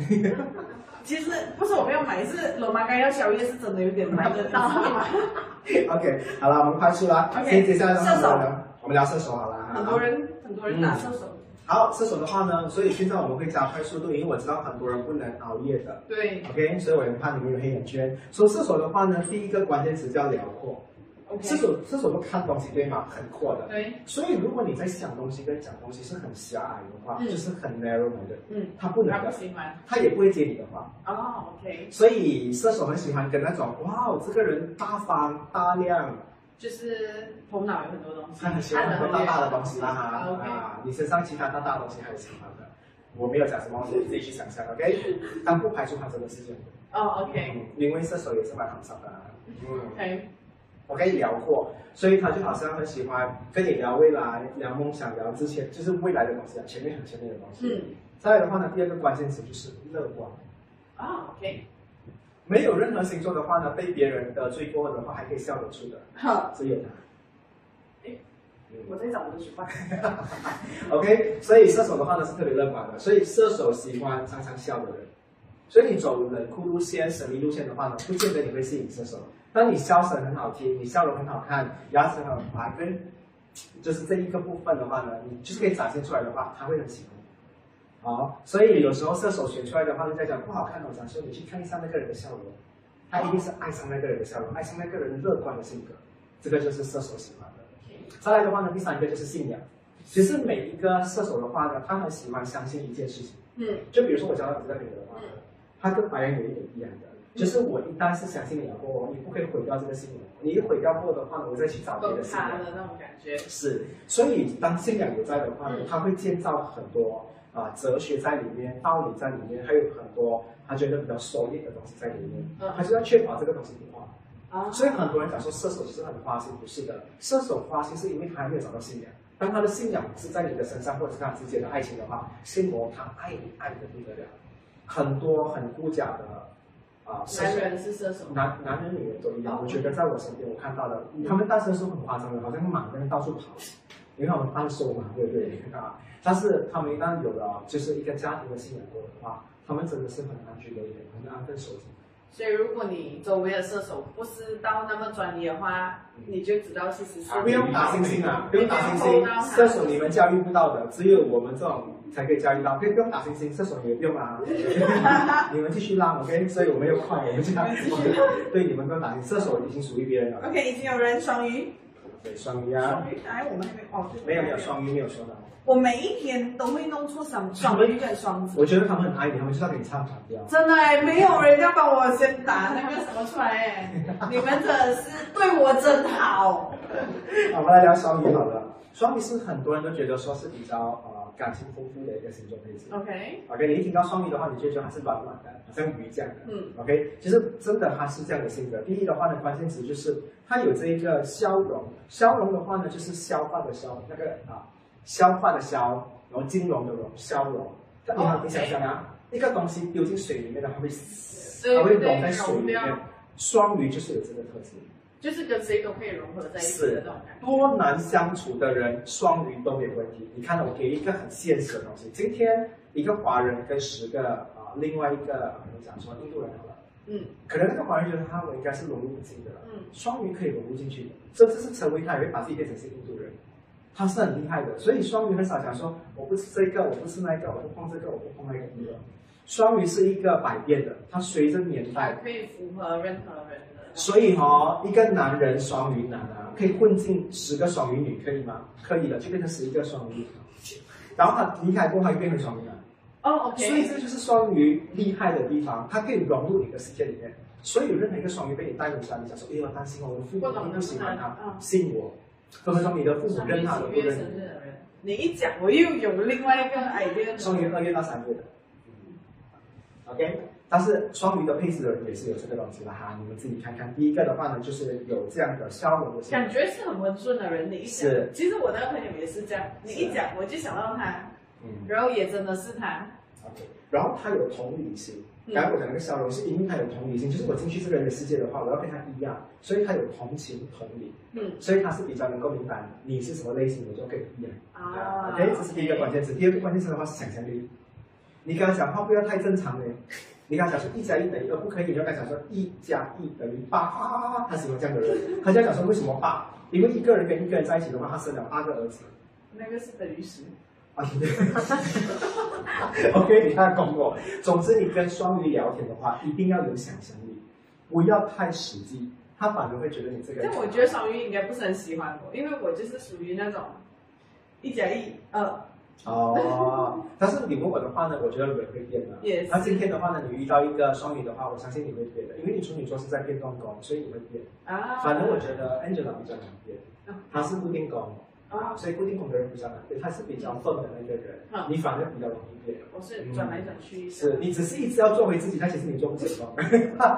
Speaker 1: 其实不是我没有买，是罗马干要宵夜是真的有点买得 到。
Speaker 2: OK，好了，我们快速啦。
Speaker 1: OK，
Speaker 2: 先接下来呢，
Speaker 1: 射手嗯
Speaker 2: 我们聊我们聊射手好了。
Speaker 1: 很多人很多人打射手，
Speaker 2: 好，射手的话呢，所以现在我们会加快速度，因为我知道很多人不能熬夜的。
Speaker 1: 对
Speaker 2: OK，所以我也怕你们有黑眼圈。说射手的话呢，第一个关键词叫辽阔。
Speaker 1: ，OK，
Speaker 2: 射手射手都看东西对吗？很阔的。
Speaker 1: 对，
Speaker 2: 所以如果你在想东西跟讲东西是很狭隘的话，
Speaker 1: 嗯
Speaker 2: 就是很 narrow 的，
Speaker 1: 嗯，
Speaker 2: 他不能
Speaker 1: 他不
Speaker 2: 的，
Speaker 1: 喜欢。
Speaker 2: 他也不会接你的话。
Speaker 1: 哦，OK，
Speaker 2: 所以射手很喜欢跟那种哇，哦，这个人大方大量，
Speaker 1: 就是头脑有很多东西，
Speaker 2: 他很喜欢很多大大的东西啦哈。
Speaker 1: 嗯 OK
Speaker 2: 啊，你身上其他大大的东西还有喜欢的，我没有讲什么，你自己去想象，OK？但
Speaker 1: 嗯
Speaker 2: 不排除他真的是这样，
Speaker 1: 哦，OK，OK，、
Speaker 2: 嗯因为射手也是蛮好上的啊。嗯我跟你聊过，所以他就好像很喜欢跟你聊未来、聊梦想、聊之前，就是未来的东西啊，前面很前面的东西。
Speaker 1: 嗯，
Speaker 2: 再来的话呢，第二个关键词就是乐观。
Speaker 1: 啊，OK，
Speaker 2: 没有任何星座的话呢，被别人得罪过的话，还可以笑得出的，嗯
Speaker 1: 好，
Speaker 2: 只有他。
Speaker 1: 我在找我的主办。
Speaker 2: OK，所以射手的话呢是特别乐观的，所以射手喜欢常常笑的人。所以你走冷酷路线、神秘路线的话呢，不见得你会吸引射手。当你笑声很好听，你笑容很好看，牙齿很白，跟就是这一个部分的话呢，你就是可以展现出来的话，他会很喜欢你。好，所以有时候射手选出来的话，人家讲不好看的，我想说你去看一下那个人的笑容，他一定是爱上那个人的笑容，爱上那个人乐观的性格，这个就是射手喜欢的。再来的话呢，第三个就是信仰。其实每一个射手的话呢，他很喜欢相信一件事情。
Speaker 1: 嗯
Speaker 2: 就比如说我教到你这个女的话呢，她跟白羊有一点一样的，就是我一旦是相信你了过后，你不可以毁掉这个信仰，你一毁掉过的话呢，我再去找别
Speaker 1: 崩
Speaker 2: 的信仰
Speaker 1: 塌。的那种感觉。
Speaker 2: 是，所以当信仰有在的话呢
Speaker 1: 嗯，
Speaker 2: 他会建造很多啊、哲学在里面，道理在里面，还有很多他觉得比较 solid 的东西在里面，
Speaker 1: 嗯
Speaker 2: 他就要确保这个东西不化。
Speaker 1: 啊，
Speaker 2: 所以很多人讲说射手其实很花心，不是的，射手花心是因为他还没有找到信仰。当他的信仰是在你的身上，或者是他之间的爱情的话，信魔他爱你爱的不得了。很多很顾家的啊、射
Speaker 1: 男
Speaker 2: 手
Speaker 1: 人是射手，
Speaker 2: 男男人女人都一样
Speaker 1: 哦。嗯
Speaker 2: 我觉得在我身边我看到的，他们大声说很夸张的，好像马跟到处跑，因为他们半收嘛，对不对
Speaker 1: 嗯
Speaker 2: 啊？但是他们一旦有了就是一个家庭的信仰过的话，他们真的是很安居乐业，很安分守己。
Speaker 1: 所以如果你周围的射手不是到那么专业的话，你就知道其实是
Speaker 3: 啊
Speaker 2: 不用打星星啊，不用打星
Speaker 1: 不
Speaker 2: 星
Speaker 1: 用打，
Speaker 2: 射手你们教育不到的，只有我们这种才可以教育到，可以不用打星星，射手也不用 啊。你们继续浪，OK？所以我们又快，我们这样，对你们不用打星，射手已经属于别人了。
Speaker 1: OK，已经有人双鱼，
Speaker 2: 对，双鱼啊，
Speaker 1: 双鱼，哎，我们还没哦，对
Speaker 2: 没有没有，双鱼没有说的，
Speaker 1: 我每一天都会弄错双双鱼跟双子，
Speaker 2: 我觉得他们很爱你，他们就是要给你唱反调。
Speaker 1: 真的哎，没有人要帮我先打那个什么出来 哎，你们真的是对我真好，
Speaker 2: 好，我们来聊双鱼好了。双鱼是很多人都觉得说是比较呃感情丰富的一个星座配置。
Speaker 1: OK，
Speaker 2: OK，你一听到双鱼的话，你就觉得它是软软的，好像鱼这样的。
Speaker 1: 嗯
Speaker 2: OK，其实真的他是这样的性格。第一的话呢，关键词就是他有这一个消融，消融的话呢，就是消化的消，那个啊，消化的消，然后金融的融，消融。你看、
Speaker 1: 哦
Speaker 2: 你想想啊，一个东西丢进水里面的，它会死，
Speaker 1: 对
Speaker 2: 它会
Speaker 1: 对
Speaker 2: 融在水里面
Speaker 1: 融掉。
Speaker 2: 双鱼就是有这个特质，
Speaker 1: 就是跟谁都可以融合在一起的那种感觉。
Speaker 2: 多难相处的人，双鱼都没有问题。你看，我给一个很现实的东西，今天一个华人跟十个啊、另外一个我们讲说印度人好了，
Speaker 1: 嗯
Speaker 2: 可能那个华人觉得他我应该是融入不进的，
Speaker 1: 嗯
Speaker 2: 双鱼可以融入进去的，甚至是成为他也会把自己变成是印度人，他是很厉害的。所以双鱼很少讲说我不吃这个，我不吃那个，我不碰这个，我不碰那个。
Speaker 1: 嗯
Speaker 2: 双鱼是一个百变的，它随着年
Speaker 1: 还
Speaker 2: 代，
Speaker 1: 可以符合任何人的。
Speaker 2: 所以哦，一个男人双鱼男啊，可以混进十个双鱼女，可以吗？可以的，就变成十一个双鱼女。然后他离开过后，他就变成双鱼男。
Speaker 1: 哦
Speaker 2: 所以
Speaker 1: ，OK，
Speaker 2: 这就是双鱼厉害的地方，它可以融入你的世界里面。所以有任何一个双鱼被你带回家，你想说，哎呦，担心我的父母会不喜欢他，信我，分分钟你的父母
Speaker 1: 嗯双
Speaker 2: 认
Speaker 1: 鱼
Speaker 2: 他都
Speaker 1: 几
Speaker 2: 不
Speaker 1: 月
Speaker 2: 认嗯
Speaker 1: 生日
Speaker 2: 你。
Speaker 1: 的人，你一讲我又有另外一个 idea。
Speaker 2: 双鱼二月到三月的，OK。但是双鱼的配置的人也是有这个东西的哈，你们自己看看。第一个的话呢，就是有这样的消融的性格
Speaker 1: 感觉是很温顺的人，你一讲
Speaker 2: 是，
Speaker 1: 其实我那个朋友也是这样，你一讲我就想到他，
Speaker 2: 嗯
Speaker 1: 然后也真的是他，
Speaker 2: ，OK。然后他有同理心，
Speaker 1: 嗯
Speaker 2: 刚才我讲那个笑容是因为他有同理心，就是我进去这个人的世界的话，我要跟他一样，所以他有同情同理，
Speaker 1: 嗯
Speaker 2: 所以他是比较能够明白你是什么类型，我就跟你一样。
Speaker 1: 啊
Speaker 2: OK，这是第一个关键词。第二个关键词的话是想象力。你跟他讲话不要太正常嘞， 你跟他讲说一加一等于二不可以，你就跟他讲说一加一等于八，啊，他喜欢这样的人。他就要讲说为什么八？因为一个人跟一个人在一起的话，他生了八个儿子。
Speaker 1: 那个是等于十。
Speaker 2: 啊对 OK，你看懂我。总之，你跟双鱼聊天的话，一定要有想象力，不要太实际，他反而会觉得你这个人。
Speaker 1: 但我觉得双鱼应该不是很喜欢我，因为我就是属于那种一加一呃二，
Speaker 2: 哦，但是你问我的话呢，我觉得人会变的。
Speaker 1: Yes
Speaker 2: 那今天的话呢，你遇到一个双鱼的话，我相信你会变的，因为你处女座是在变动宫，所以你会变。
Speaker 1: 啊。
Speaker 2: 反正我觉得 Angela 比较难变
Speaker 1: 嗯，
Speaker 2: 她是固定宫，
Speaker 1: 啊，
Speaker 2: 所以固定宫的人比较难变，她是比较笨的那个人
Speaker 1: 嗯，
Speaker 2: 你反而比较容易变。
Speaker 1: 我是转来转去。
Speaker 2: 嗯是你只是一直要做回自己，但其实你做不成功。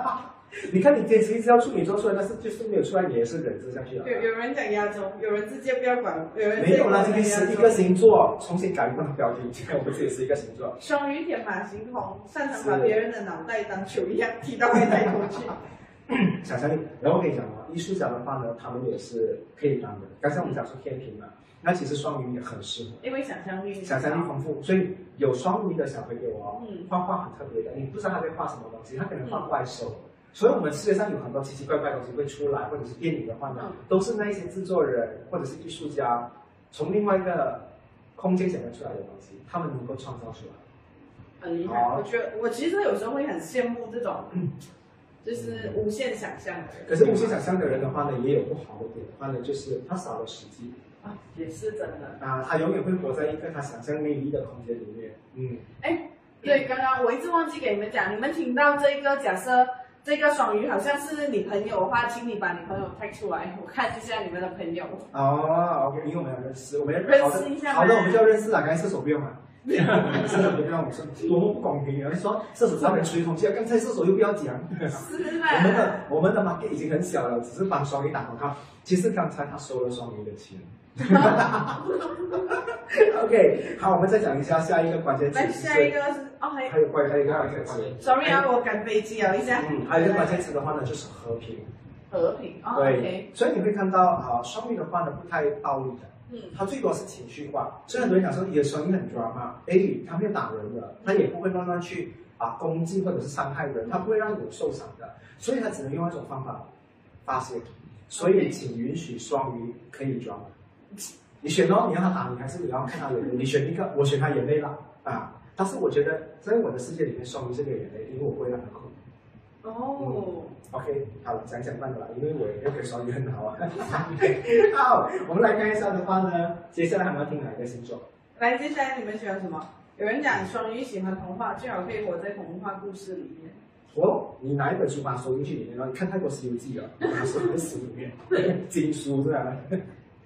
Speaker 2: 你看你坚持一直要处女座出来，但是就是没有出来，你也是忍着下去了。
Speaker 1: 有有人讲压轴，有人直接不要管，有人直
Speaker 2: 没
Speaker 1: 接
Speaker 2: 有啦，今
Speaker 1: 管
Speaker 2: 天
Speaker 1: 压轴
Speaker 2: 十一个星座重新改过标题，今天我们自己十一个星座。
Speaker 1: 双鱼天马行空，擅长把别人的脑袋当球一样踢到外太空去。
Speaker 2: 想象力。然后我跟你讲啊，艺术家的话呢，他们也是可以当的。刚才我们讲说天平嘛，那其实双鱼也很啊适合，
Speaker 1: 因为想象力，
Speaker 2: 想象力丰富。所以有双鱼的小朋友哦，
Speaker 1: 嗯
Speaker 2: 画画很特别的，你不知道他在画什么东西，他可能画怪兽。所以我们世界上有很多奇奇怪怪的东西会出来，或者是电影的话呢，
Speaker 1: 嗯
Speaker 2: 都是那一些制作人或者是艺术家从另外一个空间想象出来的东西，他们能够创造出来。
Speaker 1: 很厉害。
Speaker 2: 好嗯
Speaker 1: 我觉得我其实有时候会很羡慕这种，就是无限想象的人
Speaker 2: 可是无限想象的人的话呢，也有不好的点的话呢，就是他少了实际。
Speaker 1: 啊，也是真的。
Speaker 2: 啊，他永远会活在一个他想象内力的空间里面。嗯，
Speaker 1: 对，刚刚我一直忘记给你们讲，你们听到这个假设。这个双鱼好像是你朋友的话，请你把你朋友 t 出来，我看一下你们的朋友。
Speaker 2: 哦，OK，因为我们要认识，我们要
Speaker 1: 认识一下
Speaker 2: 好的，
Speaker 1: 吗
Speaker 2: 我们就要认识了。刚才射手不用 了，射手不用，我说多么不公平啊！你说射手在那边吹空气，刚才射手又不要讲。
Speaker 1: 是
Speaker 2: 我们
Speaker 1: 啦，
Speaker 2: 的我们的 market 已经很小了，只是帮双鱼打广告。其实刚才他收了双鱼的 钱。OK，好，我们再讲一下下一个关键词
Speaker 1: 来，
Speaker 2: 是
Speaker 1: 下一个是哦，还
Speaker 2: 还有关还有一个关键词，
Speaker 1: sorry 啊，我赶飞机啊，一下。
Speaker 2: 哎嗯，还有一个关键词的话呢，就是和平。
Speaker 1: 和平哦
Speaker 2: 对
Speaker 1: OK，，
Speaker 2: 所以你会看到啊，双鱼的话呢不太暴力的，
Speaker 1: 嗯
Speaker 2: 他最多是情绪化。所以很多人讲说你的双鱼很 drama，哎，他没有打人的，他也不会乱乱去啊攻击或者是伤害人，他不会让你有受伤的，所以他只能用一种方法发泄。所以
Speaker 1: OK
Speaker 2: 请允许双鱼可以 drama。你选哦，你让他打你，还是你要看他眼泪？你选一个，我选他眼泪啦啊！但是我觉得在我的世界里面，双鱼是没有眼泪，因为我不会让他哭。
Speaker 1: 哦，
Speaker 2: 嗯 OK，好，讲讲半个啦，因为我也没有跟双鱼很好啊。好，我们来看一下的话呢，接下来还们要听哪一个星座？
Speaker 1: 来，接下来你们喜欢什么？有人讲双鱼喜欢童话，最好可以活在童话故事里面。
Speaker 2: 哦，你拿一本书把它收进去里面，然后你看泰国《西游记》啊，把它收在书里面，经书是吧？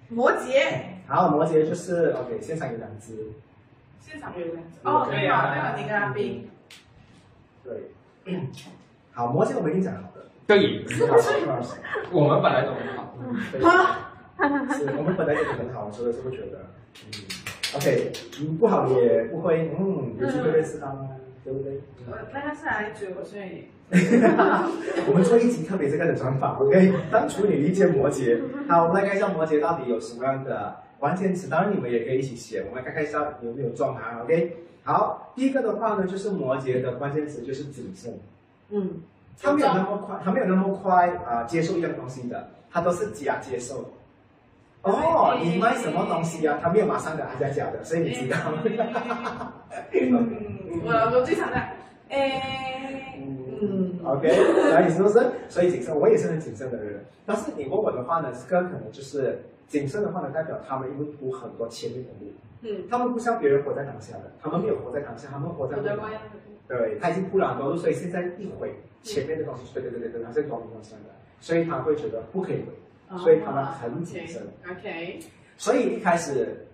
Speaker 1: 摩羯，
Speaker 2: 好，摩羯就是 OK，现场有两只，
Speaker 1: 现场有人
Speaker 2: 哦
Speaker 1: 哦，
Speaker 2: 对
Speaker 1: 对
Speaker 2: 啊
Speaker 1: 啊，对啊，你跟阿斌，
Speaker 2: 对。好，摩羯我们已经讲好了。
Speaker 3: 可以，
Speaker 2: 好是
Speaker 3: 我们本来都很好，嗯
Speaker 2: 吧是我们本来也很好，所以是不觉得。嗯，OK，嗯不好也不会，嗯，有机会认识他吗？对不对？嗯
Speaker 1: 我那他是来追我，所以
Speaker 2: 我们做一集特别这个的专访，OK？当 处女理解摩羯，好，我们来看一下摩羯到底有什么样的关键词。当然，你们也可以一起写，我们看看一下有没有撞它，OK？好，第一个的话呢，就是摩羯的关键词就是谨慎，
Speaker 1: 嗯，
Speaker 2: 他没有那么快，他没有那么快啊、接受一样东西的，他都是假接受。哦，你卖什么东西啊？他没有马上的，他假假的，所以你知道。
Speaker 1: 嗯，我我最常的，哎，嗯，
Speaker 2: OK，所以是不是？所以谨慎，我也是很谨慎的人。但是你问我的话呢，这个可能就是谨慎的话呢，代表他们因为铺很多前面的路，
Speaker 1: 嗯，
Speaker 2: 他们不像别人活在当下的，他们没有活在当下，他们活在
Speaker 1: 我
Speaker 2: 未
Speaker 1: 的
Speaker 2: 来
Speaker 1: 观样
Speaker 2: 对，他已经铺了很多路，所以现在一毁前面的东西，对对对对对，他是光明光闪的，所以他会觉得不可以毁，
Speaker 1: 哦
Speaker 2: 所以他们很谨慎。
Speaker 1: ，OK，
Speaker 2: 所以一开始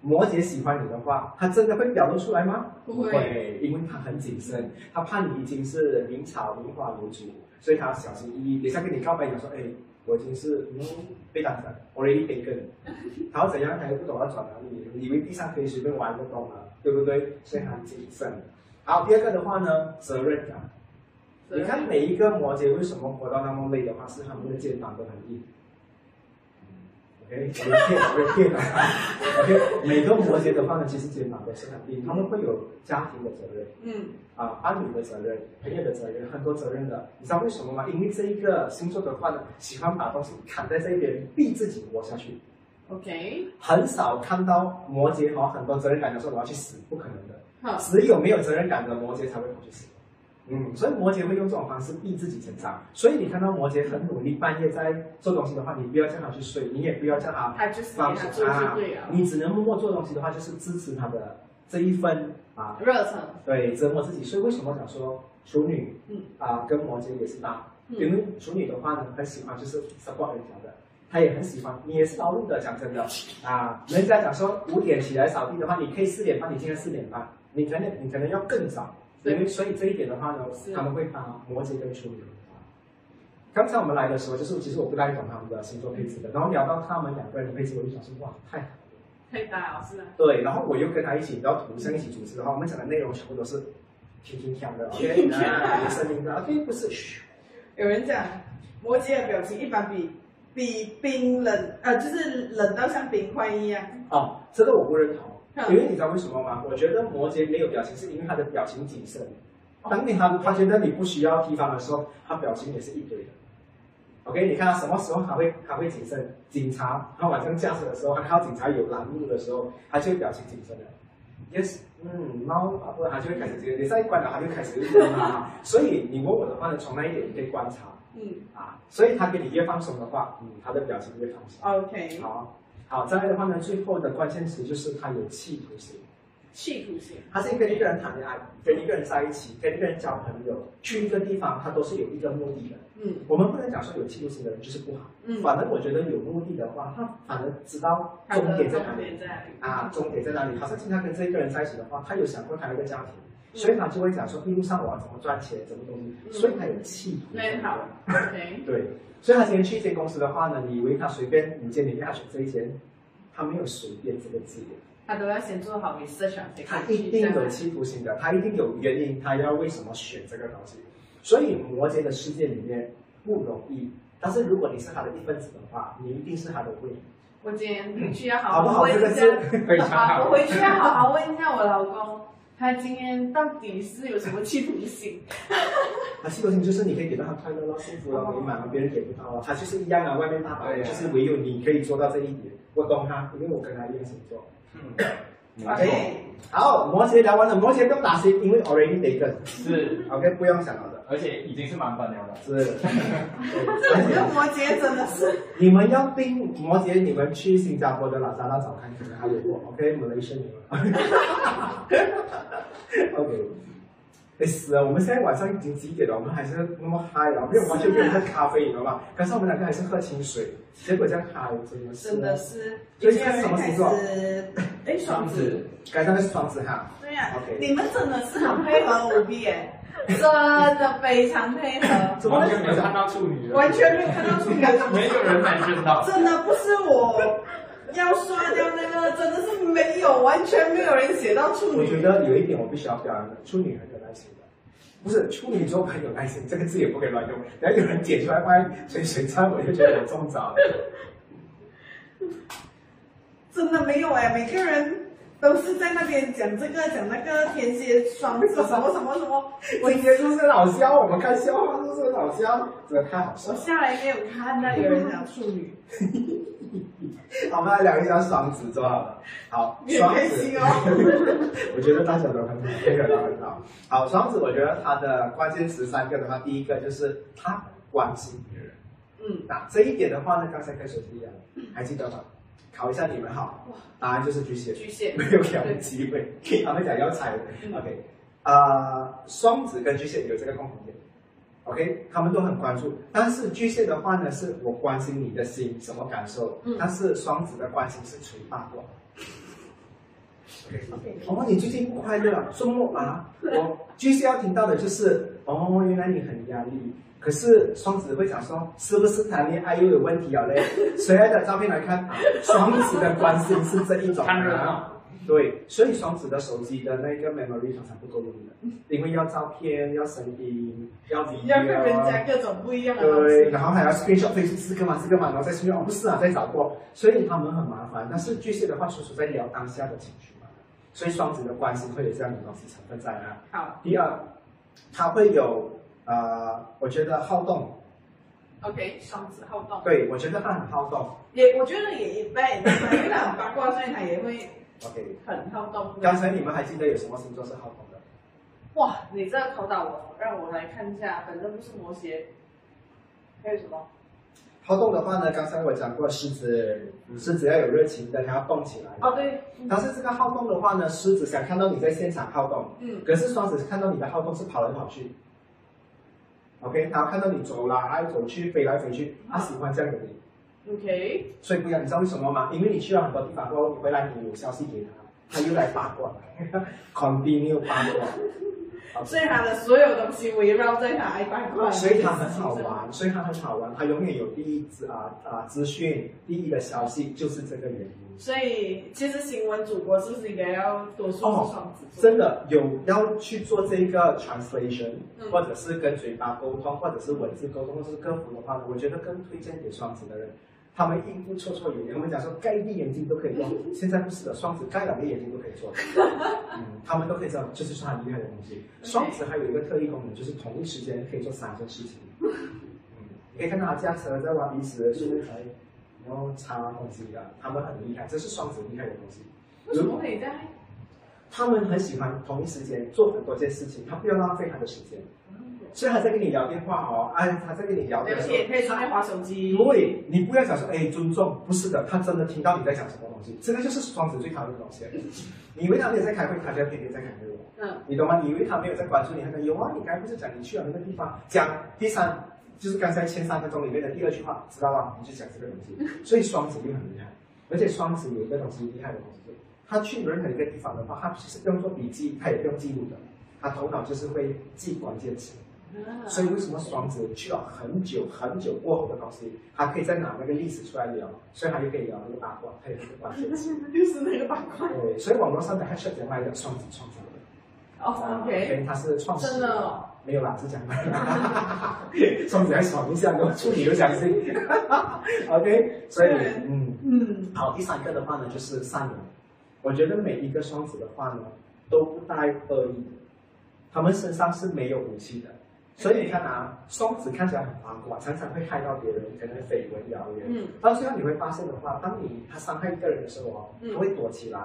Speaker 2: 摩羯喜欢你的话，他真的会表露出来吗？
Speaker 1: 不会
Speaker 2: 因为他很谨慎，他怕你已经是明朝名花有主，所以他小心翼翼。等一下跟你告白，讲说，哎，我已经是嗯被当成 already taken，然 后怎样他又不懂要转哪里，以为地上可以随便玩得动啊，对不对？所以他很谨慎。好，第二个的话呢，责任感，
Speaker 1: 责
Speaker 2: 你
Speaker 1: 任。
Speaker 2: 看每一个摩羯为什么活到那么累的话，是他们的肩膀都很硬。OK，我嗯也骗，我也骗了。OK，每 个摩羯的话呢，其实肩膀都是很硬，他们会有家庭的责任。
Speaker 1: 嗯，
Speaker 2: 啊，伴侣的责任、朋友的责任，很多责任的。你知道为什么吗？因为这一个星座的话呢，喜欢把东西砍在这边，逼自己活下去。
Speaker 1: OK，
Speaker 2: 很少看到摩羯哈很多责任感的说我要去死，不可能的。
Speaker 1: 好，
Speaker 2: 只有没有责任感的摩羯才会跑去死。嗯，所以摩羯会用这种方式逼自己成长。所以你看到摩羯很努力，半夜在做东西的话，你不要叫他去睡，你也不要叫他
Speaker 1: 他就是给
Speaker 2: 放
Speaker 1: 他
Speaker 2: 松
Speaker 1: 做就
Speaker 2: 啊
Speaker 1: 对了，
Speaker 2: 你只能默默做东西的话，就是支持他的这一份啊
Speaker 1: 热忱，
Speaker 2: 对，折磨自己。所以为什么讲说处女，
Speaker 1: 嗯
Speaker 2: 啊、跟摩羯也是搭，因
Speaker 1: 嗯，
Speaker 2: 为处女的话呢，很喜欢就是 support 人家的，她也很喜欢，你也是劳碌的，讲真的啊、人家讲说五点起来扫地的话，你可以四点半，你今天四点半，你可能你可能要更早，因为所以这一点的话呢
Speaker 1: 是，
Speaker 2: 他们会把摩羯跟处女。啊刚才我们来的时候，就是其实我不太懂他们的星座配置的，然后聊到他们两个人的配置，我就想说，哇，太好了。
Speaker 1: 太大了是吧？
Speaker 2: 对，然后我又跟他一起，然后图像一起主持的话，我们讲的内容全部都是听听响的，
Speaker 1: 天天
Speaker 2: 啊，有声音的，OK，不是，嘘，
Speaker 1: 有人讲，摩羯的表情一般比比冰冷，呃，就是冷到像冰块一样。
Speaker 2: 哦，这个我不认同，
Speaker 1: 嗯
Speaker 2: 因为你知道为什么吗？我觉得摩羯没有表情，是因为他的表情谨慎。当你他他觉得你不需要提防的时候，他表情也是一堆的。OK，你看他什么时候他会他会谨慎？警察，他晚上驾驶的时候，他看到警察有拦路的时候，他就会表情谨慎的。Yes，嗯，猫啊，不然他就会开始直接，你再关了，他就开始问啦。所以你问我的话呢，从那一点你可以观察
Speaker 1: 嗯
Speaker 2: 啊。所以他给你越放松的话，嗯，他的表情越放松。
Speaker 1: ，OK，
Speaker 2: 好，好，再来的话呢，最后的关键词就是他有企图心，
Speaker 1: 企图心。
Speaker 2: 他是跟一个人谈恋爱，跟一个人在一起，跟一个人交朋友，去一个地方，他都是有一个目的的。
Speaker 1: 嗯
Speaker 2: 我们不能讲说有企图心的人就是不好，
Speaker 1: 嗯，
Speaker 2: 反正我觉得有目的的话，他反而知道终点在哪里
Speaker 1: 点在嗯哪里？
Speaker 2: 啊，终点在哪里。好像经常跟这个人在一起的话，他有想过他那个家庭。
Speaker 1: 嗯
Speaker 2: 所以他就会讲说，一路上我要怎么赚钱，怎么东西，所以他有企图心。
Speaker 1: 那好，OK，
Speaker 2: 对，所以他今天去一间公司的话呢，你以为他随便你间里面他选这一间，他没有随便这个字眼，
Speaker 1: 他都要先做好 research，啊才
Speaker 2: 他
Speaker 1: 可以去这
Speaker 2: 一定
Speaker 1: 样
Speaker 2: 有企图心的，他一定有原因，他要为什么选这个东西。所以摩羯的世界里面不容易，但是如果你是他的一份子的话，你一定是他的贵人，
Speaker 1: 我今天回去要好
Speaker 2: 好不好？
Speaker 1: 问
Speaker 2: 这个
Speaker 1: 一下
Speaker 2: 字。
Speaker 3: 非常
Speaker 1: 啊，我
Speaker 3: 好。
Speaker 1: 回去要好好问一下我老公，他今天到底是有什么企图心？
Speaker 2: 啊，企图心就是你可以给到他快乐咯、幸福咯、美满咯，别人给不到咯，他就是一样啊，外面大把人，
Speaker 5: 对呀
Speaker 2: 就是唯有你可以做到这一点。我懂他，因为我跟他一样星座。
Speaker 5: 嗯，
Speaker 1: 哎
Speaker 2: OK，好，摩羯聊完了，摩羯不用打星，因为 already taken。
Speaker 5: 是，
Speaker 2: OK，不用想了的，
Speaker 5: 而且已经是满版了的。
Speaker 2: 是。
Speaker 1: 这我觉
Speaker 2: 对
Speaker 1: 得摩羯真的是
Speaker 2: 你们要订摩羯，你们去新加坡的拉萨那找看，可能还有我。OK，马来西亚你们。OK，哎死了！我们现在晚上已经几点了？我们还是那么嗨啊，没有完全没有喝咖啡，你知道吗？刚才我们两个还是喝清水，结果这样嗨，真的是。
Speaker 1: 真的。是，
Speaker 2: 所以
Speaker 1: 已经有
Speaker 2: 是什
Speaker 1: 人
Speaker 2: 么
Speaker 1: 开
Speaker 2: 星座
Speaker 1: 始，哎，双子。
Speaker 2: 刚才那是双子哈。
Speaker 1: 对呀、
Speaker 2: OK
Speaker 1: 你们真的是很配合五 B 耶，真的非常配合，
Speaker 2: 怎么
Speaker 3: 完全没有看到处女了，
Speaker 1: 完全没有看到出感，
Speaker 3: 没有人能认到。
Speaker 1: 真的不是我要刷掉那个，真的是没有，完全没有人写到处
Speaker 2: 我觉
Speaker 1: 女。
Speaker 2: 得有一点我必须要表扬的，处女很有耐心的，不是处女座很有耐心，这个字也不可以乱用。然后有人解出来发现水水差，我就觉得我中招了。
Speaker 1: 真的没有哎，每个人都是在那边讲这个讲那个，天蝎、双子什么什么什么。
Speaker 2: 我 今天是不是很好笑？我们看笑话是不是很好笑？真的太好笑
Speaker 1: 我
Speaker 2: 了。
Speaker 1: 下来没有看到有人讲处女，
Speaker 2: 好，我们来聊一下双子座好了。好，
Speaker 1: 你很
Speaker 2: 双
Speaker 1: 开
Speaker 2: 子
Speaker 1: 心，哦。
Speaker 2: 我觉得大家都很好，这个都很好。好，双子，我觉得他的关键词三个的话，第一个就是他关心别人。
Speaker 1: 嗯，
Speaker 2: 那这一点的话呢，刚才跟手机一样，还记得吗？考一下你们好，答案就是巨蟹。
Speaker 1: 巨蟹
Speaker 2: 没有给他们机会，他们想要踩的
Speaker 1: 嗯。
Speaker 2: OK，啊，双子跟巨蟹有这个共同点。OK，他们都很关注，但是巨蟹的话呢，是我关心你的心什么感受，
Speaker 1: 嗯
Speaker 2: 但是双子的关心是捶八 卦。
Speaker 4: OK，
Speaker 2: 哦，你最近不 快乐啊？周末啊？我巨蟹要听到的就是，哦，原来你很压力。可是双子会讲说，是不是谈恋爱又有啊问题了嘞？谁来的照片来看？双子的关心是这一种、
Speaker 3: 看热
Speaker 2: 啊
Speaker 3: 闹。
Speaker 2: 对，所以双子的手机的那个 memory 常常不够用的，因为要照片、要声音、要 video，
Speaker 1: 要跟人家各种不一样的东
Speaker 2: 对，
Speaker 1: 西。
Speaker 2: 然后还要 screenshot Facebook 四个嘛，四个嘛，然后再 screenshot 哦不是啊，再找过，所以他们很麻烦。但是巨蟹的话，处处在聊当下的情绪嘛，所以双子的关系会有这样的东西成分在啊。
Speaker 1: 好
Speaker 2: 第二，他会有呃，我觉得好动，
Speaker 1: ，OK，双子好动。
Speaker 2: 对我觉得他很好动。
Speaker 1: 也我觉得也一般，因为他很八卦，所以他也会
Speaker 2: OK，
Speaker 1: 很好动。
Speaker 2: 刚才你们还记得有什么星座是好动的？
Speaker 1: 哇，你这个考倒我，让我来看一下，反正不是摩羯，还有什么？
Speaker 2: 好动的话呢，刚才我讲过狮子，狮子要有热情的，它要动起来。
Speaker 1: 哦，对，
Speaker 2: 但是这个好动的话呢，狮子想看到你在现场好动，
Speaker 1: 嗯，
Speaker 2: 可是双子看到你的好动是跑来跑去，OK，然后看到你走来走去、飞来飞去，
Speaker 1: 嗯
Speaker 2: 他喜欢这样的你，
Speaker 1: ，OK，
Speaker 2: 所以不一样。你知道为什么吗？因为你去了很多地方过后，你回来你有消息给他，他又来八卦 ，continue 八 卦，
Speaker 1: 所以他的所有东西围绕在他爱八卦，
Speaker 2: 所以他很好。玩，所以他很好玩，他永远有第一资啊啊资讯，第一的消息就是这个原因。
Speaker 1: 所以其实新闻主播是不是应该要多说
Speaker 2: 哦
Speaker 1: 是双子座？
Speaker 2: 真的有要去做这个 translation，、
Speaker 1: 嗯
Speaker 2: 或者是跟嘴巴沟通，或者是文字沟通，或者是客服的话呢，我觉得更推荐给双子的人，他们应付绰绰有余。我们讲说盖一闭眼睛都可以用，现在不是的，双子盖两个眼睛都可以做，嗯，他们都可以这样，这就是他很厉害的东西。双子还有一个特异功能，就是同一时间可以做三件事情。嗯，你可以看到他驾车在挖鼻屎，顺便还然后擦东西啊，他们很厉害，这是双子厉害的东西。
Speaker 1: 为什么可以在？
Speaker 2: 他们很喜欢同一时间做很多件事情，他不要浪费他的时间。所以他在跟你聊电话哦，哎，他在跟你聊
Speaker 1: 而
Speaker 2: 天的时
Speaker 1: 且也
Speaker 2: 候，
Speaker 1: 可以顺便划手机。
Speaker 2: 对你不要想说，哎，尊重，不是的，他真的听到你在讲什么东西，这个就是双子最讨厌的东西。你以为他没有在开会，他就要天天在开会哦，
Speaker 1: 嗯，
Speaker 2: 你懂吗？你以为他没有在关注你，他讲有啊，你刚才不是讲你去了那个地方，讲第三就是刚才前三分钟里面的第二句话，知道吗？你就讲这个东西，所以双子又很厉害，而且双子有一个东西厉害的东西就是。他去任何一个地方的话，他其实不用做笔记，他也不用记录的，他头脑就是会记关键词。
Speaker 1: 嗯
Speaker 2: 所以为什么双子去了很久很久过后的东西，他可以再拿那个历史出来聊，所以他就可以聊那个八卦，还有那个关键词。
Speaker 1: 就是那个板块。
Speaker 2: 对，所以网络上的 hashtag 讲来的双子创造的。
Speaker 1: 哦，OK，
Speaker 2: 他是创始人
Speaker 1: 真的哦
Speaker 2: 没有啦，是讲 的，双子还爽一下，我处女都相信。OK，所以
Speaker 1: 对
Speaker 2: 嗯。
Speaker 1: 嗯，
Speaker 2: 好，第三个的话呢，就是善良。我觉得每一个双子的话呢，都不带恶意的，他们身上是没有武器的。所以你看啊，双子看起来很八卦，常常会害到别人，可能绯闻谣言。
Speaker 1: 嗯，
Speaker 2: 到最后你会发现的话，当你他伤害一个人的时候哦，
Speaker 1: 嗯
Speaker 2: 他会躲起来，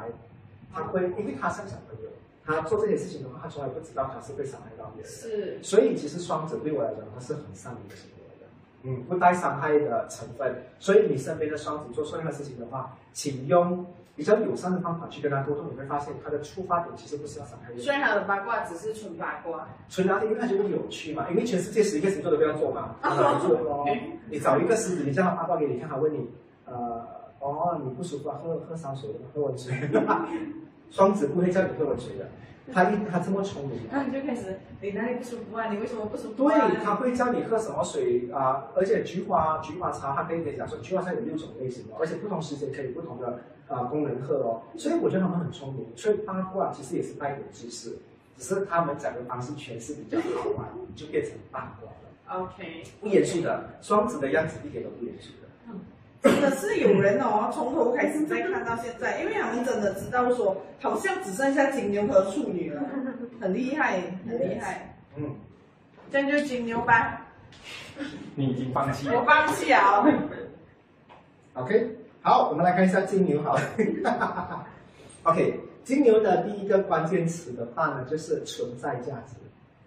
Speaker 2: 他会，因为他像小朋友，他做这些事情的话，他从来不知道他是会伤害到别人的。
Speaker 1: 是
Speaker 2: 所以其实双子对我来讲，它是很善良的行为的，嗯，不带伤害的成分。所以你身边的双子做任何事情的话，请用比较友善的方法去跟他沟通，你会发现他的出发点其实不是要伤害
Speaker 1: 虽
Speaker 2: 人，
Speaker 1: 然他的八卦只是纯八卦，
Speaker 2: 纯聊天，因为他觉得有趣嘛，因为全世界十一个星座都不要做嘛，他来做咯。你找一个狮子，你叫他八卦给你看，他问你，呃，哦，你不舒服啊，喝喝烧水吧，喝温水。双子不会叫你喝温水的，他一他这么聪明、
Speaker 1: 然后你就开始，你哪里不舒服啊？你为什么不舒服、啊？
Speaker 2: 对，他会教你喝什么水啊、而且菊花菊花茶，他可以跟你讲说，菊花茶有六种类型哦，而且不同时间可以不同的啊、功能喝哦。所以我觉得他们很聪明，所以八卦其实也是带一点知识，只是他们讲的方式诠释比较好玩，就变成八卦了。
Speaker 1: OK，
Speaker 2: 不严肃的，双子的样子一点都不严肃的。
Speaker 1: 真的是有人哦，从头开始再看到现在，因为他们真的知道说，好像只剩下金牛和处女 了，很厉害，很厉害。
Speaker 2: 嗯，
Speaker 1: 这样就金牛 吧，
Speaker 5: 你已经放弃
Speaker 1: 我
Speaker 5: 了。
Speaker 1: 放弃了。
Speaker 2: OK，好，我们来看一下金牛好 了。OK，金牛的第一个关键词的话呢，就是存在价值。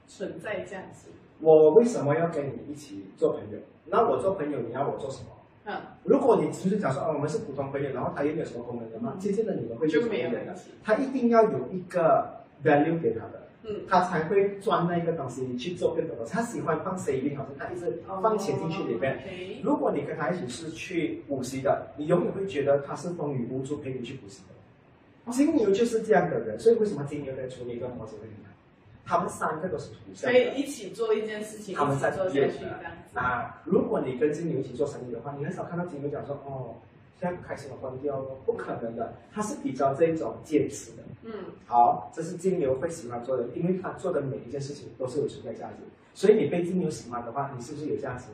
Speaker 1: 存在价值，
Speaker 2: 我为什么要跟你一起做朋友？那我做朋友，你要我做什么？
Speaker 1: 嗯，
Speaker 2: 如果你只是讲说，哦，我们是普通朋友，然后他又没有什么功能的话，渐渐的你们会
Speaker 1: 就没有
Speaker 2: 人
Speaker 1: 人
Speaker 2: 了。
Speaker 1: 气。
Speaker 2: 他一定要有一个 value 给他的，
Speaker 1: 嗯，
Speaker 2: 他才会钻那个东西去做更多东西。他喜欢放 saving，好像他一直放钱进去里面。
Speaker 1: 面。
Speaker 2: 如果你跟他一起是去补习的，你永远会觉得他是风雨无阻陪你去补习的。金牛就是这样的人，所以为什么金牛的处女跟摩羯会很好？他们三个都是土象
Speaker 1: 可
Speaker 2: 的。
Speaker 1: 以一起做一件事情，
Speaker 2: 他
Speaker 1: 一
Speaker 2: 们
Speaker 1: 起
Speaker 2: 在
Speaker 1: 做下去这样子。
Speaker 2: 啊，如果你跟金牛一起做生意的话，你很少看到金牛讲说哦，现在不开心我关掉咯，不可能的，他是比较这一种坚持的。
Speaker 1: 嗯，
Speaker 2: 好，这是金牛会喜欢做的，因为他做的每一件事情都是有存在价值，所以你被金牛喜欢的话，你是不是有价值？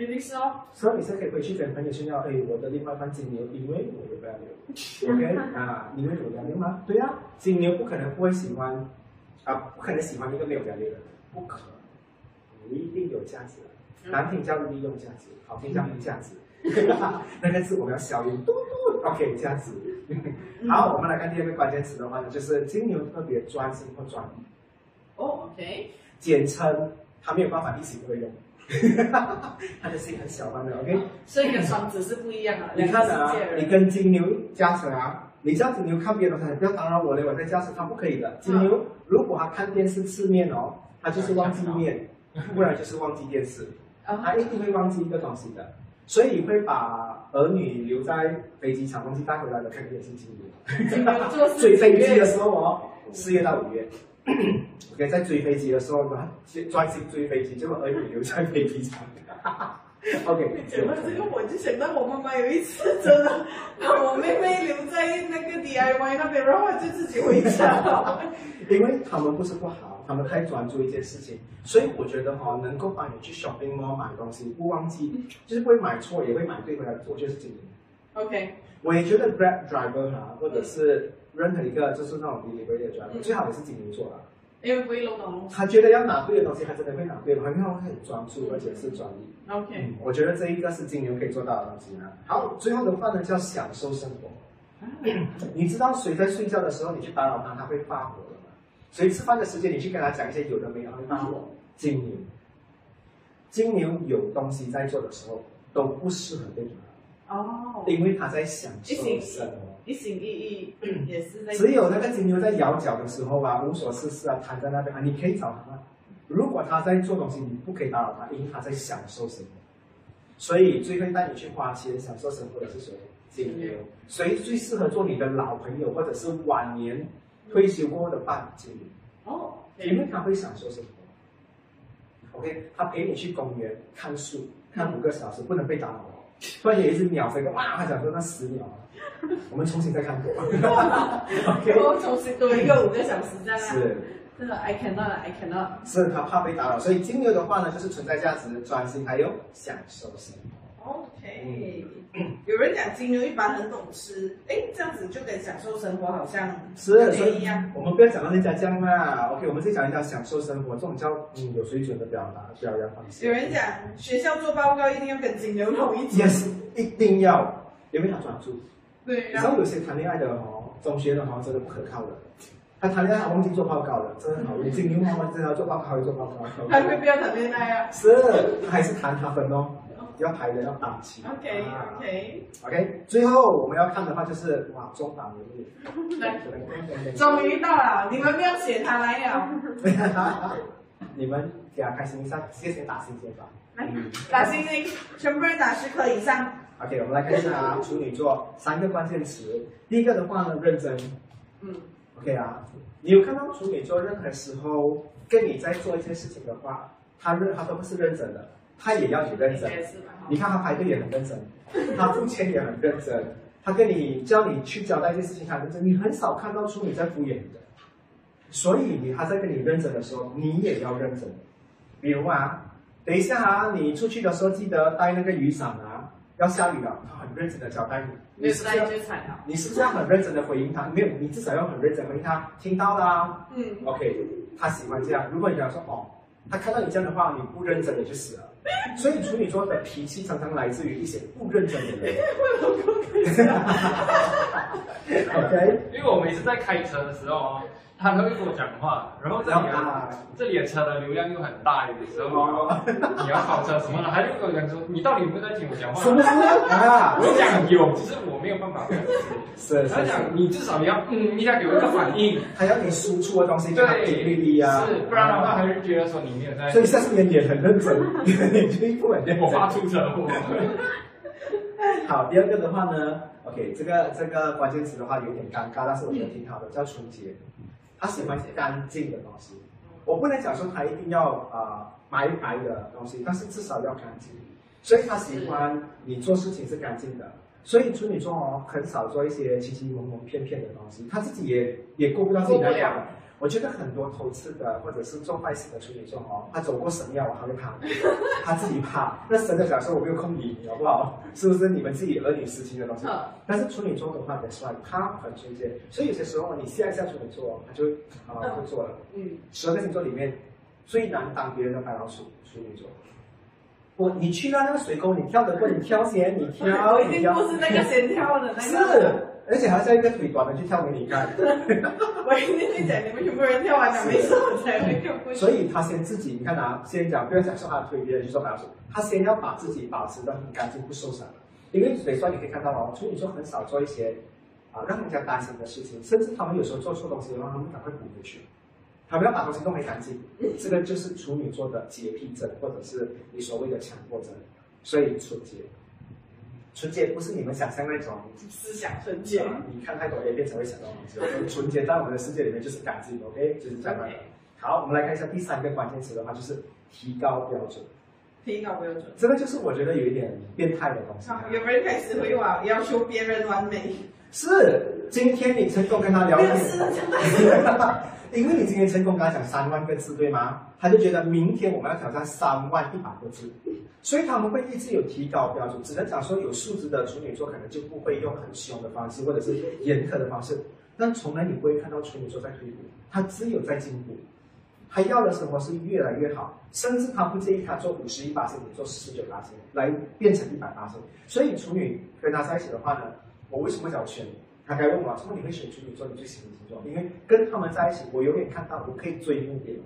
Speaker 1: 一定是哦。
Speaker 2: 所以你是可以回去跟朋友炫耀，哎，我的另外一半金牛，因为我的不要留，OK 啊，因为我不要留吗？对呀、啊，金牛不可能不会喜欢，啊，不可能喜欢一个没有不要留的人，不可能，你一定有价值啊的，难听叫利用价值，好听叫无价值，那个字我们要消音，嘟嘟，OK，价值。
Speaker 1: 嗯
Speaker 2: 好，我们来看第二个关键词的话呢，就是金牛特别专心或专一，
Speaker 1: 哦，OK，
Speaker 2: 简称他没有办法一起会用， 他的心很小范的，OK。
Speaker 1: 所以跟双子是不一样的，
Speaker 2: 你
Speaker 1: 两
Speaker 2: 看
Speaker 1: 个
Speaker 2: 啊
Speaker 1: 世界，人。
Speaker 2: 你跟金牛驾驶啊，你这样子牛看别人的不要打扰我嘞，我在驾驶，他不可以
Speaker 1: 嗯
Speaker 2: 的。金牛如果他看电视吃面哦，他就是忘记面，
Speaker 1: 嗯
Speaker 2: 不然就是忘记电视，
Speaker 1: 啊
Speaker 2: 他一定会忘记一个东西的。所以会把儿女留在飞机场忘记带回来的，肯定也是金牛。
Speaker 1: 金牛座是
Speaker 2: 追飞机的时候哦，
Speaker 1: 嗯
Speaker 2: 四月到五月。OK，在追飞机的时候呢，专心追飞机，结果儿女留在飞机场。OK，
Speaker 1: 讲到这个，我就想到我妈妈有一次真的 把我妹妹留在那个 DIY 那边，然后她就自己回家 了。
Speaker 2: 因为他们不是不好，他们太专注一件事情，所以我觉得哈、哦，能够帮你去 shopping mall 买东西，不忘记，就是不会买错，也会买对回来，我觉得是经营。
Speaker 1: OK，
Speaker 2: 我也觉得 Grab driver 哈、或者是任何一个就是那种 delivery 的 driver，、
Speaker 1: 嗯
Speaker 2: 最好也是金牛座啊。
Speaker 1: 因为不会漏洞。
Speaker 2: 他觉得要拿对的东西，他真的会拿对的，因为他会很专注，而且是专一。
Speaker 1: OK，
Speaker 2: 嗯，我觉得这一个是金牛可以做到的东西啊。好，最后的话呢，叫享受生活。你知道谁在睡觉的时候你去打扰他，他会发火的吗？谁吃饭的时间你去跟他讲一些有的没有，他会发火。金牛，金牛有东西在做的时候都不适合被打扰，
Speaker 1: 哦，
Speaker 2: 因为他在享受生活。
Speaker 1: 一心一意也是在。
Speaker 2: 嗯只有那个金牛在摇脚的时候啊，无所事事啊，躺在那边啊，你可以找他。如果他在做东西，你不可以打扰他，因为他在享受生活。所以最会带你去花钱享受生活的是谁？金牛。谁最适合做你的老朋友，或者是晚年退休过后的伴？金牛，
Speaker 1: 哦，
Speaker 2: 因为他会享受生活。OK，他陪你去公园看树，看五个小时，不能被打扰哦。突然有一只鸟飞过，哇！他想说那死鸟啊，我们重新再看过。OK，
Speaker 1: 然后重新多一个五个小时这样啊。
Speaker 2: 是
Speaker 1: 真的，I cannot 了，I cannot。
Speaker 2: 是他怕被打扰，所以金牛的话呢，就是存在价值、专心还有享受生活。
Speaker 1: OK，、有人讲金牛一般很懂吃，哎，这样子就跟享受生活好像有
Speaker 2: 是，所
Speaker 1: 点
Speaker 2: 以
Speaker 1: 一样。
Speaker 2: 我们不要讲到人家这样啦。OK，我们先啊讲一下享受生活，这种叫嗯有水准的表达表扬方 式。
Speaker 1: 有人讲学校做报告一定要跟金牛同一起，
Speaker 2: yes 一定要，因为他专注。
Speaker 1: 对，
Speaker 2: 你知
Speaker 1: 然后
Speaker 2: 道有些谈恋爱的哦，中学的哦，真的不可靠的。他谈恋爱还忘记做报告了，真的好，你金牛妈妈真的要做报告，还会做报告。
Speaker 1: 还会不要谈恋爱啊
Speaker 2: 是，他还是谈他分哦，要排的要打齐。
Speaker 1: ？OK
Speaker 2: 啊
Speaker 1: OK，
Speaker 2: OK，最后我们要看的话就是哇，中法文日，
Speaker 1: 来，终于到了，你们不要写他来了，
Speaker 2: 你们给他开心一下，谢谢打星先吧。
Speaker 1: 来
Speaker 3: 嗯
Speaker 1: 打星星，全部人打十颗以上。
Speaker 2: OK，我们来看一下啊，处女座三个关键词。第一个的话呢，认真。
Speaker 1: 嗯
Speaker 2: OK 啊，你有看到处女座任何时候跟你在做一件事情的话，他认他都不是认真的，他也要你认
Speaker 1: 应
Speaker 2: 真。
Speaker 1: 该是吧？哈
Speaker 2: 你看他排队也很认真，他付钱也很认真，他跟你叫你去交代一件事情，他很认真。你很少看到处女在敷衍的，所以你他在跟你认真的时候，你也要认真。比如啊，等一下啊，你出去的时候记得带那个雨伞啊，要下雨了，他很认真的交代你，
Speaker 1: 没
Speaker 2: 你
Speaker 1: 有
Speaker 2: 是不
Speaker 1: 带
Speaker 2: 是要
Speaker 1: 就惨了。
Speaker 2: 你是不是要很认真的回应他？没有，你至少要很认真地回应他，听到啊啦、
Speaker 1: 嗯，
Speaker 2: OK，他喜欢这样。如果你跟他说哦，他看到你这样的话，你不认真你就死了。所以处女座的脾气常常来自于一些不认真的人。OK，
Speaker 3: 因为我每次在开车的时候哦，他都会跟我讲话，然后这
Speaker 2: 然
Speaker 3: 里
Speaker 2: 后
Speaker 3: 啊，
Speaker 2: 啊，
Speaker 3: 这里的车的流量又很大，有的时候哦你要超车什么的，他就跟我讲说，你到底有没有在听我讲话
Speaker 2: 是？不是啊？
Speaker 3: 我讲有，只是我没有办法表示。
Speaker 2: 是
Speaker 3: 他
Speaker 2: 是是，
Speaker 3: 讲你至少要嗯一下给我一个反应，
Speaker 2: 他要你输出的东西，他
Speaker 3: 对，
Speaker 2: 频率低啊，
Speaker 3: 是，不然的话，他就觉得说你没有在
Speaker 2: 所。以下次你也很认真，你就不很认
Speaker 3: 我
Speaker 2: 真。
Speaker 3: 发出车祸，
Speaker 2: 好，第二个的话呢，OK，这个这个关键词的话有点尴尬，但是我觉得挺好的，叫纯洁。他喜欢干净的东西，我不能讲说他一定要啊、呃、白白的东西，但是至少要干净。所以他喜欢你做事情是干净的，所以处女座哦，很少做一些奇奇蒙蒙骗骗的东西，他自己也也顾不到自己在
Speaker 1: 顾不
Speaker 2: 干
Speaker 1: 了
Speaker 2: 嘛。我觉得很多偷吃的或者是做坏事的处女座哦，他走过神庙他会怕，他自己怕。那神的小说我没有空理你好不好？ 是不是你们自己儿女私情的东西？
Speaker 1: 嗯
Speaker 2: 但是处女座的话比较帅，他很纯洁，所以有些时候你吓一吓处女座，他就啊、
Speaker 1: 嗯
Speaker 2: 会做了。
Speaker 1: 嗯，
Speaker 2: 十二个星座里面最难当别人的白老鼠，处女座。我你去到那个水沟，你跳得过，你跳先，你 跳，
Speaker 1: 我一
Speaker 2: 你
Speaker 1: 定
Speaker 2: 跳
Speaker 1: 不，是那个先跳的那
Speaker 2: 是
Speaker 1: 个，，
Speaker 2: 而且还是要一个腿短的去跳给你看，
Speaker 1: 我一定会讲你们全部人跳完了没事，我才会跳过去。
Speaker 2: 所以他先自己，你看啊，先讲不要讲说他推别人去做白老鼠，他先要把自己保持得很干净，不受伤。因为所以说你可以看到哦，处女座很少做一些啊让人家担心的事情，甚至他们有时候做错东西的话，他们赶快补回去，他们要把东西弄回干净。这个就是处女座的洁癖症，或者是你所谓的强迫症。所以纯洁，纯洁不是你们想象那种
Speaker 1: 思想纯洁。
Speaker 2: 啊你看太多 A 片才会想到这种东西。纯洁在我们的世界里面就是干净，OK，就是这样的
Speaker 1: OK。
Speaker 2: 好，我们来看一下第三个关键词的话，就是提高标准。
Speaker 1: 提高标准。
Speaker 2: 这个就是我觉得有一点变态的东西。啊
Speaker 1: 好，啊有人开始会往要求别人完美，
Speaker 2: 是，今天你成功跟他聊
Speaker 1: 没有
Speaker 2: 天
Speaker 1: 事的，真的。
Speaker 2: 因为你今天成功跟他讲三万个字，对吗？他就觉得明天我们要挑战三万一百个字，所以他们会一直有提高标准。只能讲说，有素质的处女座可能就不会用很凶的方式，或者是严苛的方式，但从来你不会看到处女座在退步，他只有在进步。他要的生活是越来越好，甚至他不介意他做五十一八星，你做四十九八星，来变成一百八星。所以处女跟他在一起的话呢，我为什么想选你？他该问我，为什么你会选处女座？你最喜欢的星座？因为跟他们在一起，我永远看到我可以追梦别人，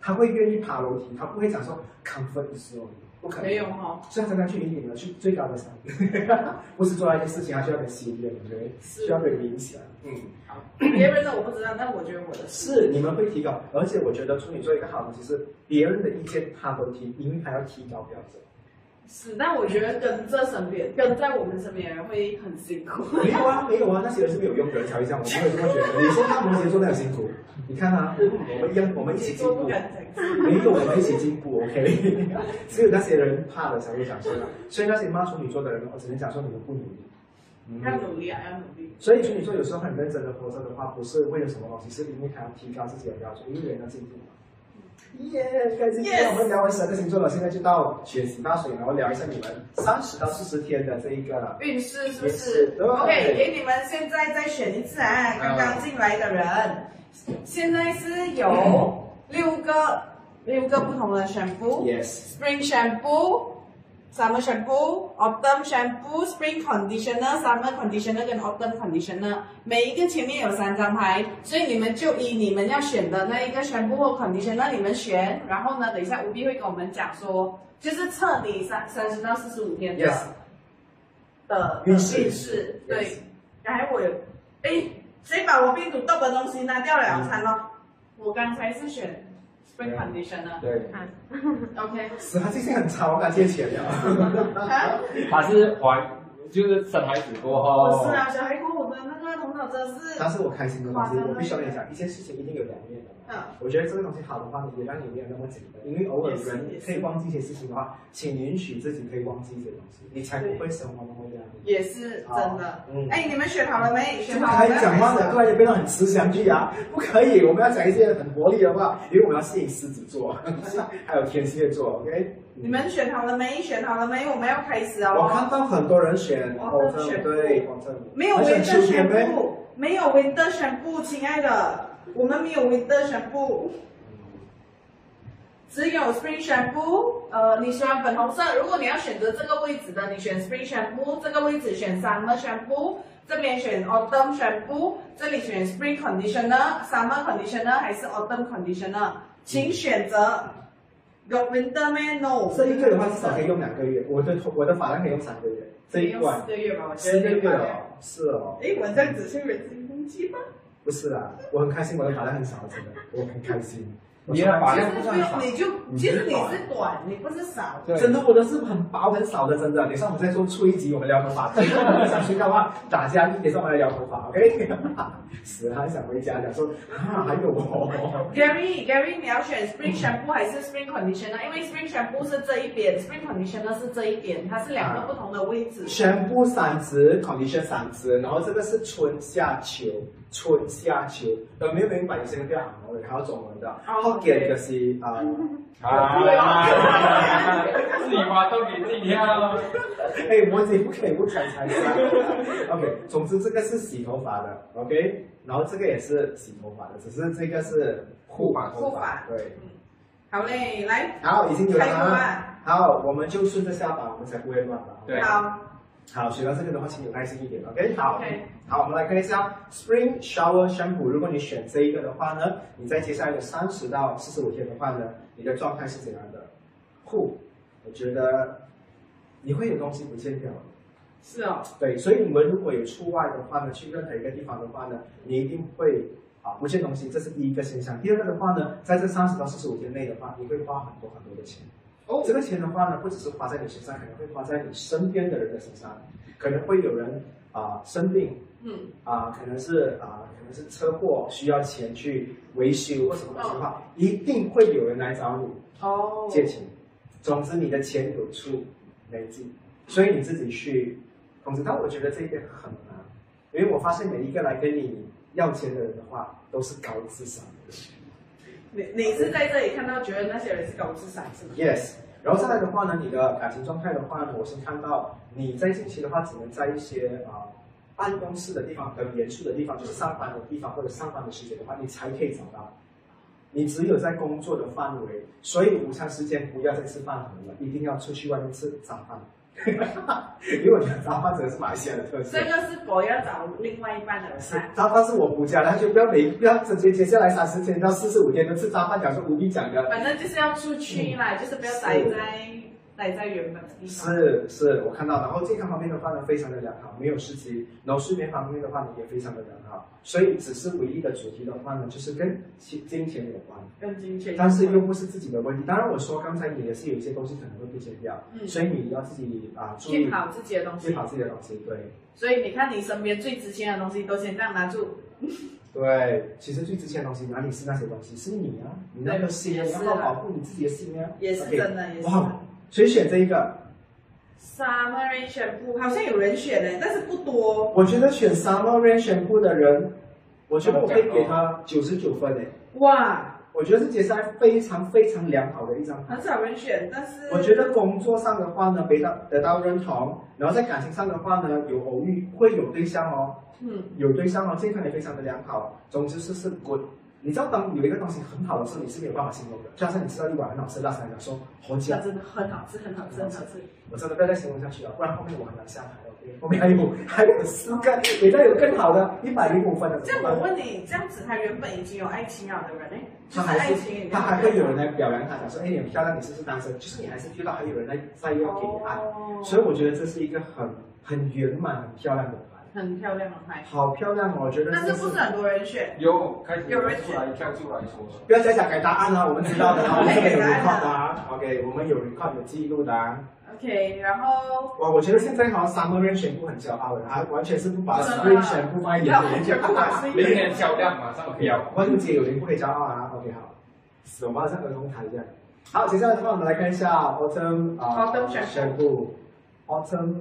Speaker 2: 他会愿意爬楼梯，他不会讲说 comfort is wrong，不可能。
Speaker 1: 没有哈、
Speaker 2: 所以他常常去引领了去最高的山，不是做到一件事情，他需要点洗练，对不对？
Speaker 1: 是
Speaker 2: 需要点影响。嗯，
Speaker 1: 好，别人的我不知道，但我觉得我的是
Speaker 2: 是你们会提高，而且我觉得处女座一个好东西是别人的意见他都听，因为他要提高标准。
Speaker 1: 是，但我觉得跟这身边跟在我们身边的人会很辛苦。
Speaker 2: 没有啊，没有啊，那些人是没有用的人才会这样，我没有这么觉得。你说他摩羯座那有辛苦，你看啊，我们一样，我们一起进
Speaker 1: 做不
Speaker 2: 步，
Speaker 1: 敢讲，
Speaker 2: 没有我们一起进步，OK？只有那些人怕了才会讲出来，所以那些骂处女座的人，我只能讲说你们不努力。
Speaker 1: 要努力啊，要努力。
Speaker 2: 所以处女座有时候很认真的活着的话，不是为了什么东西，是因为他要提高自己的标准，因为人要进步嘛。耶、该进步了
Speaker 1: Yes
Speaker 2: 我们聊完十二个星座了，现在就到选十大水了，我聊一下你们三十到四十天的这一个
Speaker 1: 运势是不
Speaker 2: 运
Speaker 1: 是
Speaker 2: 势对
Speaker 1: ？OK，给你们现在再选一次啊，刚刚进来的人，
Speaker 2: 嗯
Speaker 1: 现在是有六个六个不同的 shampoo。
Speaker 2: yes
Speaker 1: spring shampoo, summer shampoo, autumn shampoo, spring conditioner, summer conditioner 跟 autumn conditioner，每一个前面有三张牌，所以你们就依你们要选的那一个 shampoo 或 conditioner 你们选，然后呢，等一下吴碧会跟我们讲说，就是测你三三十到四十五天的
Speaker 2: yes，
Speaker 1: 的
Speaker 2: 运势
Speaker 1: 运势，
Speaker 2: Yes
Speaker 1: 对。刚才我有，哎，谁把我病毒痘的东西拿掉了？
Speaker 2: 嗯
Speaker 1: 惨了，我刚才是选 spring conditioner，OK、
Speaker 2: 对，
Speaker 4: 啊，
Speaker 1: OK
Speaker 2: 是他最近很超，他借钱了。
Speaker 1: 啊
Speaker 5: 他是怀，就是生孩子过
Speaker 1: 不
Speaker 5: 后
Speaker 1: 是，啊，小孩跟我们那个头脑真的是，
Speaker 2: 但是我开心的东西，我必须要跟你讲，一件事情一定有两面的。
Speaker 1: 嗯，
Speaker 2: 我觉得这个东西好的话，也让你没有那么紧绷，因为偶尔人
Speaker 1: 也是也是
Speaker 2: 可以忘记一些事情的话，请允许自己可以忘记一些东西，你才不会生活那么压力。
Speaker 1: 也是真的。
Speaker 2: 嗯，
Speaker 1: 哎，你们选好了没？
Speaker 2: 这
Speaker 1: 选
Speaker 2: 不
Speaker 1: 好
Speaker 2: 可
Speaker 1: 了
Speaker 2: 以
Speaker 1: 没？
Speaker 2: 讲话的，突然间变得很慈祥句啊！不可以，我们要讲一些很活力的话，因为我们要吸引狮子座， 还有天蝎座。OK，嗯
Speaker 1: 你们选好了没？选好了没？我们要开始啊！
Speaker 2: 我看到很多人选
Speaker 1: 我
Speaker 2: 欧特，
Speaker 1: 选
Speaker 2: 对，欧特，
Speaker 1: 没有
Speaker 2: 还选
Speaker 1: winter
Speaker 2: 秋天
Speaker 1: 选
Speaker 2: 呗。
Speaker 1: 布，没有 winter 选布，亲爱的，我们没有 winter 选布，只有 spring 选布。呃，你喜欢粉红色，如果你要选择这个位置的，你选 spring 选布，这个位置选 summer 选布，这边选 autumn 选布，这里选 spring conditioner、summer conditioner 还是 autumn conditioner，请选择。有 winter 没？No。
Speaker 2: 这一个的话至少可以用两个月，我的我的发量可以用三个月，这一罐
Speaker 1: 四个月吧，我觉
Speaker 2: 四
Speaker 1: 得
Speaker 2: 个
Speaker 1: 这
Speaker 2: 月
Speaker 1: 款
Speaker 2: 哦，是哦。
Speaker 1: 哎，我这样子是人身攻击吗？
Speaker 2: 不是啦，我很开心，我的发量很少，真的，我很开心。
Speaker 5: 你的发
Speaker 1: 其
Speaker 5: 量不
Speaker 1: 实
Speaker 5: 是
Speaker 1: 不
Speaker 5: 很
Speaker 1: 用，
Speaker 5: 少，
Speaker 1: 你就
Speaker 5: 你
Speaker 1: 其实
Speaker 5: 是
Speaker 1: 你
Speaker 5: 短
Speaker 1: 是短，你不是少。
Speaker 5: 对
Speaker 2: 真的，我的是很薄很少的，真的。等一下我们再做出一集，我们聊头发。所以如果你想睡觉的话，打下一，等一下我们来聊头发，OK？死还想回家，讲说啊，还有哦。
Speaker 1: Gary Gary，你要选 Spring Shampoo 还是 Spring Conditioner？因为 Spring Shampoo 是这一边，Spring Conditioner 是这一边，它是两个不同的位置。
Speaker 2: 全部三支，condition 三支，然后这个是春夏秋，春夏秋。有没有明白？有些人不要韩文，还有中文的。
Speaker 1: 哦
Speaker 2: 好点就 是啊，
Speaker 5: 啊，
Speaker 3: 自己挖洞给自己跳。
Speaker 2: 哎，我自己不可以不开猜是 吧 OK，总之这个是洗头发的，OK，然后这个也是洗头发的，只是这个是护发头
Speaker 1: 护
Speaker 2: 发
Speaker 1: 发，
Speaker 2: 对。
Speaker 1: 好嘞，来
Speaker 2: 好，已经有了
Speaker 1: 开始
Speaker 2: 啊。
Speaker 1: 吧。
Speaker 2: 好，我们就顺着下巴，我们才不会乱吧。
Speaker 5: 对
Speaker 1: 好
Speaker 2: 好，学到这个的话，请有耐心一点，OK？好。
Speaker 1: ，OK。
Speaker 2: 好，我们来看一下 Spring Shower Shampoo。如果你选这一个的话呢，你在接下来的三十到四十五天的话呢，你的状态是怎样的？酷，我觉得你会有东西不见掉。
Speaker 1: 是哦，
Speaker 2: 对，所以你们如果有出外的话呢，去任何一个地方的话呢，你一定会啊不见东西，这是第一个现象。第二个的话呢，在这三十到四十五天内的话，你会花很多很多的钱。
Speaker 1: 哦
Speaker 2: 这个钱的话呢，不只是花在你身上，可能会花在你身边的人的身上，可能会有人啊、生病
Speaker 1: 嗯，
Speaker 2: 啊、可能是啊、可能是车祸需要钱去维修或什么情况，一定会有人来找你。
Speaker 1: 哦，
Speaker 2: 借钱。总之，你的钱有处没进，所以你自己去控制。但我觉得这一点很难，因为我发现每一个来跟你要钱的人的话，都是高智商的。
Speaker 1: 你你是在这里看到觉得那些人是高智商是吗？
Speaker 2: Yes，然后再来的话呢，你的感情状态的话呢，我是看到你在近期的话，只能在一些啊、办公室的地方、很严肃的地方，就是上班的地方或者上班的时间的话，你才可以找到。你只有在工作的范围，所以午餐时间不要再吃饭盒了，一定要出去外面吃早饭。因为我觉得早饭真的是马来西亚的特色
Speaker 1: 这。个是我要找另外一半的人
Speaker 2: 是
Speaker 1: 来。
Speaker 2: 渣饭是我不加的，他就不要每不要直接接下来三十天到四十五天都吃渣饭，讲是无比讲的。
Speaker 1: 反正就是要出去啦，就是不要待在待在原本的地方。
Speaker 2: 是是，我看到。然后健康方面的话呢，非常的良好，没有湿气。然后睡眠方面的话呢，也非常的良好。所以只是唯一的主题的话呢，就是跟金金钱有关，
Speaker 1: 跟金钱有关，
Speaker 2: 但是又不是自己的问题。当然，我说刚才也是有一些东西可能会不见掉，
Speaker 1: 嗯，
Speaker 2: 所以你要自己啊、注意
Speaker 1: keep 好自己的东
Speaker 2: 记
Speaker 1: 西。
Speaker 2: 好自己的东西。对
Speaker 1: 所以你看，你身边最值钱的东西都先这样拿住，
Speaker 2: 对，其实最值钱的东西哪里是那些东西，是你啊，你那颗心
Speaker 1: 也
Speaker 2: 啊，你
Speaker 1: 是啊
Speaker 2: 要保护你自己的心啊。
Speaker 1: 也是
Speaker 2: OK，
Speaker 1: 真的，也是。
Speaker 2: 哇所以选这一个，
Speaker 1: Summer Rain Shampoo 好像有人选呢，但是不多。
Speaker 2: 我觉得选 Summer Rain 选布的人，我觉得我会给他九十九分诶、欸
Speaker 1: 哇，
Speaker 2: 我觉得是接下来非常非常良好的一张牌
Speaker 1: 很。少人选，但是
Speaker 2: 我觉得工作上的话呢，得到得到认同，然后在感情上的话呢，有偶遇，会有对象哦，
Speaker 1: 嗯，
Speaker 2: 有对象哦，健康也非常的良好，总之是是 good。你知道，当有一个东西很好的时候，你是没有办法形容的。就好像你吃到一碗很好吃的辣菜，你讲说好
Speaker 1: 那
Speaker 2: 假，
Speaker 1: 真的很好吃，很好吃，很好吃。
Speaker 2: 我真的不要再形容下去了，不然后面我很难下牌了。OK，后面还有还有四个，你再有更好的，一百零五分的
Speaker 1: 这
Speaker 2: 怎么
Speaker 1: 样
Speaker 2: 办
Speaker 1: 我？问你，这样子他原本已经有爱情了的人呢，就
Speaker 2: 他
Speaker 1: 是
Speaker 2: 还
Speaker 1: 爱
Speaker 2: 是
Speaker 1: 情里面
Speaker 2: 他还会有人来表扬他，讲说，哎，你很漂亮，你是不是单身？就是你还是遇到还有人来再要给你爱，
Speaker 1: 哦，
Speaker 2: 所以我觉得这是一个很很圆满、很漂亮的牌，
Speaker 1: 很漂亮，很拍。
Speaker 2: 好漂亮哦！我觉得
Speaker 1: 但
Speaker 2: 这
Speaker 1: 是
Speaker 2: 个
Speaker 1: 不是很多人选？
Speaker 5: 有开始出来跳出来说，
Speaker 2: 不要再想改答案了，我们知 道的，我们这边有 record 的啊，OK，我们有 record 有记录的啊。
Speaker 1: OK，然后
Speaker 2: 哇，我觉得现在好像 Summer Rain 全部很骄傲的，他完全是不把
Speaker 1: 真的啊
Speaker 2: Spring 全部放在
Speaker 1: 不
Speaker 2: 眼
Speaker 1: 要
Speaker 2: 里
Speaker 1: 完。全不管 是一个
Speaker 5: 明年销量马上飙。
Speaker 2: 万圣节有人不可以骄傲啊，OK 好，死我妈像儿童台一样。好，接下来的话我们来看一下 Autumn 啊、
Speaker 1: Autumn
Speaker 2: 宣
Speaker 1: 宣
Speaker 2: 布 Autumn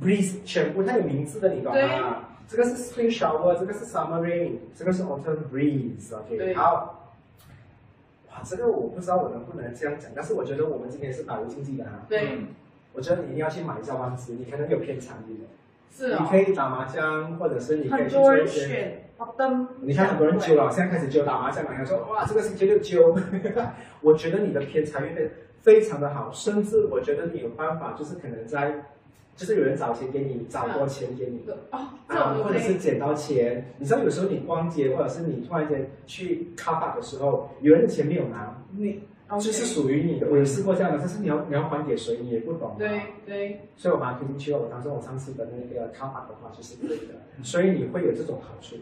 Speaker 2: Breeze 宣布，它有名字的，你懂
Speaker 1: 对
Speaker 2: 吗？这个是 Spring Shower，这个是 Summer Rain，这个是 Autumn Breeze，OK、
Speaker 1: 对
Speaker 2: 好。哇，这个我不知道我能不能这样讲，但是我觉得我们今天是百无禁忌的啊。
Speaker 1: 对，
Speaker 5: 嗯，
Speaker 2: 我觉得你一定要去买一下万斯，你可能有偏差一点，
Speaker 1: 是
Speaker 2: 你
Speaker 1: 哦
Speaker 2: 可，以打麻将，或者是你可以
Speaker 1: 很
Speaker 2: 去做
Speaker 1: 多
Speaker 2: 一
Speaker 1: 人
Speaker 2: 些。
Speaker 1: 选 bottom，
Speaker 2: 你看很多人揪了，现在开始揪打麻将了，然后说哇，这个星期六揪。 我觉得你的偏财运的非常的好，甚至我觉得你有办法，就是可能在，就是有人找钱给你，找多钱给你，
Speaker 1: 哦，这
Speaker 2: 啊，
Speaker 1: 种
Speaker 2: 或
Speaker 1: 我
Speaker 2: 者
Speaker 1: 也
Speaker 2: 是捡到钱。你知道有时候你逛街，或者是你突然间去 car park 的时候，有人的钱没有拿，
Speaker 1: 你
Speaker 2: 这是属于你的。我有试过这样的，但是你要你要还给谁，你也不懂、啊。
Speaker 1: 对对，
Speaker 2: 所以我把它推
Speaker 1: 嗯
Speaker 2: 进去了。我当中我上次的那个 car park 的话就是对的，所以你会有这种好处。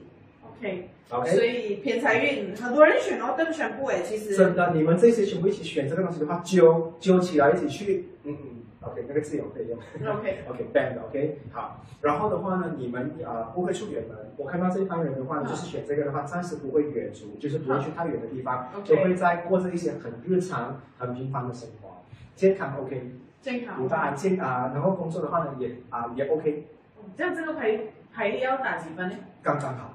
Speaker 2: OK，
Speaker 1: OK，所
Speaker 2: OK，
Speaker 1: 以偏财运很多人选哦，邓全部哎，其实
Speaker 2: 真的，你们这些全部一起选这个东西的话，揪揪起来一起去，嗯嗯，OK，那个字有可以用。
Speaker 1: OK，
Speaker 2: OK，band，OK，、好。然后的话呢，你们啊、呃不会出远门。我看到这一帮人的话呢，就是选这个的话，暂时不会远足，就是不会去太远的地方，
Speaker 1: OK
Speaker 2: 就会在过着一些很日常、很平凡的生活。健康 OK，
Speaker 1: 健康
Speaker 2: 五。大健啊、然后工作的话呢，也啊、也 OK，
Speaker 1: 哦这样这个牌牌要打几分呢？
Speaker 2: 刚刚好。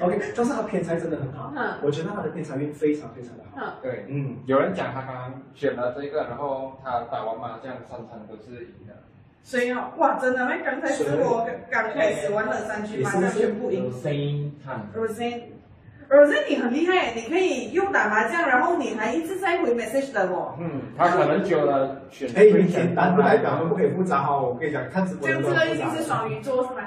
Speaker 2: OK，但是他偏财真的很好，
Speaker 1: 嗯
Speaker 2: 我觉得他的偏财运非常非常的好。
Speaker 1: 嗯，
Speaker 5: 对，
Speaker 2: 嗯，
Speaker 5: 有人讲他刚刚选了这个，然后他打完麻将三场都是赢的。
Speaker 1: 所以哦，哇，真的，那刚才是我刚开始玩了三局麻将全部赢。
Speaker 6: 声音看
Speaker 1: Rosen，Rosen 你很厉害，你可以又打麻将，然后你还一直在回 message 的哦我。
Speaker 5: 嗯，他可能久了选
Speaker 2: 哎，你简单不代表我们不可以复杂哦。我跟你讲，看直播
Speaker 1: 这
Speaker 2: 的
Speaker 1: 样
Speaker 2: 都
Speaker 1: 这个
Speaker 2: 很复
Speaker 1: 已经
Speaker 2: 杂
Speaker 1: 是双鱼座是吗？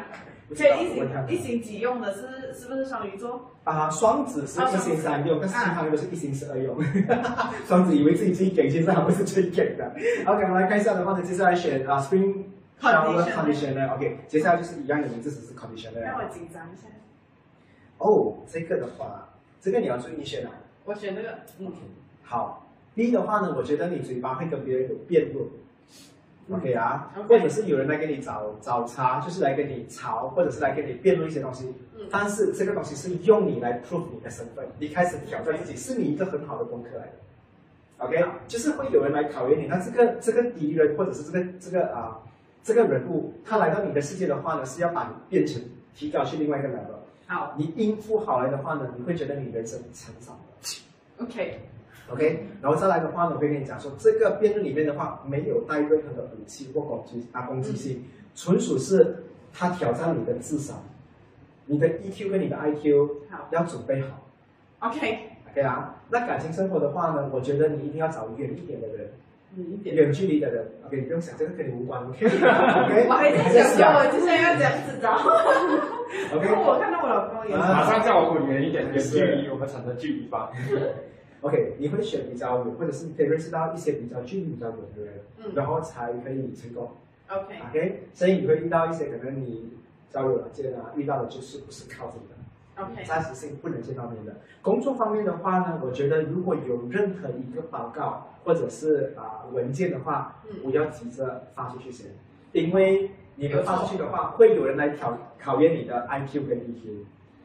Speaker 2: 不知
Speaker 1: 这
Speaker 2: 道
Speaker 1: 一
Speaker 2: 我看
Speaker 1: 星一星几用的是是不是双鱼座？
Speaker 2: 啊，双子是一心三
Speaker 1: 啊
Speaker 2: 用，但是其他人都是一心十二用。 双子以为自己最给，其实他们是最给的。OK，我们来看一下的话呢，接下来选啊 spring shower
Speaker 1: Conditioner
Speaker 2: conditioner。OK，接下来就是一样，你们这只是 conditioner
Speaker 1: 让。我紧张一下，
Speaker 2: 哦，这个的话，这个你要注意你选哪？
Speaker 1: 我选这个，嗯，
Speaker 2: 好，B 的话呢，我觉得你嘴巴会跟别人有辩论。OK
Speaker 1: 嗯
Speaker 2: 啊
Speaker 1: OK
Speaker 2: 或者是有人来跟你找找茬，就是来跟你吵，或者是来跟你辩论一些东西。
Speaker 1: 嗯
Speaker 2: 但是这个东西是用你来 prove 你的身份，你开始挑战自己，是你一个很好的功课来的。OK，就是会有人来考验你。那这个这个敌人或者是这个这个啊、这个人物，他来到你的世界的话呢，是要把你变成提高去另外一个 level。
Speaker 1: 好
Speaker 2: 你应付好来的话呢，你会觉得你人生成长了。
Speaker 1: ，OK，
Speaker 2: OK，然后再来的话呢，我会跟你讲说，这个辩论里面的话，没有带任何的武器或攻击啊攻击性，
Speaker 1: 嗯
Speaker 2: 纯属是他挑战你的智商，你的 EQ 跟你的 IQ
Speaker 1: 好
Speaker 2: 要准备好
Speaker 1: ，OK，
Speaker 2: ，OK 啊。那感情生活的话呢，我觉得你一定要找远一点的人，
Speaker 1: 嗯，一点。
Speaker 2: 远距离的人。OK，你不用想，这个跟你无关。OK，OK，
Speaker 1: 我还在想说，我就是要这样子找。
Speaker 2: OK，
Speaker 1: 然后我看到我老公也是。
Speaker 2: 啊
Speaker 5: 马上叫我滚远一点，远距离我们产生距离吧。
Speaker 2: OK，你会选比较远，或者是你可以认识到一些比较距离比较远的人，
Speaker 1: 嗯
Speaker 2: 然后才可以成功。
Speaker 1: OK，
Speaker 2: OK，所以你会遇到一些可能你交友软件啊遇到的就是不是靠谱的，
Speaker 1: OK，
Speaker 2: 暂时性不能见到面的。工作方面的话呢，我觉得如果有任何一个报告或者是啊、文件的话，
Speaker 1: 嗯
Speaker 2: 不要急着发出去先，因为你们发出去的话，会有人来考考验你的 IQ 跟 EQ。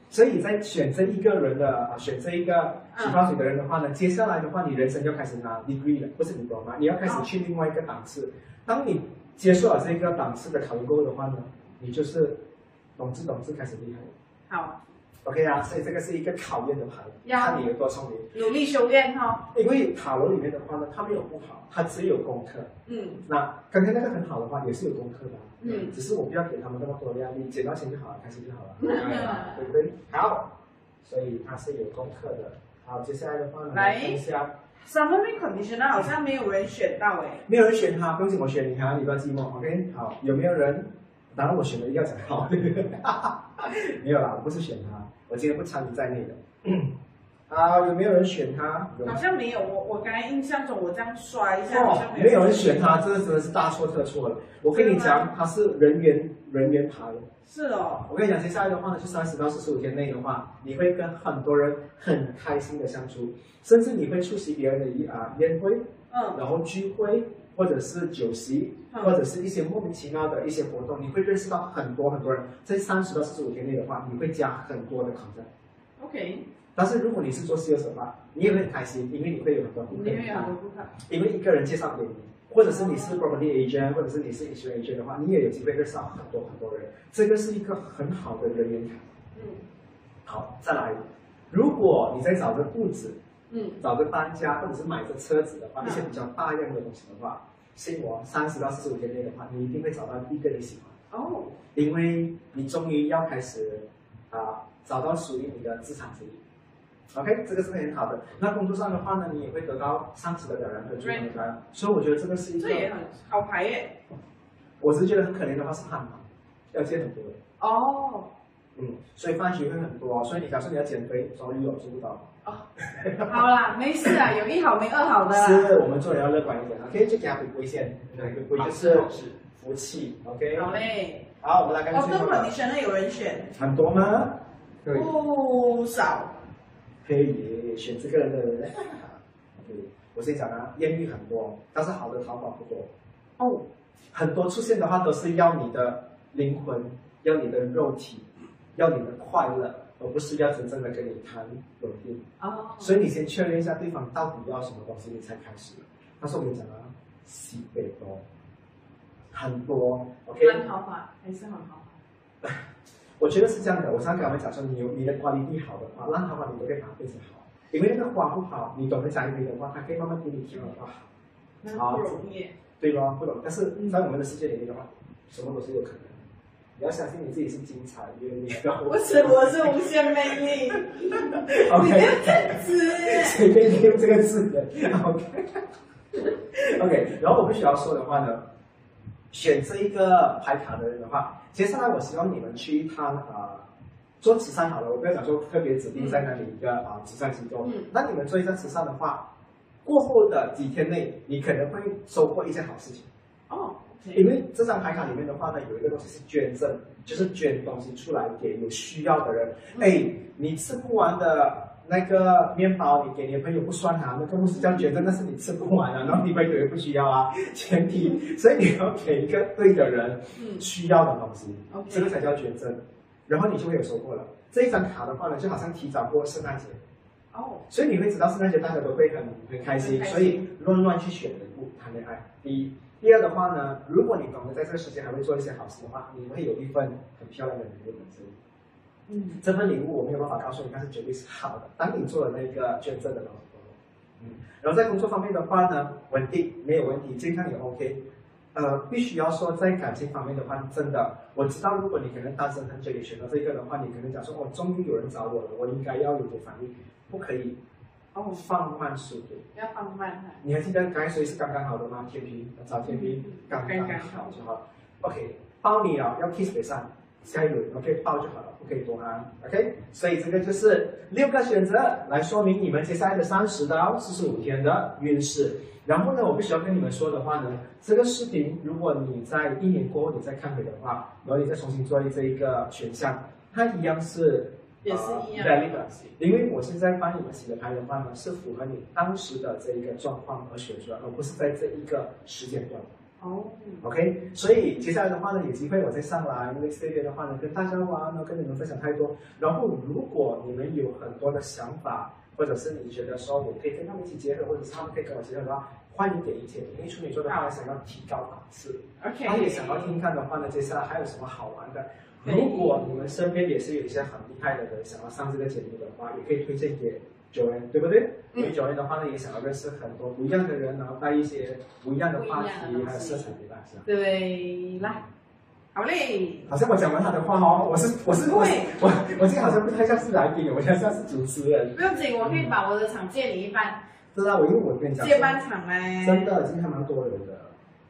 Speaker 2: 所以在选这一个人的啊，选这一个
Speaker 1: 嗯
Speaker 2: 举报水的人的话呢，接下来的话，你人生要开始拿 degree 了，不是 diploma，你要开始去另外一个档次。当你接受了这个档次的考验过后的话呢，你就是懂事懂事开始厉害。
Speaker 1: 好，
Speaker 2: OK 啊，所以这个是一个考验的牌，
Speaker 1: 呀
Speaker 2: 看你有多聪明。
Speaker 1: 努力修炼哈。
Speaker 2: 因为塔罗里面的话呢，它没有不好，它只有功课。
Speaker 1: 嗯
Speaker 2: 那刚刚那个很好的话，也是有功课的啊、
Speaker 1: 嗯
Speaker 2: 只是我不要给他们那么多压力，捡到钱就好了，开心就好了。
Speaker 1: 嗯
Speaker 2: 对不对？好，所以它是有功课的。好，接下来的话呢，
Speaker 1: 来
Speaker 2: 看一下，
Speaker 1: ，Summer Rain Conditioner 好像没有人选到哎。
Speaker 2: 没有人选他，不用紧，我选你哈，你不要寂寞。OK，好，有没有人？当然我选了一定要讲好， 没有啦，我不是选他，我今天不参与在内的。 啊，有没有人选他？有
Speaker 1: 好像没有，我我刚才印象中我这样刷一下，好
Speaker 2: 哦
Speaker 1: 像，
Speaker 2: 没有人选他，这个真的是大错特错了。我跟你
Speaker 1: 真的
Speaker 2: 讲，他是人员人员牌。
Speaker 1: 是哦，
Speaker 2: 我跟你讲，接下来的话呢，就三十到四十五天内的话，你会跟很多人很开心的相处，甚至你会出席别人的一啊宴会，
Speaker 1: 嗯
Speaker 2: 然后聚会，或者是酒席，
Speaker 1: 嗯
Speaker 2: 或者是一些莫名其妙的一些活动，你会认识到很多很多人。在三十到四十五天内的话，你会加很多的口罩。
Speaker 1: ，OK，
Speaker 2: 但是如果你是做 sales 的话，你也会很开心，因为你会有很多顾
Speaker 1: 你
Speaker 2: 客。
Speaker 1: 没有很多顾客，
Speaker 2: 因为一个人介绍给你，或者是你是 property agent，或者是你是 insurance agent 的话，你也有机会认识到很多很多人，这个是一个很好的人缘卡。
Speaker 1: 嗯
Speaker 2: 好，再来，如果你在找着铺子、
Speaker 1: 嗯
Speaker 2: 找着搬家或者是买着车子的话，
Speaker 1: 嗯
Speaker 2: 一些比较大样的东西的话，信我，三十到四十五天内的话，你一定会找到一个你喜欢的，
Speaker 1: 哦，
Speaker 2: 因为你终于要开始啊、找到属于你的资产之一。OK，这个是很好的。那工作上的话呢，你也会得到上司的表扬和主管的表扬，所以我觉得这个是一个
Speaker 1: 这也很好牌耶，
Speaker 2: 我是觉得很可怜的话是汉堡，要减很多的，
Speaker 1: 哦
Speaker 2: 嗯，所以饭局会很多，啊所以你假设你要减肥，所以有做不到。
Speaker 1: 哦，好啦，没事啊，有一好没二好的啦，
Speaker 2: 是我啊们做人要乐观一点，OK，就给他回归线，
Speaker 5: 对啊
Speaker 2: 回归就
Speaker 5: 好
Speaker 2: 是
Speaker 5: 好事
Speaker 2: 福气，OK。
Speaker 1: 好嘞，
Speaker 2: 好，我们来看
Speaker 1: 哦，
Speaker 2: 最
Speaker 1: 跟 c
Speaker 2: 后
Speaker 1: o
Speaker 2: 的
Speaker 1: n d i 有人选，
Speaker 2: 很多吗？对，
Speaker 1: 不少。
Speaker 2: 可以选这个人的人。对，我先讲啊，艳遇很多，但是好的逃跑不多。
Speaker 1: 哦，
Speaker 2: 很多出现的话都是要你的灵魂，要你的肉体，要你的快乐，而不是要真正的跟你谈稳定。
Speaker 1: 哦，
Speaker 2: 所以你先确认一下对方到底要什么东西，你才开始。但是我跟你讲啊，西北多，很多，OK，
Speaker 1: 很豪华，还是很豪华。
Speaker 2: 我觉得是这样的，我上次跟他们讲说，你有你的管理力好的话，让他把你都可以把它变成好，因为那个花不好，你懂得栽培的话，它可以慢慢给你调的话
Speaker 1: 那
Speaker 2: 好，
Speaker 1: 不容易。
Speaker 2: 对吧？不懂，但是在我们的世界里面的话，什么都是有可能的。你要相信你自己是精彩阅历的。
Speaker 1: 我只 我是无限魅力，你不
Speaker 2: OK，
Speaker 1: 要这样子。
Speaker 2: 随便用这个字的。OK OK，然后我必须要说的话呢，选这一个牌卡的人的话，接下来我希望你们去一趟啊、呃做慈善好了，我不要讲说特别指定在哪里一个啊、呃慈善机构。
Speaker 1: 嗯
Speaker 2: 那你们做一下慈善的话，过后的几天内，你可能会收获一件好事情。
Speaker 1: 哦，OK，
Speaker 2: 因为这张牌卡里面的话呢，有一个东西是捐赠，就是捐东西出来给有需要的人。
Speaker 1: 嗯
Speaker 2: 哎，你吃不完的那个面包，你给你的朋友不算啊，那个不是叫捐赠，那是你吃 不完啊，然后你朋友也不需要啊，前提，所以你要给一个对的人
Speaker 1: 嗯
Speaker 2: 需要的东西，
Speaker 1: ，OK，
Speaker 2: 这个才叫捐赠，然后你就会有收获了。这一张卡的话呢，就好像提早过圣诞节，
Speaker 1: 哦，
Speaker 2: 所以你会知道圣诞节大家都会很很开
Speaker 1: 很
Speaker 2: 心，
Speaker 1: 开心
Speaker 2: 所以乱乱去选人不谈恋爱。第一，第二的话呢，如果你懂得在这个时间还会做一些好事的话，你会有一份很漂亮的礼物本身。
Speaker 1: 嗯，
Speaker 2: 这份礼物我没有办法告诉你，但是绝对是好的。当你做了那个捐赠的劳动，嗯，然后在工作方面的话呢，稳定没有问题，健康也 OK。呃，必须要说在感情方面的话，真的，我知道如果你可能单身很久也选到这个的话，你可能讲说，哦，终于有人找我了，我应该要有点反应，不可以
Speaker 1: 哦，
Speaker 2: 放慢速度。
Speaker 1: 要放慢它。
Speaker 2: 你还记得刚才谁是刚刚好的吗？天平找天平刚刚好就好。OK，抱你啊，要 kiss 北上，下一轮 OK 抱就好了，不可以多安 OK。所以这个就是六个选择来说明你们接下来的三十到四十五天的运势。然后呢，我必须要跟你们说的话呢，这个视频如果你在一年过后你再看回的话，然后你再重新做这一个选项，它一样是
Speaker 1: 也是一样
Speaker 2: 呃 valid 的因为我现在帮你们洗的牌的话呢，是符合你当时的这一个状况而选出来，而不是在这一个时间段。
Speaker 1: 哦，
Speaker 2: OK，所以接下来的话呢，有机会我再上来 next day 的话呢，跟大家玩，啊呢，跟你们分享太多。然后如果你们有很多的想法，或者是你觉得说我可以跟他们一起结合，或者是他们可以跟我结合的话，欢迎给意见，因为处女座的话想要提高档次。
Speaker 1: OK，
Speaker 2: 他也想要听看的话呢，接下来还有什么好玩的？如果你们身边也是有一些很厉害的人想要上这个节目的话，也可以推荐给九恩，对不对？
Speaker 1: 嗯
Speaker 2: 因为九恩的话呢，也想要认识很多不一样的人，然后带一些不一样的话
Speaker 1: 不一样的东
Speaker 2: 题
Speaker 1: 西
Speaker 2: 还有色彩给大家。
Speaker 1: 对啦，好嘞，
Speaker 2: 好像我讲完他的话哦，我是我是
Speaker 1: 不
Speaker 2: 我
Speaker 1: 会
Speaker 2: 我我今天好像不太像是来宾，我像像是主持人。
Speaker 1: 不用紧，我可以把我的场借你一半，
Speaker 2: 知道我因为我跟你讲，
Speaker 1: 借半场嘞。
Speaker 2: 真。的今天还蛮多人的，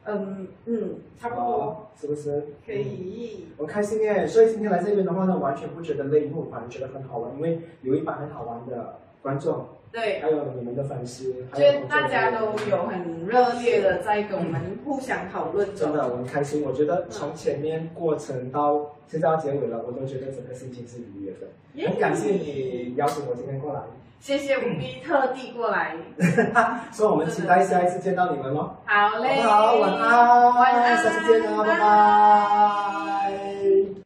Speaker 1: 嗯嗯，差不多
Speaker 2: 哦是不是？
Speaker 1: 可。以。
Speaker 2: 我开心耶！所以今天来这边的话呢，完全不觉得累，因为我反而觉得很好玩，因为有一班很好玩的观众，
Speaker 1: 对，
Speaker 2: 还有你们的粉丝，
Speaker 1: 就
Speaker 2: 还有
Speaker 1: 是大家都有很热烈的在跟我们互相讨论
Speaker 2: 真
Speaker 1: 中。
Speaker 2: 的，我很开心。我觉得从前面过程到现在要结尾了，我都觉得整个心情是愉悦的。
Speaker 1: 耶
Speaker 2: 很感谢。你邀请我今天过来，
Speaker 1: 谢谢五 B 特地过来。
Speaker 2: 所以我们期待下一次见到你们喽，
Speaker 1: 好
Speaker 2: 好
Speaker 1: 嘞。
Speaker 2: 不好？晚安，
Speaker 1: 晚安，
Speaker 2: 下次见哦，拜拜。